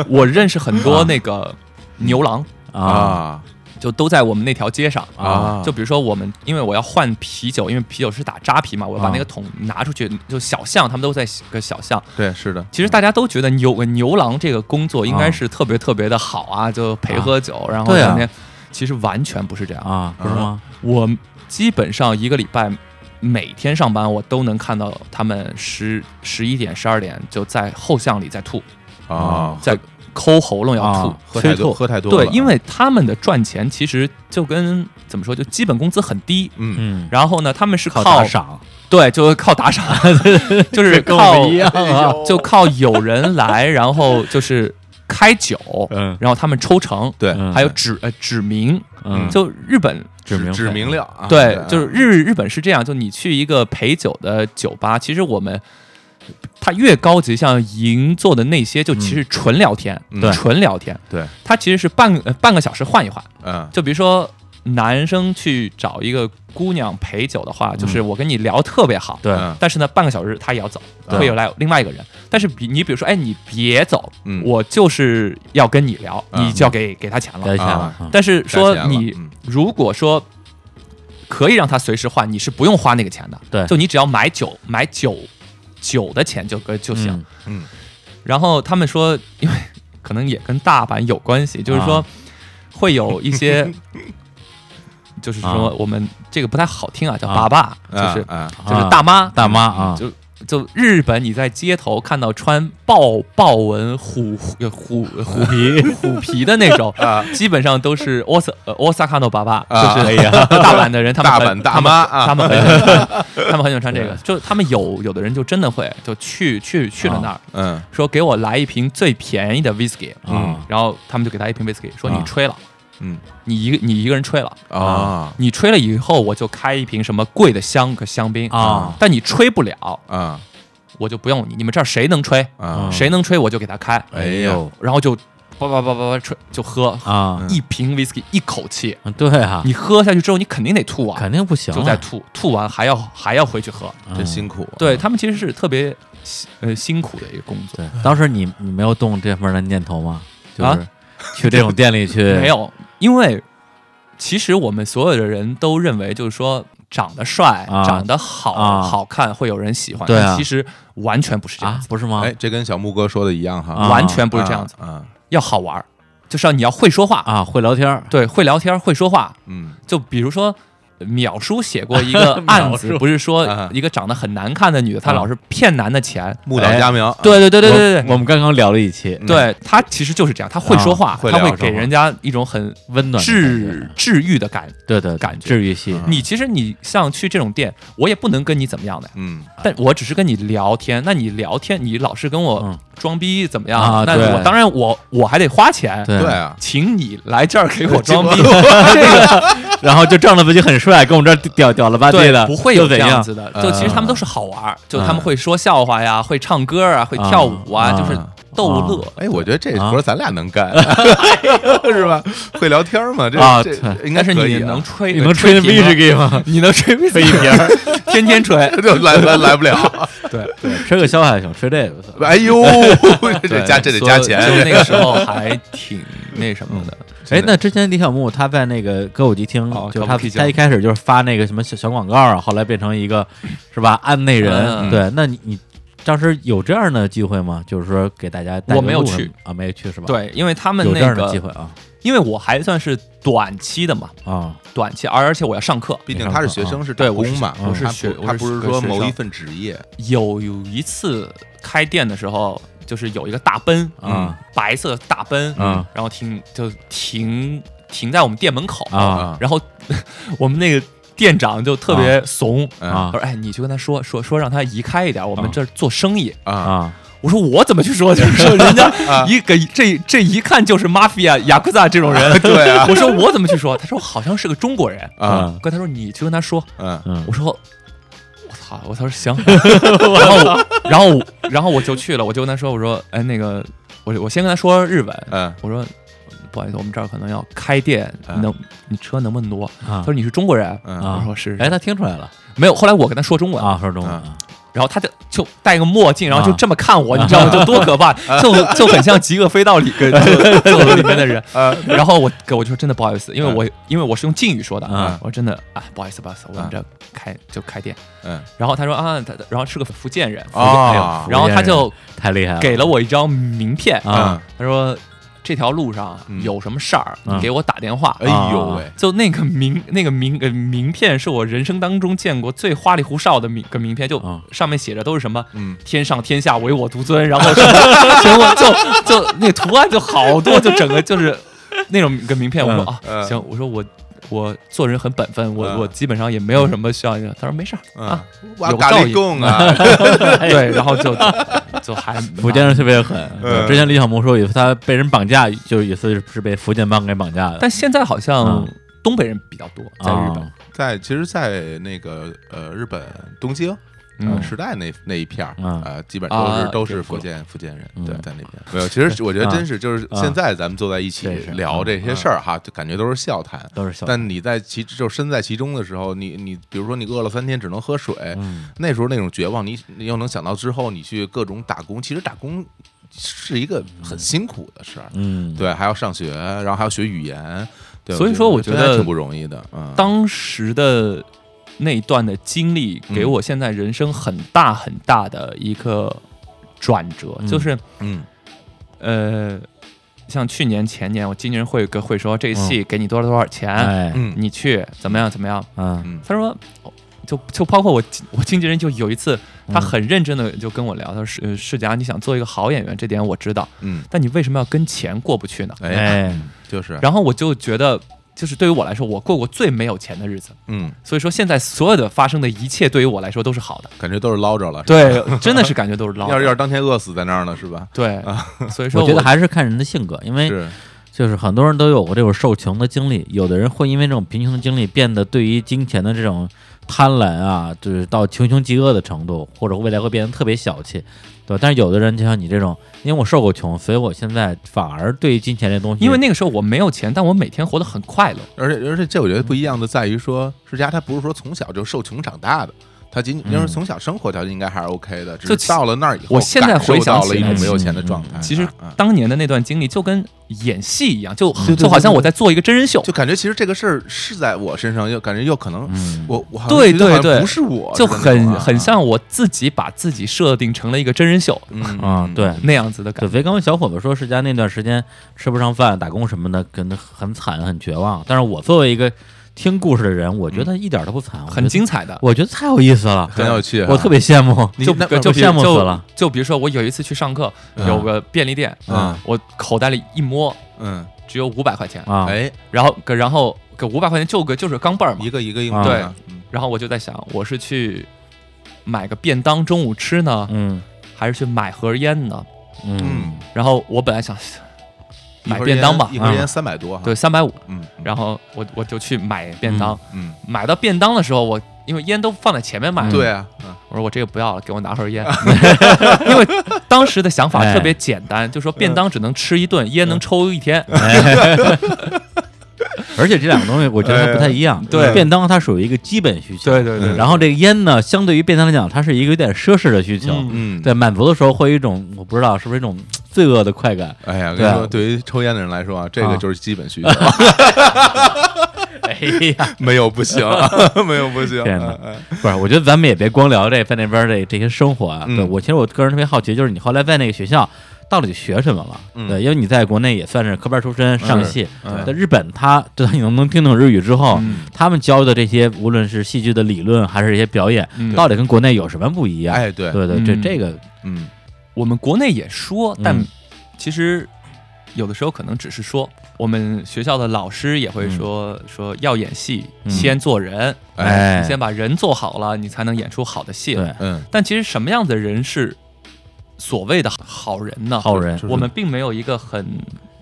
Speaker 3: 我认识很多
Speaker 1: 啊
Speaker 3: 那个牛郎，
Speaker 1: 啊
Speaker 3: 就都在我们那条街上。
Speaker 1: 啊
Speaker 3: 就比如说我们，因为我要换啤酒，因为啤酒是打扎啤嘛，我要把
Speaker 1: 啊
Speaker 3: 那个桶拿出去，就小巷，他们都在个小巷。
Speaker 2: 对，是的，
Speaker 3: 其实大家都觉得牛呃牛郎这个工作应该是特别特别的好啊，就陪喝酒，然后
Speaker 1: 啊对啊
Speaker 3: 整天，其实完全不是这样。
Speaker 1: 啊，不是吗？
Speaker 3: 我基本上一个礼拜每天上班，我都能看到他们十十一点、十二点就在后巷里在吐，
Speaker 2: 啊，
Speaker 3: 在抠喉咙要吐。
Speaker 1: 啊，
Speaker 2: 喝
Speaker 1: 催
Speaker 2: 太多，
Speaker 1: 吐，
Speaker 2: 喝太多了。
Speaker 3: 嗯对，因为他们的赚钱其实就跟怎么说，就基本工资很低。
Speaker 2: 嗯，
Speaker 1: 嗯，
Speaker 3: 然后呢，他们是
Speaker 1: 靠
Speaker 3: 靠
Speaker 1: 打赏，
Speaker 3: 对，就是靠 打赏，就是
Speaker 1: 跟我
Speaker 3: 靠
Speaker 1: 们一样啊，
Speaker 3: 就靠有人来，然后就是开酒，
Speaker 1: 嗯
Speaker 3: 然后他们抽成，
Speaker 2: 对，
Speaker 1: 嗯
Speaker 3: 还有指呃指名，
Speaker 1: 嗯，
Speaker 3: 就日本
Speaker 1: 指明
Speaker 2: 指
Speaker 1: 费
Speaker 2: 明了啊，
Speaker 3: 对，就是日日本是这样，就你去一个陪酒的酒吧，其实我们它越高级，像银座的那些，就其实纯聊天，
Speaker 2: 嗯对
Speaker 3: 纯聊天，
Speaker 2: 对，
Speaker 3: 它其实是半个、呃半个小时换一换。
Speaker 2: 嗯，
Speaker 3: 就比如说男生去找一个姑娘陪酒的话，就是
Speaker 1: 嗯
Speaker 3: 我跟你聊特别好，
Speaker 1: 对，
Speaker 2: 嗯
Speaker 3: 但是呢，半个小时他也要走，
Speaker 2: 对
Speaker 3: 会有来另外一个人。但是比你比如说，哎，你别走，
Speaker 2: 嗯
Speaker 3: 我就是要跟你聊，
Speaker 2: 嗯
Speaker 3: 你就要给给他钱了
Speaker 1: 该。钱了
Speaker 2: 啊，
Speaker 1: 嗯
Speaker 3: 但是
Speaker 2: 该
Speaker 3: 说
Speaker 2: 钱了
Speaker 3: 你
Speaker 2: 嗯
Speaker 3: 如果说可以让他随时换，你是不用花那个钱的，
Speaker 1: 对
Speaker 3: 就你只要买酒买酒酒的钱就可就行。
Speaker 1: 嗯
Speaker 2: 嗯
Speaker 3: 然后他们说，因为可能也跟大阪有关系，就是说
Speaker 1: 啊
Speaker 3: 会有一些，就是说
Speaker 1: 啊
Speaker 3: 我们这个不太好听啊，叫
Speaker 1: 啊
Speaker 3: 爸爸，
Speaker 2: 啊
Speaker 3: 就是
Speaker 2: 啊，
Speaker 3: 就是大妈
Speaker 1: 大妈啊，
Speaker 3: 嗯就就日本，你在街头看到穿豹豹纹虎虎虎虎 皮虎皮的那种，基本上都是 Os 呃 Osaka no 爸爸，
Speaker 2: 啊
Speaker 3: 就是
Speaker 1: 哎呀
Speaker 3: 大阪的人，他们
Speaker 2: 大
Speaker 3: 很
Speaker 2: 阪大妈啊
Speaker 3: 他们他们很喜欢 他们很喜欢穿这个，就他们有有的人就真的会就去去去了那儿，
Speaker 2: 嗯
Speaker 3: 说给我来一瓶最便宜的 whisky，嗯
Speaker 1: 啊
Speaker 3: 然后他们就给他一瓶 whisky，说
Speaker 1: 啊
Speaker 3: 你吹了，
Speaker 2: 嗯
Speaker 3: 你一个你一个人吹了。
Speaker 2: 啊
Speaker 3: 你吹了以后，我就开一瓶什么贵的香可香槟嗯
Speaker 1: 啊
Speaker 3: 但你吹不了，
Speaker 2: 啊
Speaker 3: 我就不用你，你们这儿谁能吹，
Speaker 2: 啊
Speaker 3: 谁能吹我就给他开，
Speaker 2: 哎呦
Speaker 3: 然后就叭叭叭叭叭吹就喝，
Speaker 1: 啊，
Speaker 3: 一瓶 whisky 一口气，
Speaker 1: 对啊，
Speaker 3: 嗯你喝下去之后你肯定得吐啊，
Speaker 1: 肯定不行啊，
Speaker 3: 就在吐，吐完还要还要回去喝，
Speaker 1: 嗯
Speaker 2: 真辛苦，啊
Speaker 3: 对他们其实是特别呃辛苦的一个工作，
Speaker 1: 对，当时你你没有动这方面的念头吗？就
Speaker 3: 啊
Speaker 1: 是去这种店里去
Speaker 3: 没有，因为其实我们所有的人都认为就是说。长得帅，
Speaker 1: 啊
Speaker 3: 长得好、
Speaker 1: 啊
Speaker 3: 好看会有人喜欢，
Speaker 1: 对啊
Speaker 3: 但其实完全不是这样
Speaker 1: 啊
Speaker 3: 子，？
Speaker 1: 不是吗？
Speaker 2: 哎，这跟小木哥说的一样哈，
Speaker 1: 啊
Speaker 3: 完全不是这样子，
Speaker 2: 啊，
Speaker 3: 要好玩儿，就是要你要会说话，
Speaker 1: 啊，会聊天 儿
Speaker 3: 对，会聊天，会说话，
Speaker 2: 嗯
Speaker 3: 就比如说。淼叔写过一个案
Speaker 1: 淼
Speaker 3: 子，
Speaker 1: 叔
Speaker 3: 不是说
Speaker 2: 啊嗯
Speaker 3: 一个长得很难看的女的，她老是骗男的钱。
Speaker 2: 木岛佳苗，
Speaker 3: 哎对对对对对对
Speaker 1: 我们刚刚聊了一期
Speaker 2: 嗯
Speaker 3: 对，她其实就是这样，她会说话，
Speaker 2: 会
Speaker 3: 她
Speaker 2: 聊
Speaker 3: 会
Speaker 2: 是
Speaker 3: 给
Speaker 2: 吧
Speaker 3: 人家一种很
Speaker 1: 温暖的感
Speaker 3: 治
Speaker 1: 觉，
Speaker 3: 治愈的感。
Speaker 1: 对对对
Speaker 3: 感觉
Speaker 1: 治愈系
Speaker 2: 嗯
Speaker 3: 你其实你像去这种店，我也不能跟你怎么样的呀，
Speaker 2: 嗯
Speaker 3: 但我只是跟你聊天。那你聊天，你老是跟
Speaker 1: 嗯
Speaker 3: 我装逼怎么
Speaker 1: 啊
Speaker 3: 样？那
Speaker 1: 对
Speaker 3: 我当然我我还得花钱，
Speaker 1: 对
Speaker 2: 对啊，
Speaker 3: 请你来这儿给我装逼，
Speaker 1: 然后就仗着自己很帅，跟我们这儿屌屌了吧唧
Speaker 3: 对
Speaker 1: 啊的，
Speaker 3: 不会
Speaker 1: 又
Speaker 3: 有这
Speaker 1: 怎样
Speaker 3: 样子的。就其实他们都是好玩儿，就他
Speaker 1: 嗯
Speaker 3: 们会说笑话呀，会唱歌啊，会跳舞啊，
Speaker 1: 嗯
Speaker 3: 就是逗乐。
Speaker 2: 哎，我觉得这
Speaker 1: 啊
Speaker 2: 活儿咱俩能干， 是吧？会聊天嘛？这
Speaker 1: 啊
Speaker 2: 这
Speaker 1: 对
Speaker 2: 应该
Speaker 3: 但是
Speaker 2: 可以
Speaker 3: 你
Speaker 2: 啊
Speaker 3: 能吹，
Speaker 1: 你能吹那
Speaker 3: 那
Speaker 1: v 是 g 吗？
Speaker 3: 你能吹
Speaker 1: 吹一瓶儿，
Speaker 3: 天 天吹。
Speaker 2: 就来来来不了。
Speaker 3: 对，
Speaker 1: 吹个消还行，吹这个不错
Speaker 2: 哎 呦，这加这得加钱，
Speaker 3: 就那个时候还 挺那什么的。
Speaker 1: 哎
Speaker 2: 真，的
Speaker 1: 那之前李小牧他在那个歌舞伎厅
Speaker 3: 哦，
Speaker 1: 就是
Speaker 3: 歌舞
Speaker 1: 他
Speaker 3: 伎町
Speaker 1: 他一开始就是发那个什么小小广告啊，后来变成一个是吧案内人。
Speaker 3: 嗯
Speaker 1: 对，那你你当时有这样的机会吗？就是说给大家带个
Speaker 3: 我没有
Speaker 1: 路什么
Speaker 3: 去
Speaker 1: 啊，没有去是吧？，
Speaker 3: 对，因为他们
Speaker 1: 有这
Speaker 3: 那
Speaker 1: 样的机
Speaker 3: 个，
Speaker 1: 会啊
Speaker 3: 因为我还算是短期的嘛，
Speaker 1: 啊
Speaker 3: 短期，而而且我要上课。
Speaker 2: 毕竟他是学生，是打
Speaker 3: 哦对我
Speaker 2: 工
Speaker 3: 是
Speaker 2: 嘛，
Speaker 1: 我是
Speaker 2: 他
Speaker 3: 学
Speaker 2: 不
Speaker 3: 我
Speaker 2: 他
Speaker 3: 是
Speaker 2: 不是
Speaker 3: 学
Speaker 2: 说
Speaker 3: 生
Speaker 2: 某一份职业
Speaker 3: 有有一次开店的时候，就是有一个大奔，嗯
Speaker 1: 啊
Speaker 3: 白色大奔，
Speaker 1: 嗯
Speaker 3: 然后停就停停在我们店门口
Speaker 1: 啊
Speaker 3: 然后 我们那个店长就特别怂，
Speaker 2: 嗯
Speaker 1: 啊
Speaker 3: 他说：“哎，你去跟他说说说，让他移开一点，我
Speaker 1: 啊
Speaker 3: 们这儿做生意。
Speaker 2: 啊
Speaker 1: 啊！
Speaker 3: 我说：“我怎么去说？ 就是说人家一个这这一看就是 mafia 雅库萨这种人。
Speaker 2: 对啊
Speaker 3: 我说：“我怎么去说？”他说：“好像是个中国人。
Speaker 2: 啊
Speaker 1: 嗯”
Speaker 3: 跟他说：“你去跟他说。
Speaker 2: 嗯”
Speaker 1: 嗯
Speaker 3: 我说。我操！我他说 行，然后我然后我然后我就去了，我就跟他说，我说，哎，那个，我我先跟他说日文，
Speaker 2: 嗯
Speaker 3: 我说不好意思，我们这儿可能要开店，
Speaker 2: 嗯
Speaker 3: 能你车能不能挪？
Speaker 1: 哎啊
Speaker 3: 他说你是中国人，
Speaker 2: 嗯
Speaker 1: 啊
Speaker 3: 我说是，
Speaker 1: 哎，他听出来了
Speaker 3: 没有。后来我跟他说中文，
Speaker 1: 啊，说中文
Speaker 2: 啊
Speaker 3: 然后他就就戴个墨镜，然后就
Speaker 1: 啊
Speaker 3: 这么看我，你知道吗？就多可怕，就就很像《极恶飞盗》里 跟就就里面的人。
Speaker 2: 啊
Speaker 3: 然后我我就说真的不好意思，因为我因为我是用敬语说的，
Speaker 1: 啊
Speaker 3: 我说真的啊不好意思不好意思，我
Speaker 2: 啊
Speaker 3: 们这儿开就开店。
Speaker 2: 嗯
Speaker 3: 然后他说啊，他然后是个福建人，
Speaker 2: 啊
Speaker 3: 哎
Speaker 1: 哎
Speaker 3: 然后他就
Speaker 1: 太厉害了，
Speaker 3: 给了我一张名片，
Speaker 1: 啊
Speaker 2: 啊嗯
Speaker 3: 他说这条路上啊有什么事儿，你给我打电话。啊
Speaker 2: 哎呦喂，
Speaker 3: 就那个名那个名呃名片是我人生当中见过最花里胡哨的名个名片，就
Speaker 1: 啊
Speaker 3: 上面写着都是什么
Speaker 2: 嗯
Speaker 3: “天上天下唯我独尊”，然 后什么什么就就那图案就好多，就整个就是那种个名片。我说啊，
Speaker 2: 嗯
Speaker 3: 行，我说我我做人很本分，我
Speaker 2: 嗯
Speaker 3: 我基本上也没有什么需要。他说没事儿
Speaker 2: 嗯
Speaker 3: 啊，，
Speaker 2: 哇，
Speaker 3: 有
Speaker 2: 咖
Speaker 3: 道
Speaker 2: 喱
Speaker 3: 理
Speaker 2: 贡 啊，
Speaker 3: 对，然后 就就还
Speaker 1: 福建人特别狠，
Speaker 2: 嗯
Speaker 1: 对之前李小萌说有一次他被人绑架，就是有一次是被福建帮给绑架的，
Speaker 3: 但现在好像
Speaker 1: 嗯
Speaker 3: 东北人比较多，在日本
Speaker 1: 啊，
Speaker 2: 在其实，在那个呃日本东京。
Speaker 3: 嗯
Speaker 2: 呃，时代那那一片儿，
Speaker 1: 嗯
Speaker 2: 呃，基本都
Speaker 3: 啊
Speaker 2: 是都
Speaker 3: 对
Speaker 2: 是
Speaker 3: 服
Speaker 2: 福
Speaker 3: 了
Speaker 2: 建福建人，
Speaker 1: 嗯
Speaker 2: 对，在那边没有。其实我觉得真是，就是
Speaker 1: 啊
Speaker 2: 现在咱们坐在一起
Speaker 1: 这是
Speaker 2: 聊
Speaker 1: 嗯
Speaker 2: 这些事儿啊哈，就感觉都是笑谈。
Speaker 1: 都是小。
Speaker 2: 但你在其就身在其中的时候，你你比如说你饿了三天只能喝水，
Speaker 1: 嗯
Speaker 2: 那时候那种绝望，你你又能想到之后你去各种打工，其实打工是一个很辛苦的事儿，
Speaker 1: 嗯，
Speaker 2: 对，还要上学，然后还要学语言，对，
Speaker 3: 所以说我觉
Speaker 2: 真的
Speaker 3: 得
Speaker 2: 挺不容易的，嗯，
Speaker 3: 当时的那一段的经历，
Speaker 2: 嗯
Speaker 3: 给我现在人生很大很大的一个转折，
Speaker 1: 嗯
Speaker 3: 就是
Speaker 2: 嗯
Speaker 3: 呃，像去年前年，我经纪人会有个会说这个戏给你多少多少钱，
Speaker 1: 哎，
Speaker 2: 嗯
Speaker 3: 你去怎么样怎么样。
Speaker 1: 嗯
Speaker 2: 嗯
Speaker 3: 他说，就就包括我我经纪人就有一次，他
Speaker 1: 嗯
Speaker 3: 很认真的就跟我聊，他说世世佳，你想做一个好演员，这点我知道，
Speaker 2: 嗯，
Speaker 3: 但你为什么要跟钱过不去呢？
Speaker 2: 哎，
Speaker 1: 哎，
Speaker 2: 就是，
Speaker 3: 然后我就觉得，就是对于我来说，我过过最没有钱的日子。
Speaker 2: 嗯，
Speaker 3: 所以说，现在所有的发生的一切对于我来说都是好的。
Speaker 2: 感觉都是捞着了，是吧
Speaker 3: 对，真的是感觉都是捞的。
Speaker 2: 要是要是啊当天饿死在那儿呢，是吧？
Speaker 3: 对，所以说
Speaker 1: 我觉得还是看人的性格，因
Speaker 3: 哎
Speaker 1: 为
Speaker 2: 是，
Speaker 1: 就是很多人都有过这种受穷的经历，有的人会因为这种贫穷的经历，变得对于金钱的这种贪婪啊，就是到穷凶极恶的程度，或者未来会变得特别小气，对吧？但是有的人就像你这种，因为我受过穷，所以我现在反而对于金钱这东西，
Speaker 3: 因为那个时候我没有钱，但我每天活得很快乐。
Speaker 2: 而且而且这我觉得不一样的在于说，世家他不是说从小就受穷长大的。他仅仅是从小生活条件应该还是 OK 的，只
Speaker 3: 嗯就是
Speaker 2: 到了那儿以后，
Speaker 3: 我现在回想
Speaker 2: 感受到了一
Speaker 3: 起来嗯
Speaker 2: 种没有钱的状态。
Speaker 3: 其实
Speaker 2: 啊
Speaker 3: 当年的那段经历就跟演戏一样，就
Speaker 2: 对
Speaker 3: 就好像我在做一个真人秀。
Speaker 2: 就感觉其实这个事儿是在我身上，又感觉又可能
Speaker 1: 嗯
Speaker 2: 我我好像
Speaker 3: 对
Speaker 2: 觉得好像
Speaker 3: 对对
Speaker 2: 不是我，
Speaker 3: 就是
Speaker 2: 那
Speaker 3: 很
Speaker 2: 种啊
Speaker 3: 很像我自己把自己设定成了一个真人秀
Speaker 2: 嗯
Speaker 1: 啊，对，
Speaker 3: 那样子的感
Speaker 1: 对，
Speaker 3: 觉。
Speaker 1: 肥刚小伙子说，世家那段时间吃不上饭，打工什么的，跟他很惨，很绝望。但是我作为一个听故事的人，我觉得一点都不惨，我觉
Speaker 3: 嗯很
Speaker 1: 得，
Speaker 3: 精彩的，
Speaker 1: 我觉得太有意思了，
Speaker 2: 很有趣啊
Speaker 1: 我特别羡慕。
Speaker 2: 你
Speaker 3: 就
Speaker 2: 那
Speaker 3: 就比
Speaker 1: 羡慕死
Speaker 3: 就
Speaker 1: 了
Speaker 3: 就比如说，我有一次去上课，
Speaker 2: 嗯
Speaker 3: 有个便利店，
Speaker 2: 嗯
Speaker 3: 我口袋里一摸，
Speaker 2: 嗯
Speaker 3: 只有五百块钱，
Speaker 1: 啊，
Speaker 2: 哎
Speaker 3: 然后然后给五百块钱就个就是钢镚儿嘛
Speaker 2: 一，个一个一个
Speaker 1: 啊
Speaker 2: 的嗯
Speaker 3: 然后我就在想，我是去买个便当中午吃呢，
Speaker 1: 嗯
Speaker 3: 还是去买盒烟呢？
Speaker 1: 嗯
Speaker 3: 然后我本来想
Speaker 2: 一盒
Speaker 3: 买便当吧
Speaker 2: 烟一盒
Speaker 1: 啊
Speaker 2: 烟三百多哈，
Speaker 3: 对三百五，
Speaker 2: 嗯，嗯
Speaker 3: 然后我我就去买便当，
Speaker 2: 嗯
Speaker 3: 买到便当的时候，我因为烟都放在前面买，
Speaker 1: 嗯
Speaker 2: 对啊，嗯
Speaker 3: 我说我这个不要了，给我拿盒 烟，因为当时的想法特别简单，就说便当只能吃一顿，
Speaker 1: 嗯
Speaker 3: 烟能抽一天，
Speaker 1: 而且这两个东西我觉得还不太一样。
Speaker 3: 对
Speaker 1: 便当它属于一个基本需求，
Speaker 3: 对对
Speaker 2: 哎对
Speaker 1: 然后这个烟呢，相对于便当来讲，它是一个有点奢侈的需求。
Speaker 3: 嗯
Speaker 2: 嗯，
Speaker 1: 对，满足的时候会有一种我不知道是不是一种罪恶的快感。
Speaker 2: 哎呀，我
Speaker 1: 对
Speaker 2: 跟你
Speaker 1: 啊
Speaker 2: 说，对于抽烟的人来说啊，这
Speaker 1: 啊
Speaker 2: 个就是基本需求，
Speaker 1: 哎呀，
Speaker 2: 没有不行， 没有不行。
Speaker 1: 天哪
Speaker 2: 嗯嗯
Speaker 1: 不是，我觉得咱们也别光聊这在那边这这些生活啊。
Speaker 2: 嗯
Speaker 1: 对我其实我个人特别好奇，就是你后来在那个学校到底学什么了？
Speaker 2: 嗯
Speaker 1: 对，因为你在国内也算是科班出身，上戏。
Speaker 2: 嗯
Speaker 1: 在日本他，知道你能不能听懂日语之后，
Speaker 3: 嗯
Speaker 1: 他们教的这些，无论是戏剧的理论还是一些表演，
Speaker 3: 嗯
Speaker 1: 到底跟国内有什么不一样？
Speaker 2: 哎，对，
Speaker 1: 对对，这
Speaker 3: 嗯
Speaker 1: 这个
Speaker 2: 嗯
Speaker 3: 我们国内也说，但
Speaker 1: 嗯
Speaker 3: 其实有的时候可能只是说，我们学校的老师也会说、说要演戏，
Speaker 1: 嗯
Speaker 3: 先做人，
Speaker 1: 哎
Speaker 3: 你先把人做好了，你才能演出好的啊戏来。
Speaker 1: 对
Speaker 2: 嗯，
Speaker 3: 但其实什么样的人是所谓的好人呢？
Speaker 1: 好人
Speaker 2: 就是
Speaker 3: 我们并没有一个很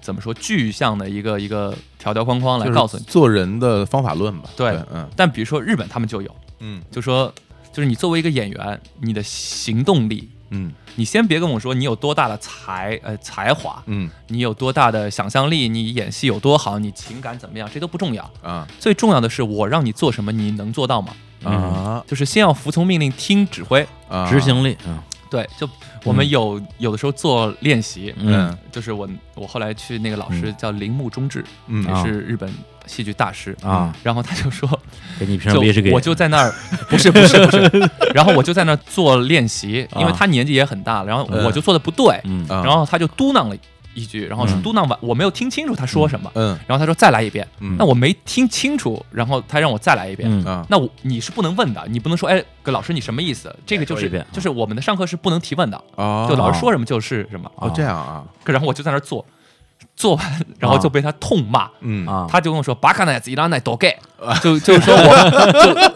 Speaker 3: 怎么说具象的一个一个条条框框来
Speaker 2: 就是
Speaker 3: 告诉你。
Speaker 2: 做人的方法论吧。
Speaker 3: 对
Speaker 2: 对，嗯
Speaker 3: 但比如说日本，他们就有，
Speaker 2: 嗯
Speaker 3: 就说就是你作为一个演员，你的行动力。
Speaker 2: 嗯
Speaker 3: 你先别跟我说你有多大的才呃才华，
Speaker 2: 嗯
Speaker 3: 你有多大的想象力，你演戏有多好，你情感怎么样，这都不重要。
Speaker 2: 啊
Speaker 3: 最重要的是，我让你做什么，你能做到吗？
Speaker 2: 啊
Speaker 3: 就是先要服从命令，听指挥。
Speaker 2: 啊，
Speaker 1: 执行力啊，
Speaker 3: 对，就我们有、有的时候做练习，
Speaker 2: 嗯
Speaker 3: 就是我我后来去那个老师叫铃木忠志，
Speaker 2: 嗯
Speaker 3: 也
Speaker 1: 啊
Speaker 3: 是日本戏剧大师。
Speaker 1: 啊，
Speaker 3: 然后他就说，
Speaker 1: 给你评
Speaker 3: 嗯就
Speaker 1: 上 B 是给
Speaker 3: 我就在那儿，不是不是不是， 然后我就在那儿做练习，因为
Speaker 1: 啊
Speaker 3: 他年纪也很大了，然后
Speaker 2: 嗯
Speaker 3: 我就做的不对，
Speaker 1: 嗯
Speaker 2: 啊
Speaker 3: 然后他就嘟囔了一句，然后是嘟囔完，我没有听清楚他说什么，
Speaker 2: 嗯
Speaker 3: 然后他说再来一遍，
Speaker 2: 嗯
Speaker 3: 那我没听清楚，然后他让我再来一遍，
Speaker 1: 嗯
Speaker 2: 啊，
Speaker 3: 那我你是不能问的，你不能说哎，葛老师你什么意思？这个就
Speaker 1: 说一
Speaker 3: 是
Speaker 1: 遍
Speaker 3: 就是我们的上课是不能提问的，
Speaker 2: 哦，
Speaker 3: 就老师说什么就是什么。
Speaker 2: 哦这样啊，
Speaker 3: 然后我就在那儿做，做完然后就被他痛骂，
Speaker 2: 嗯
Speaker 1: 啊，
Speaker 3: 他就跟我说巴卡奈子伊拉奈多盖，就就说我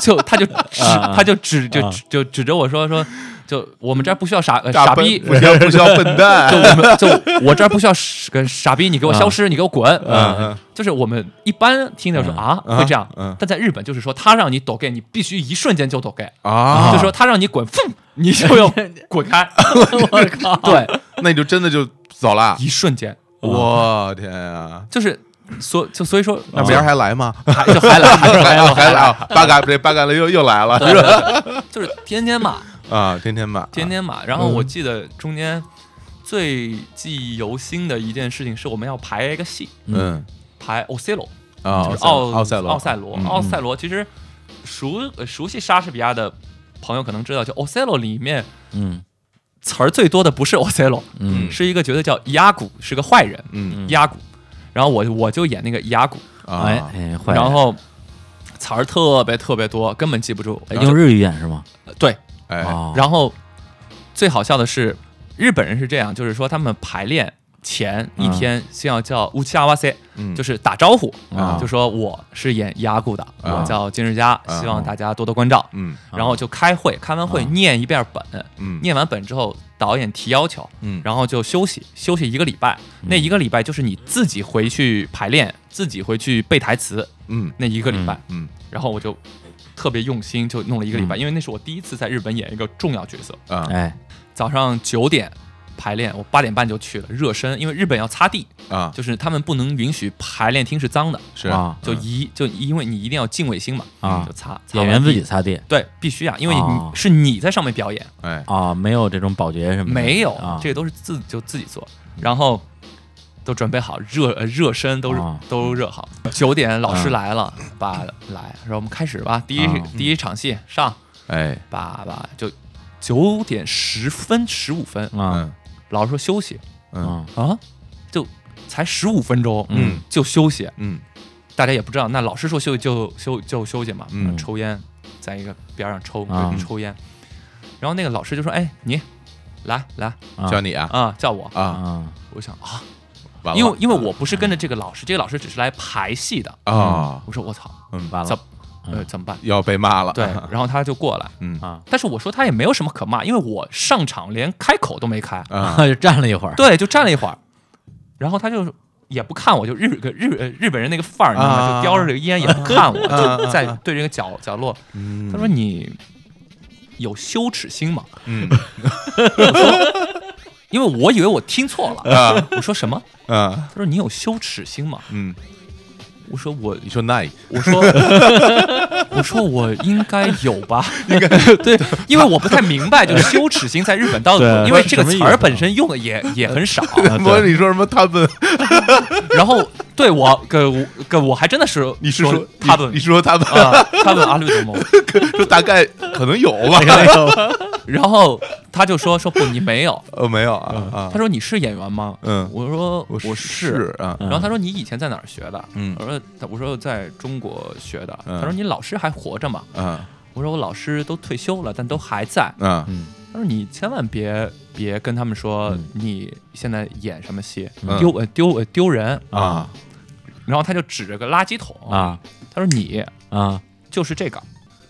Speaker 3: 就就他就指
Speaker 1: 啊
Speaker 3: 他就指就
Speaker 1: 啊
Speaker 3: 指就指着我说说就我们这儿不需要傻呃
Speaker 2: 大
Speaker 3: 傻
Speaker 2: 笨
Speaker 3: 逼。
Speaker 2: 不需要不需要笨
Speaker 3: 就
Speaker 2: 蛋，
Speaker 3: 我们就我这儿不需要傻个傻逼，你给我消失，你给我滚！啊
Speaker 2: 嗯嗯
Speaker 3: 就是我们一般听的说
Speaker 1: 嗯
Speaker 3: 啊
Speaker 2: 嗯
Speaker 3: 会这样
Speaker 2: 嗯，
Speaker 3: 但在日本就是说他让你抖 gay，你必须一瞬间就抖 gay，
Speaker 2: 啊，
Speaker 3: 就说他让你滚，哼，你就要滚开。我靠！对，
Speaker 2: 那你就真的就走了，
Speaker 3: 一瞬间
Speaker 2: 我天啊！
Speaker 3: 就是所就所以说
Speaker 2: 那明儿还来吗？
Speaker 3: 啊还就还来还来
Speaker 2: 还来啊！八嘎这八嘎了又又来了，是吧？
Speaker 3: 就是天天骂，
Speaker 2: 啊，天天骂，
Speaker 3: 天天骂。然后我记得中间最记忆犹新的一件事情是，我们要排一个戏，
Speaker 2: 嗯
Speaker 3: 排 Ocello，
Speaker 2: 啊，
Speaker 3: 就是
Speaker 2: 奥
Speaker 3: 奥
Speaker 2: 奥赛罗，
Speaker 3: 奥赛罗，
Speaker 2: 嗯
Speaker 3: 奥赛罗。其实熟呃熟悉莎士比亚的朋友可能知道，就 Ocello 里面
Speaker 1: 嗯
Speaker 3: 词儿最多的不是 Ocello，
Speaker 1: 嗯
Speaker 3: 是一个角色叫伊阿古，是个坏人，
Speaker 2: 嗯
Speaker 1: 嗯
Speaker 3: 伊阿古。然后我我就演那个伊阿古，
Speaker 2: 啊
Speaker 1: 哎哎，坏人
Speaker 3: 然后词儿特别特别多，根本记不住。呃
Speaker 1: 哎用日语演是吗？
Speaker 3: 对，
Speaker 2: 哎
Speaker 1: 哦，
Speaker 3: 然后最好笑的是，日本人是这样，就是说他们排练前一天先要叫乌七阿哇塞，
Speaker 2: 嗯
Speaker 3: 就是打招呼，
Speaker 2: 啊
Speaker 3: 就说我是演雅古的，
Speaker 2: 啊
Speaker 3: 我叫金日佳，
Speaker 2: 啊
Speaker 3: 希望大家多多关照。
Speaker 2: 嗯
Speaker 3: 然后就开会，开完会
Speaker 1: 啊
Speaker 3: 念一遍本，
Speaker 2: 嗯
Speaker 3: 念完本之后导演提要求，
Speaker 2: 嗯
Speaker 3: 然后就休息休息一个礼拜。那一个礼拜就是你自己回去排练，自己回去背台词，
Speaker 2: 嗯
Speaker 3: 那一个礼拜。
Speaker 2: 嗯
Speaker 3: 然后我就特别用心，就弄了一个礼
Speaker 1: 嗯
Speaker 3: 拜，因为那是我第一次在日本演一个重要角色。
Speaker 2: 啊
Speaker 1: 哎
Speaker 3: 早上九点排练，我八点半就去了热身，因为日本要擦地，
Speaker 2: 啊
Speaker 3: 就是他们不能允许排练厅是脏的，
Speaker 2: 是嗯
Speaker 1: 啊
Speaker 3: 就一就因为你一定要敬畏心嘛，
Speaker 1: 啊
Speaker 3: 就擦擦
Speaker 1: 演
Speaker 3: 完
Speaker 1: 员自
Speaker 3: 地
Speaker 1: 己擦地
Speaker 3: 对必须啊，因为你、
Speaker 1: 哦
Speaker 3: 是你在上面表演，
Speaker 2: 哎
Speaker 1: 啊，没有这种保洁什么的
Speaker 3: 没有，
Speaker 1: 啊，
Speaker 3: 这个都是自就自己做，然后。都准备好热呃热身，都、
Speaker 1: 哦
Speaker 3: 都热好。九点老
Speaker 1: 嗯
Speaker 3: 师来了，爸来说我们开始吧。第一、
Speaker 1: 哦
Speaker 3: 第一场戏上，
Speaker 2: 哎
Speaker 3: 爸爸就九点十分十五分，
Speaker 1: 啊
Speaker 2: 嗯
Speaker 3: 老师说休息，
Speaker 2: 嗯
Speaker 1: 啊
Speaker 3: 啊，就才十五分钟，
Speaker 2: 嗯，
Speaker 3: 就休息，
Speaker 2: 嗯
Speaker 3: 大家也不知道，那老师说休息就休就休息嘛，
Speaker 2: 嗯
Speaker 3: 抽烟，在一个边上抽、
Speaker 1: 啊
Speaker 3: 抽烟，然后那个老师就说，哎，你来来
Speaker 1: 啊
Speaker 2: 叫你啊
Speaker 3: 啊，叫我，
Speaker 2: 啊，
Speaker 1: 啊
Speaker 3: 我想啊，
Speaker 2: 完了
Speaker 3: 因为因为我不是跟着这个老师，这个老师只是来排戏的，
Speaker 2: 啊
Speaker 3: 我说我操，
Speaker 2: 嗯
Speaker 1: 完
Speaker 3: 怎
Speaker 1: 了
Speaker 3: 呃怎么办？
Speaker 2: 要被骂了，
Speaker 3: 对，然后他就过来，
Speaker 2: 嗯
Speaker 1: 啊
Speaker 3: 但是我说他也没有什么可骂，因为我上场连开口都没开，
Speaker 2: 啊
Speaker 1: 就站了一会儿，
Speaker 3: 对，就站了一会儿，然后他就也不看我，就日个日呃日本人那个范儿，你知道吗？
Speaker 2: 啊
Speaker 3: 就叼着这个烟也不看我，
Speaker 2: 啊
Speaker 3: 就在对着一个角角落。
Speaker 2: 嗯
Speaker 3: 他说你有羞耻心吗？
Speaker 2: 嗯
Speaker 3: 因为我以为我听错了。
Speaker 2: 啊
Speaker 3: 我说什么？
Speaker 2: 啊
Speaker 3: 他说你有羞耻心吗？
Speaker 2: 嗯，
Speaker 3: 我说我
Speaker 2: 你说啊那
Speaker 3: 我说 我说我应该有 吧，应该对，因为我不太明白，就是羞耻心在日本到底，
Speaker 1: 对
Speaker 3: 因为这个
Speaker 1: 什么意
Speaker 3: 词
Speaker 1: 思
Speaker 2: 啊
Speaker 3: 儿本身用的也也很 少，
Speaker 2: 我说你说什么他们
Speaker 3: 然后对我跟跟我还真的是
Speaker 2: 你是说
Speaker 3: 他们
Speaker 2: 你说他们
Speaker 3: 啊，他问阿绿怎么，
Speaker 2: 说大概 可能有吧？
Speaker 3: 然后他就说说不，你没有。
Speaker 2: 呃没有啊
Speaker 3: 他说你是演员吗？
Speaker 2: 嗯
Speaker 3: 我说
Speaker 2: 我
Speaker 3: 我
Speaker 2: 是。啊
Speaker 3: 然后他说你以前在哪儿学的？
Speaker 2: 嗯
Speaker 3: 我说我说在中国学的。
Speaker 2: 嗯
Speaker 3: 他说你老师还活着吗？
Speaker 2: 啊
Speaker 3: 我说我老师都退休了，但都还在。
Speaker 2: 啊
Speaker 3: 他说你千万别别跟他们说
Speaker 1: 嗯
Speaker 3: 你现在演什么戏，
Speaker 2: 嗯
Speaker 3: 丢呃丢呃丢人。
Speaker 2: 啊
Speaker 3: 然后他就指着个垃圾桶，
Speaker 1: 啊
Speaker 3: 他说你
Speaker 1: 啊
Speaker 3: 就是这个。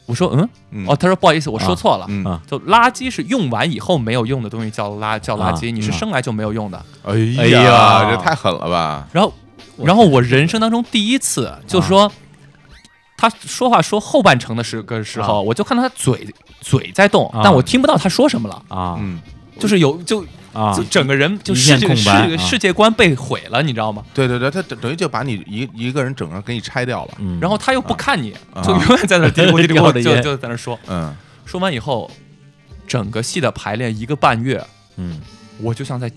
Speaker 3: 我说嗯，
Speaker 2: 嗯
Speaker 3: 哦，他说不好意思，我说错了。
Speaker 2: 嗯
Speaker 1: 啊，
Speaker 3: 就垃圾是用完以后没有用的东西叫垃叫垃圾，
Speaker 1: 啊
Speaker 3: 你
Speaker 1: 嗯
Speaker 3: 是生来就没有用的。
Speaker 2: 哎
Speaker 1: 哎
Speaker 2: 呀，
Speaker 1: 呀
Speaker 2: 这太狠了吧？
Speaker 3: 然后，然后我人生当中第一次就说，他说话说后半程的时个时候，
Speaker 1: 啊
Speaker 3: 我就看到他嘴嘴在动，
Speaker 1: 啊
Speaker 3: 但我听不到他说什么了，
Speaker 1: 啊
Speaker 2: 嗯，
Speaker 3: 就是有就
Speaker 1: 啊
Speaker 3: 就整个人就
Speaker 1: 一
Speaker 3: 世
Speaker 1: 片
Speaker 3: 界
Speaker 1: 空
Speaker 3: 世
Speaker 1: 白
Speaker 3: 界
Speaker 1: 啊
Speaker 3: 世界观被毁了，你知道吗？
Speaker 2: 对对对，他等等于就把你一一个人整个给你拆掉了。
Speaker 1: 嗯
Speaker 3: 然后他又不看你，
Speaker 2: 啊
Speaker 3: 就永远在那嘀咕嘀
Speaker 1: 叼
Speaker 3: 咕，
Speaker 1: 着
Speaker 3: 就
Speaker 1: 烟
Speaker 3: 就在那说。
Speaker 2: 嗯
Speaker 3: 说完以后，整个戏的排练一个半月，
Speaker 1: 嗯
Speaker 3: 我就像在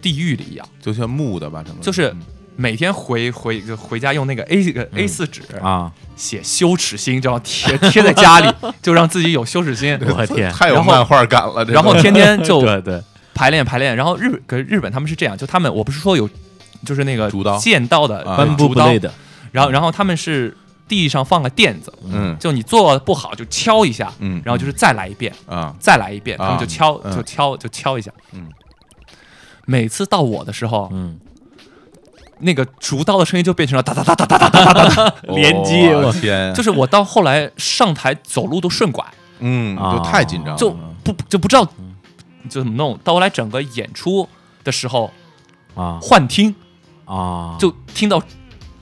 Speaker 3: 地狱里一样。，
Speaker 2: 就像木的吧，整个嗯
Speaker 3: 就是每天回回就回家用那个 A 个 A 四纸
Speaker 1: 啊，
Speaker 3: 写羞耻心，这样贴 贴在 家里，就让自己有羞耻心。
Speaker 1: 我天，
Speaker 2: 太有
Speaker 3: 然后
Speaker 2: 漫画感了。这
Speaker 3: 然 后
Speaker 2: 个
Speaker 3: 天天就
Speaker 1: 对对
Speaker 3: 排练排练，然后日可是日本他们是这样，就他们我不是说有就是那个
Speaker 2: 竹刀
Speaker 3: 剑道的
Speaker 2: 啊
Speaker 1: 颁布
Speaker 3: 竹
Speaker 1: 不
Speaker 3: 刀
Speaker 1: 累，的，
Speaker 3: 然后然后他们是地上放个垫子，
Speaker 2: 嗯
Speaker 3: 就你做不好就敲一下，
Speaker 2: 嗯
Speaker 3: 然后就是再来一遍，
Speaker 2: 啊
Speaker 3: 再来一遍，他
Speaker 2: 啊
Speaker 3: 们就敲
Speaker 2: 嗯
Speaker 3: 就敲就敲一下，
Speaker 2: 嗯，
Speaker 3: 每次到我的时候，
Speaker 1: 嗯，
Speaker 3: 那个竹刀的声音就变成了哒哒哒哒哒哒，
Speaker 1: 连击
Speaker 2: 我
Speaker 1: 我
Speaker 2: 哦天，
Speaker 3: 就是是我到后来上台走路都顺拐，
Speaker 2: 嗯，
Speaker 1: 啊
Speaker 2: 就太紧张了，
Speaker 3: 就不就不知道就怎么弄，到后来整个演出的时候
Speaker 1: 啊
Speaker 3: 幻听，
Speaker 1: 啊，
Speaker 3: 就听到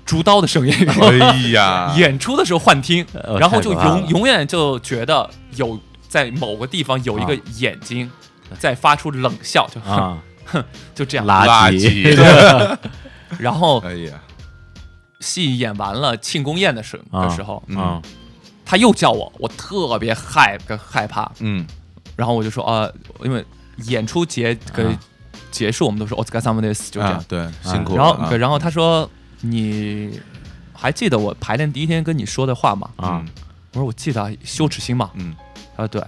Speaker 3: 竹刀的声音。，
Speaker 2: 哎呀
Speaker 3: 演出的时候幻听，
Speaker 1: 呃
Speaker 3: 然后就
Speaker 1: 太可怕了
Speaker 3: 永永远就觉得有在某个地方有一个眼睛在发出冷笑，就、
Speaker 1: 啊，
Speaker 3: 就这样。
Speaker 1: 垃
Speaker 2: 垃 圾
Speaker 1: 圾
Speaker 3: 然后
Speaker 2: 哎呀，
Speaker 3: 戏演完了庆功宴的时
Speaker 1: 啊
Speaker 3: 的时候，
Speaker 2: 嗯
Speaker 1: 啊，
Speaker 3: 他又叫我，我特别害害怕，
Speaker 2: 嗯
Speaker 3: 然后我就说啊、因为演出结个
Speaker 1: 啊
Speaker 3: 结束，我们都说 o s c a r s a m a 就这样
Speaker 2: 啊。对，辛苦了
Speaker 3: 然
Speaker 2: 啊，
Speaker 3: 后对然后他说你还记得我排练第一天跟你说的话吗？
Speaker 1: 啊
Speaker 3: 我说我记得啊，羞耻心嘛。
Speaker 2: 嗯
Speaker 3: 他说对，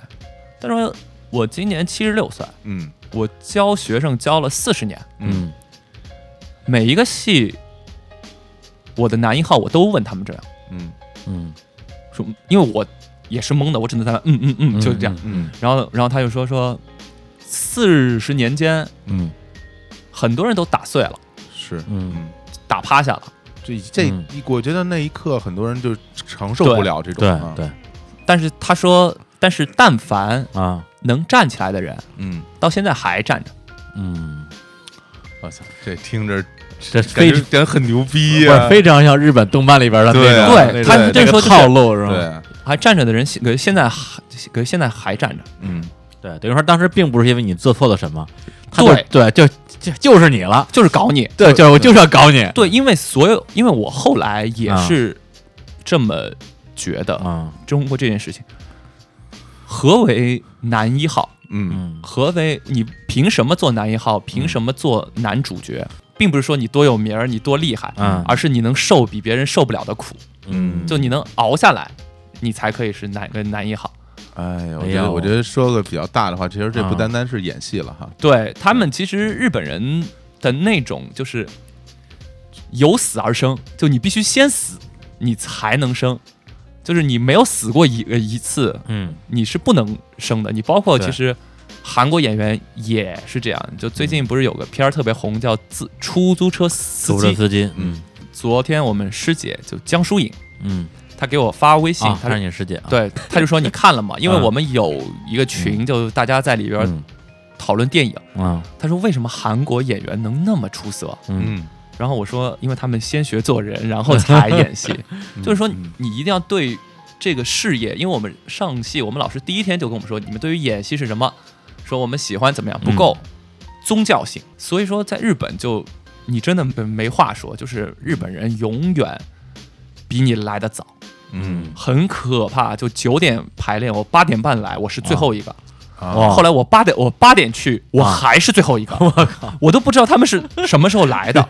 Speaker 3: 他说我今年七十六岁，
Speaker 2: 嗯
Speaker 3: 我教学生教了四十年，
Speaker 1: 嗯
Speaker 3: 每一个戏我的男一号我都问他们这样
Speaker 2: 嗯
Speaker 1: 嗯
Speaker 3: 说，因为我也是懵的，我只能在那嗯嗯嗯就这样。
Speaker 2: 嗯
Speaker 3: 然后然后他就说说四十年间
Speaker 1: 嗯
Speaker 3: 很多人都打碎了。
Speaker 2: 是
Speaker 1: 嗯，
Speaker 3: 打趴下了。
Speaker 2: 这这
Speaker 1: 嗯
Speaker 2: 一，我觉得那一刻很多人就承受
Speaker 3: 对
Speaker 2: 不了这种
Speaker 1: 对，
Speaker 2: 啊
Speaker 1: 对
Speaker 3: 但是他说，但是但凡
Speaker 1: 啊，
Speaker 3: 能站起来的人，
Speaker 2: 嗯，
Speaker 3: 到现在还站着。
Speaker 1: 嗯，
Speaker 2: 我操，这听着
Speaker 1: 这非
Speaker 2: 感觉感觉很牛逼啊
Speaker 1: 不是
Speaker 2: 呀，
Speaker 1: 非常像日本动漫里边的那
Speaker 2: 对
Speaker 1: 种，
Speaker 3: 对
Speaker 1: 那
Speaker 3: 他
Speaker 1: 种
Speaker 3: 这
Speaker 1: 那
Speaker 3: 说
Speaker 1: 个
Speaker 3: 就是
Speaker 1: 套路
Speaker 3: 嗯
Speaker 1: 是吧？
Speaker 2: 对，
Speaker 3: 还站着的人，可是现在还，可是现在还站着。
Speaker 2: 嗯
Speaker 1: 对，等于说当时并不是因为你做错了什么，他就
Speaker 3: 啊
Speaker 1: 对，
Speaker 3: 对
Speaker 1: 就就就是你了，
Speaker 3: 就是搞你。
Speaker 1: 对，就是我就是要搞你，
Speaker 3: 对，因为所有，因为我后来也是这么觉得，
Speaker 1: 啊，
Speaker 3: 中国这件事情，何为男一号？
Speaker 2: 嗯
Speaker 1: 嗯
Speaker 3: 何为你凭什么做男一号？凭什么做男主角？并不是说你多有名儿，你多厉害，
Speaker 1: 嗯
Speaker 3: 而是你能受比别人受不了的苦。
Speaker 1: 嗯，
Speaker 3: 就你能熬下来，你才可以是男呃男一号。
Speaker 2: 哎呀，我
Speaker 1: 哎
Speaker 2: 觉得
Speaker 1: 呦
Speaker 2: 我觉得说个比较大的话，其实这不
Speaker 1: 啊
Speaker 2: 单单是演戏了哈，
Speaker 3: 对他们，其实日本人的那种就是由死而生，就你必须先死，你才能生。就是你没有死过一呃一次，
Speaker 1: 嗯
Speaker 3: 你是不能生的。你包括
Speaker 1: 对
Speaker 3: 其实韩国演员也是这样。就最近不是有个片儿特别红，叫《自出租车司
Speaker 1: 组
Speaker 3: 机
Speaker 1: 织》。资金，嗯
Speaker 3: 昨天我们师姐就江疏影，
Speaker 1: 嗯，
Speaker 3: 她给我发微信
Speaker 1: 啊，，
Speaker 3: 她
Speaker 1: 他是
Speaker 3: 说
Speaker 1: 你师姐啊，
Speaker 3: 对，他 就说你嗯看了吗？因为
Speaker 1: 嗯
Speaker 3: 我们有一个群，就大家在里边
Speaker 1: 嗯
Speaker 3: 讨论电影。
Speaker 1: 啊
Speaker 3: 他说为什么韩国演员能那么出色？
Speaker 1: 嗯
Speaker 2: 嗯，
Speaker 3: 然后我说，因为他们先学做人，然后才演戏。就是说
Speaker 2: 嗯，
Speaker 3: 你一定要对这个事业，因为我们上戏，我们老师第一天就跟我们说，你们对于演戏是什么？说我们喜欢怎么样不够、
Speaker 2: 嗯
Speaker 3: 宗教性。所以说，在日本就你真的没话说，就是日本人永远比你来的早。
Speaker 2: 嗯，
Speaker 3: 很可怕，就九点排练，我八点半来，我是最后一个。
Speaker 1: 哇
Speaker 2: 啊，
Speaker 3: 后来我八点我八点去，我
Speaker 1: 哦啊
Speaker 3: 还是最后一个。我靠，我都不知道他们是什么时候来的，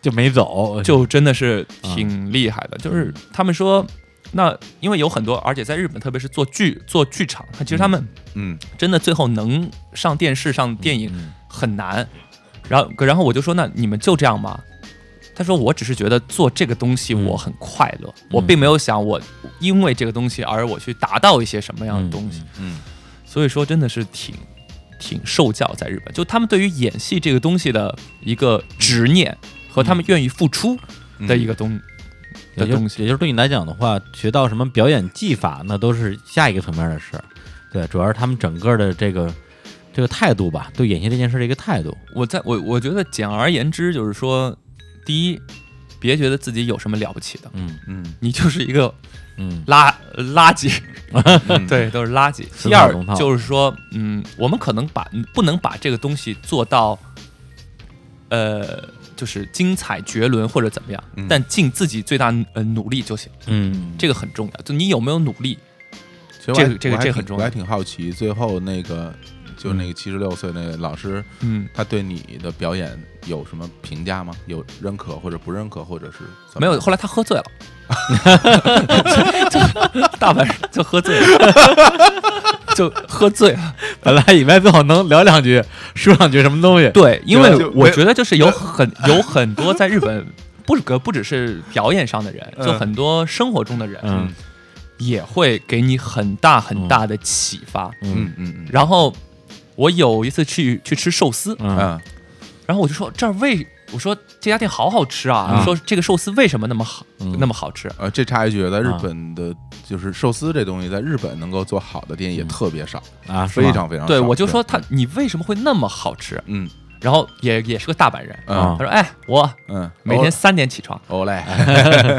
Speaker 1: 就没走，
Speaker 3: 就真的是挺厉害的。就是他们说，那因为有很多，而且在日本，特别是做剧做剧场，其实他们
Speaker 2: 嗯
Speaker 3: 真的最后能上电视上电
Speaker 1: 嗯
Speaker 3: 影很难。然后然后我就说，那你们就这样吗？他说：“我只是觉得做这个东西
Speaker 1: 嗯
Speaker 3: 我很快乐，我并没有想我因为这个东西而我去达到一些什么样的东西。
Speaker 2: 嗯
Speaker 3: 所以说，真的是挺挺受教在日本，就他们对于演戏这个东西的一个执念和他们愿意付出
Speaker 2: 嗯
Speaker 3: 的一个东、
Speaker 1: 也
Speaker 3: 的
Speaker 1: 就
Speaker 3: 东
Speaker 1: 也
Speaker 3: 西。
Speaker 1: 就是对你来讲的话，学到什么表演技法，那都是下一个层面的事儿。对，主要是他们整个的这个这个态度吧，对演戏这件事的一个态度。
Speaker 3: 我在我我觉得简而言之就是说，第一，别觉得自己有什么了不起的，
Speaker 1: 嗯
Speaker 2: 嗯
Speaker 3: 你就是一个
Speaker 1: 嗯
Speaker 3: 垃垃圾，
Speaker 2: 嗯，
Speaker 3: 对，都是垃圾。
Speaker 1: 死
Speaker 3: 第
Speaker 1: 脑
Speaker 3: 二
Speaker 1: 龙套
Speaker 3: 就是说，嗯，我们可能把不能把这个东西做到，呃，就是精彩绝伦或者怎么样，
Speaker 2: 嗯
Speaker 3: 但尽自己最大呃努力就行，
Speaker 1: 嗯，
Speaker 3: 这个很重要。就你有没有努力？
Speaker 2: 其实我还
Speaker 3: 这
Speaker 2: 我
Speaker 3: 个这个
Speaker 2: 还挺
Speaker 3: 这个很重
Speaker 2: 我
Speaker 3: 要
Speaker 2: 还挺好奇，最后那个就那个七十六岁那个老师，
Speaker 3: 嗯，
Speaker 2: 他对你的表演有什么评价吗？有认可或者不认可，或者是怎么
Speaker 3: 没有。后来他喝 醉了， 就就大晚上就喝醉了，就喝醉了，
Speaker 1: 本来以为最好能聊两句，说两句什么东西。
Speaker 3: 对，因
Speaker 2: 对
Speaker 1: 啊
Speaker 3: 为
Speaker 2: 就
Speaker 3: 我觉得就是有很 有很多在日本不止个不只是表演上的人，就很多生活中的人，
Speaker 1: 嗯
Speaker 3: 也会给你很大很大的启发。
Speaker 1: 嗯
Speaker 2: 嗯
Speaker 3: 然后我有一次去去吃寿司，
Speaker 1: 嗯
Speaker 2: 嗯
Speaker 3: 然后我就说这儿为我说这家店好好吃啊，
Speaker 1: 嗯
Speaker 3: 说这个寿司为什么那么好、
Speaker 1: 嗯
Speaker 3: 那么好吃？啊
Speaker 2: 呃，这插一句，在日
Speaker 1: 啊
Speaker 2: 本的，就是寿司这东西，在日本能够做好的店也特别少，
Speaker 1: 啊，是
Speaker 2: 非
Speaker 1: 吗
Speaker 2: 常非常少。
Speaker 3: 嗯对，我就说他，你为什么会那么好吃？
Speaker 2: 嗯
Speaker 3: 然后也也是个大阪人，
Speaker 1: 啊
Speaker 2: 嗯
Speaker 3: 他说哎，我
Speaker 2: 嗯，
Speaker 3: 每天三点起床，
Speaker 2: 哦嘞，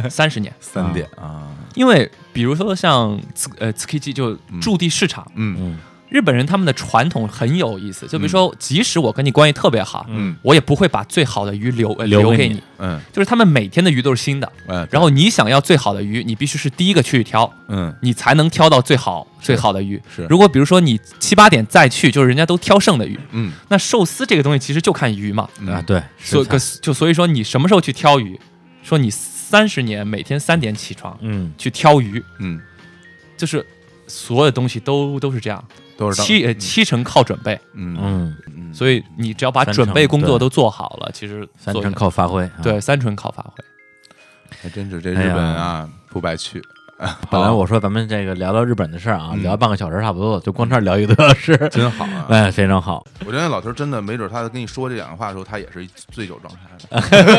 Speaker 3: 三十年，
Speaker 2: 三点啊，
Speaker 3: 因为比如说像茨呃 t s k 就驻地市场，
Speaker 2: 嗯
Speaker 1: 嗯
Speaker 3: 日本人他们的传统很有意思，就比如说即使我跟你关系特别好，
Speaker 2: 嗯
Speaker 3: 我也不会把最好的鱼留呃
Speaker 1: 留给
Speaker 3: 留给
Speaker 1: 你
Speaker 3: 你，
Speaker 2: 嗯
Speaker 3: 就是他们每天的鱼都是新的。
Speaker 2: 嗯，
Speaker 3: 然后你想要最好的鱼，你必须是第一个去挑，
Speaker 2: 嗯
Speaker 3: 你才能挑到最好最好的鱼。
Speaker 2: 是
Speaker 3: 如果比如说你七八点再去，就是人家都挑剩的鱼。
Speaker 2: 嗯
Speaker 3: 那寿司这个东西其实就看鱼嘛，
Speaker 2: 嗯
Speaker 1: 啊，对，
Speaker 3: 所
Speaker 1: 食材
Speaker 3: 可就所以说你什么时候去挑鱼？说你三十年每天三点起床
Speaker 1: 嗯
Speaker 3: 去挑鱼，
Speaker 2: 嗯，
Speaker 3: 就是所有东西都都是这样，
Speaker 2: 都是
Speaker 3: 七呃七成靠准备，
Speaker 2: 嗯
Speaker 1: 嗯，
Speaker 2: 嗯，
Speaker 3: 所以你只要把
Speaker 1: 三
Speaker 3: 准备
Speaker 1: 成
Speaker 3: 工作
Speaker 1: 对
Speaker 3: 都做好了，其实
Speaker 1: 三
Speaker 3: 做
Speaker 1: 成
Speaker 3: 得
Speaker 1: 靠发挥。啊，
Speaker 3: 对三纯靠发挥。
Speaker 2: 还真是这日
Speaker 1: 哎呀
Speaker 2: 本啊，不白去。
Speaker 1: 本来我说咱们这个聊聊日本的事儿啊，
Speaker 2: 嗯
Speaker 1: 聊半个小时差不多了，就光这儿聊一个多小时，
Speaker 2: 真好啊！
Speaker 1: 哎，非常好，
Speaker 2: 我觉得老头真的，没准他跟你说这两句话的时候，他也是醉酒状态。
Speaker 1: 哎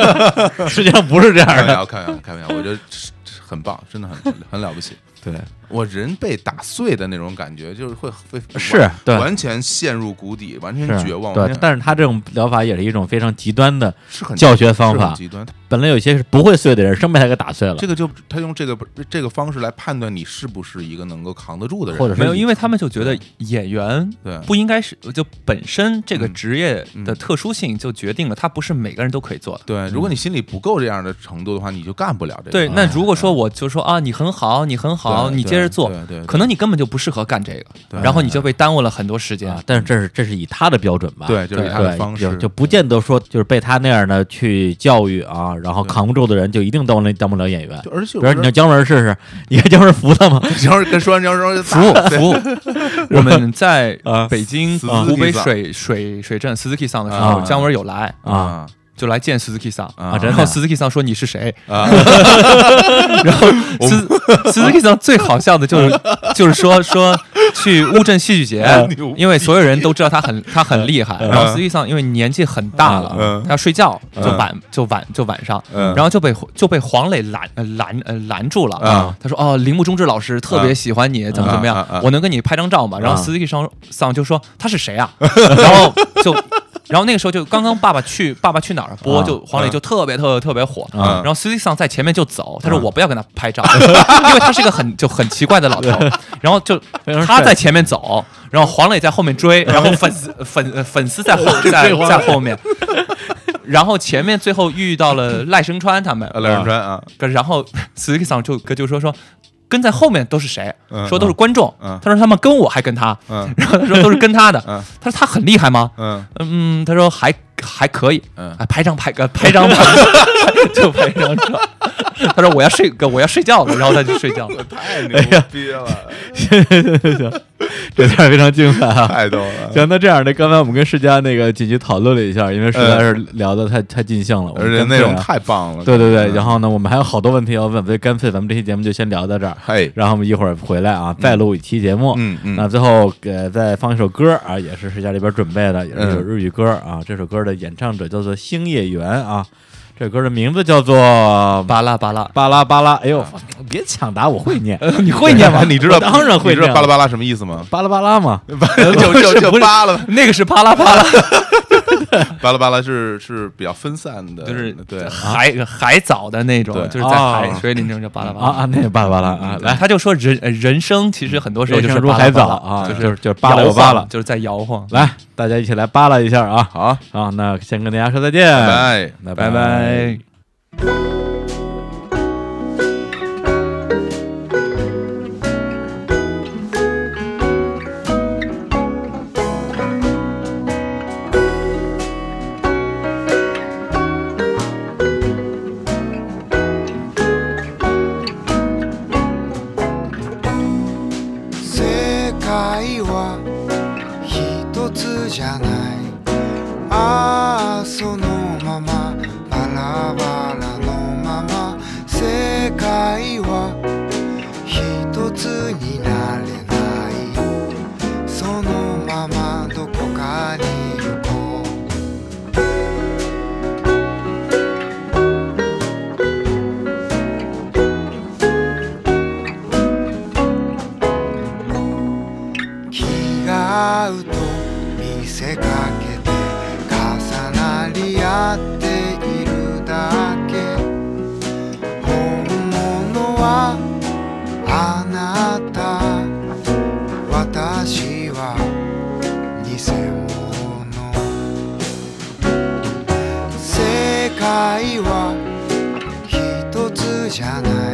Speaker 1: 实际上不是这样
Speaker 2: 开玩
Speaker 1: 的。
Speaker 2: 笑，开玩笑，开玩笑，我觉得是是很棒，真的很很了不起。
Speaker 1: 对，
Speaker 2: 我人被打碎的那种感觉，就是会会
Speaker 1: 是
Speaker 2: 完
Speaker 1: 对
Speaker 2: 完全陷入谷底，完全
Speaker 1: 是啊
Speaker 2: 绝望，完
Speaker 1: 对
Speaker 2: 全，
Speaker 1: 但是他这种疗法也是一种非常极端的
Speaker 2: 是很
Speaker 1: 教学方
Speaker 2: 是很
Speaker 1: 法。
Speaker 2: 极端。
Speaker 1: 本来有些是不会碎的人，生被他给打碎了
Speaker 2: 这，个就他用这个这个方式来判断你是不是一个能够扛得住的人，
Speaker 1: 或者是
Speaker 3: 没有，因为他们就觉得演员
Speaker 2: 对
Speaker 3: 不应该是就本身这个
Speaker 2: 嗯
Speaker 3: 职业的
Speaker 2: 嗯
Speaker 3: 特殊性就决定了它不是每个人都可以做的。
Speaker 1: 嗯
Speaker 2: 对，如果你心里不够这样的程度的话，你就干不了这个。
Speaker 3: 对，那如果说我就说啊，你很好，你很好，
Speaker 2: 对
Speaker 3: 你接着做
Speaker 2: 对对对，
Speaker 3: 可能你根本就不适合干这个，然后你就被耽误了很多时间
Speaker 1: 啊。，但是这是这是以他的标准吧？
Speaker 2: 对就是以他的方式
Speaker 1: 就就不见得说就是被他那样的去教育啊，然后扛不住的人就一定当不了当不了演员
Speaker 2: 就。而且
Speaker 1: 比
Speaker 2: 有
Speaker 1: 如
Speaker 2: 时候
Speaker 1: 你让姜文试试，你看姜文服他吗？
Speaker 2: 你要是跟说完之后就
Speaker 3: 服
Speaker 2: 打
Speaker 3: 务服务，我们在
Speaker 1: 啊
Speaker 3: 北京
Speaker 2: 啊
Speaker 3: 湖北水水水镇 Suzuki 桑的时候，
Speaker 1: 啊
Speaker 3: 姜文有来
Speaker 1: 啊
Speaker 3: 就来见 Suzuki 桑，
Speaker 2: 啊
Speaker 1: 真
Speaker 3: 然
Speaker 1: 的
Speaker 3: 后 Suzuki 桑说你是谁？
Speaker 2: 啊，
Speaker 3: 然后斯 斯斯基桑最好笑的就是就是说说去乌镇戏剧节
Speaker 2: 牛逼，
Speaker 3: 因为所有人都知道他 很他很厉害，然后斯基桑因为年纪很大了
Speaker 2: 嗯，
Speaker 3: 他要睡觉就晚就晚就晚上，
Speaker 2: 嗯
Speaker 3: 然后就被就被黄磊拦呃拦呃拦住了
Speaker 2: 啊。
Speaker 3: 他说哦，铃木忠志老师特别喜欢你，怎么怎么
Speaker 2: 啊啊
Speaker 3: 样
Speaker 2: 啊，
Speaker 3: 我能跟你拍张照吗？然后
Speaker 1: 啊
Speaker 3: 斯基桑桑就说他是谁啊？ 然后就。然后那个时候就刚刚《爸爸去爸爸去哪儿》播，
Speaker 1: 啊
Speaker 3: 就黄磊就特别特别特别火，
Speaker 1: 啊
Speaker 3: 然后 Suzy 桑在前面就走，他说我不要跟他拍照，因为他是个很就很奇怪的老头。然后就
Speaker 1: 非常帅
Speaker 3: 他在前面走，然后黄磊在后面追，然后粉丝粉呃粉丝在后在在后面，然后前面最后遇到了赖声川他们，
Speaker 2: 赖声川啊，
Speaker 3: 可然后 Suzy 桑就就说说。跟在后面都是谁？
Speaker 2: 嗯
Speaker 3: 说都是观众。
Speaker 2: 嗯嗯
Speaker 3: 他说他们跟我还跟他，
Speaker 2: 嗯
Speaker 3: 然后他说都是跟他的。
Speaker 2: 嗯
Speaker 3: 他说他很厉害吗？
Speaker 2: 嗯
Speaker 3: 嗯，他说还还可以，
Speaker 2: 嗯
Speaker 3: 啊，拍张拍个拍张拍， 就拍张照。他说我要睡个我要睡觉了，然后他就睡觉了。
Speaker 2: 太牛逼了，
Speaker 1: 这段非常精彩啊！
Speaker 2: 太逗 了。
Speaker 1: 行，那这样的，刚才我们跟世佳那个紧急讨论了一下，因为实在是聊的太太尽兴了，我们
Speaker 2: 呃而且
Speaker 1: 干脆
Speaker 2: 内容
Speaker 1: 啊
Speaker 2: 太棒了，
Speaker 1: 对对对。
Speaker 2: 嗯
Speaker 1: 然后呢，我们还有好多问题要问，所以干脆咱们这期节目就先聊到这儿。
Speaker 2: 嘿，
Speaker 1: 然后我们一会儿回来啊，再录一期节目。
Speaker 2: 嗯嗯
Speaker 1: 那最后给再放一首歌啊，也是世家里边准备的，也是一首
Speaker 2: 嗯
Speaker 1: 日语歌啊。这首歌的演唱者叫做星野源啊，这首歌的名字叫做
Speaker 3: 巴拉巴拉，
Speaker 1: 巴拉巴拉。哎呦，别抢答，我会念，
Speaker 3: 你会念吗？
Speaker 2: 你知道
Speaker 1: 我当然会
Speaker 2: 你知道
Speaker 1: 念
Speaker 2: 巴拉巴拉什么意 思吗？
Speaker 1: 巴拉巴拉嘛？
Speaker 2: 就就就巴拉
Speaker 3: 那个是巴拉巴拉，
Speaker 1: 啊
Speaker 2: 巴拉巴拉是是比较分散的，
Speaker 3: 就是
Speaker 2: 对
Speaker 3: 海海藻的那种
Speaker 2: 对，
Speaker 3: 就是在海
Speaker 1: 哦
Speaker 3: 水里那种叫巴拉巴
Speaker 1: 啊
Speaker 3: 拉。
Speaker 1: 啊，那个巴拉巴拉啊，来。
Speaker 3: 他就说人呃人生其实很多时候就是
Speaker 1: 人生如
Speaker 3: 巴拉巴拉
Speaker 1: 海藻啊
Speaker 3: 就是
Speaker 1: 就是就是巴拉有
Speaker 3: 摇
Speaker 1: 巴
Speaker 3: 晃
Speaker 1: 拉
Speaker 3: 就是在摇晃。
Speaker 1: 来，大家一起来扒拉一下啊！
Speaker 2: 好，
Speaker 1: 啊，那先跟大家说再见，
Speaker 2: 拜
Speaker 1: 那
Speaker 3: 拜拜。
Speaker 5: 世界は広つじゃないああそのままバラバラのまま世界は一つになれないそのままどこかに行こう気が合うと見せかけて重なり合っているだけ本物はあなた私は偽物世界は一つじゃない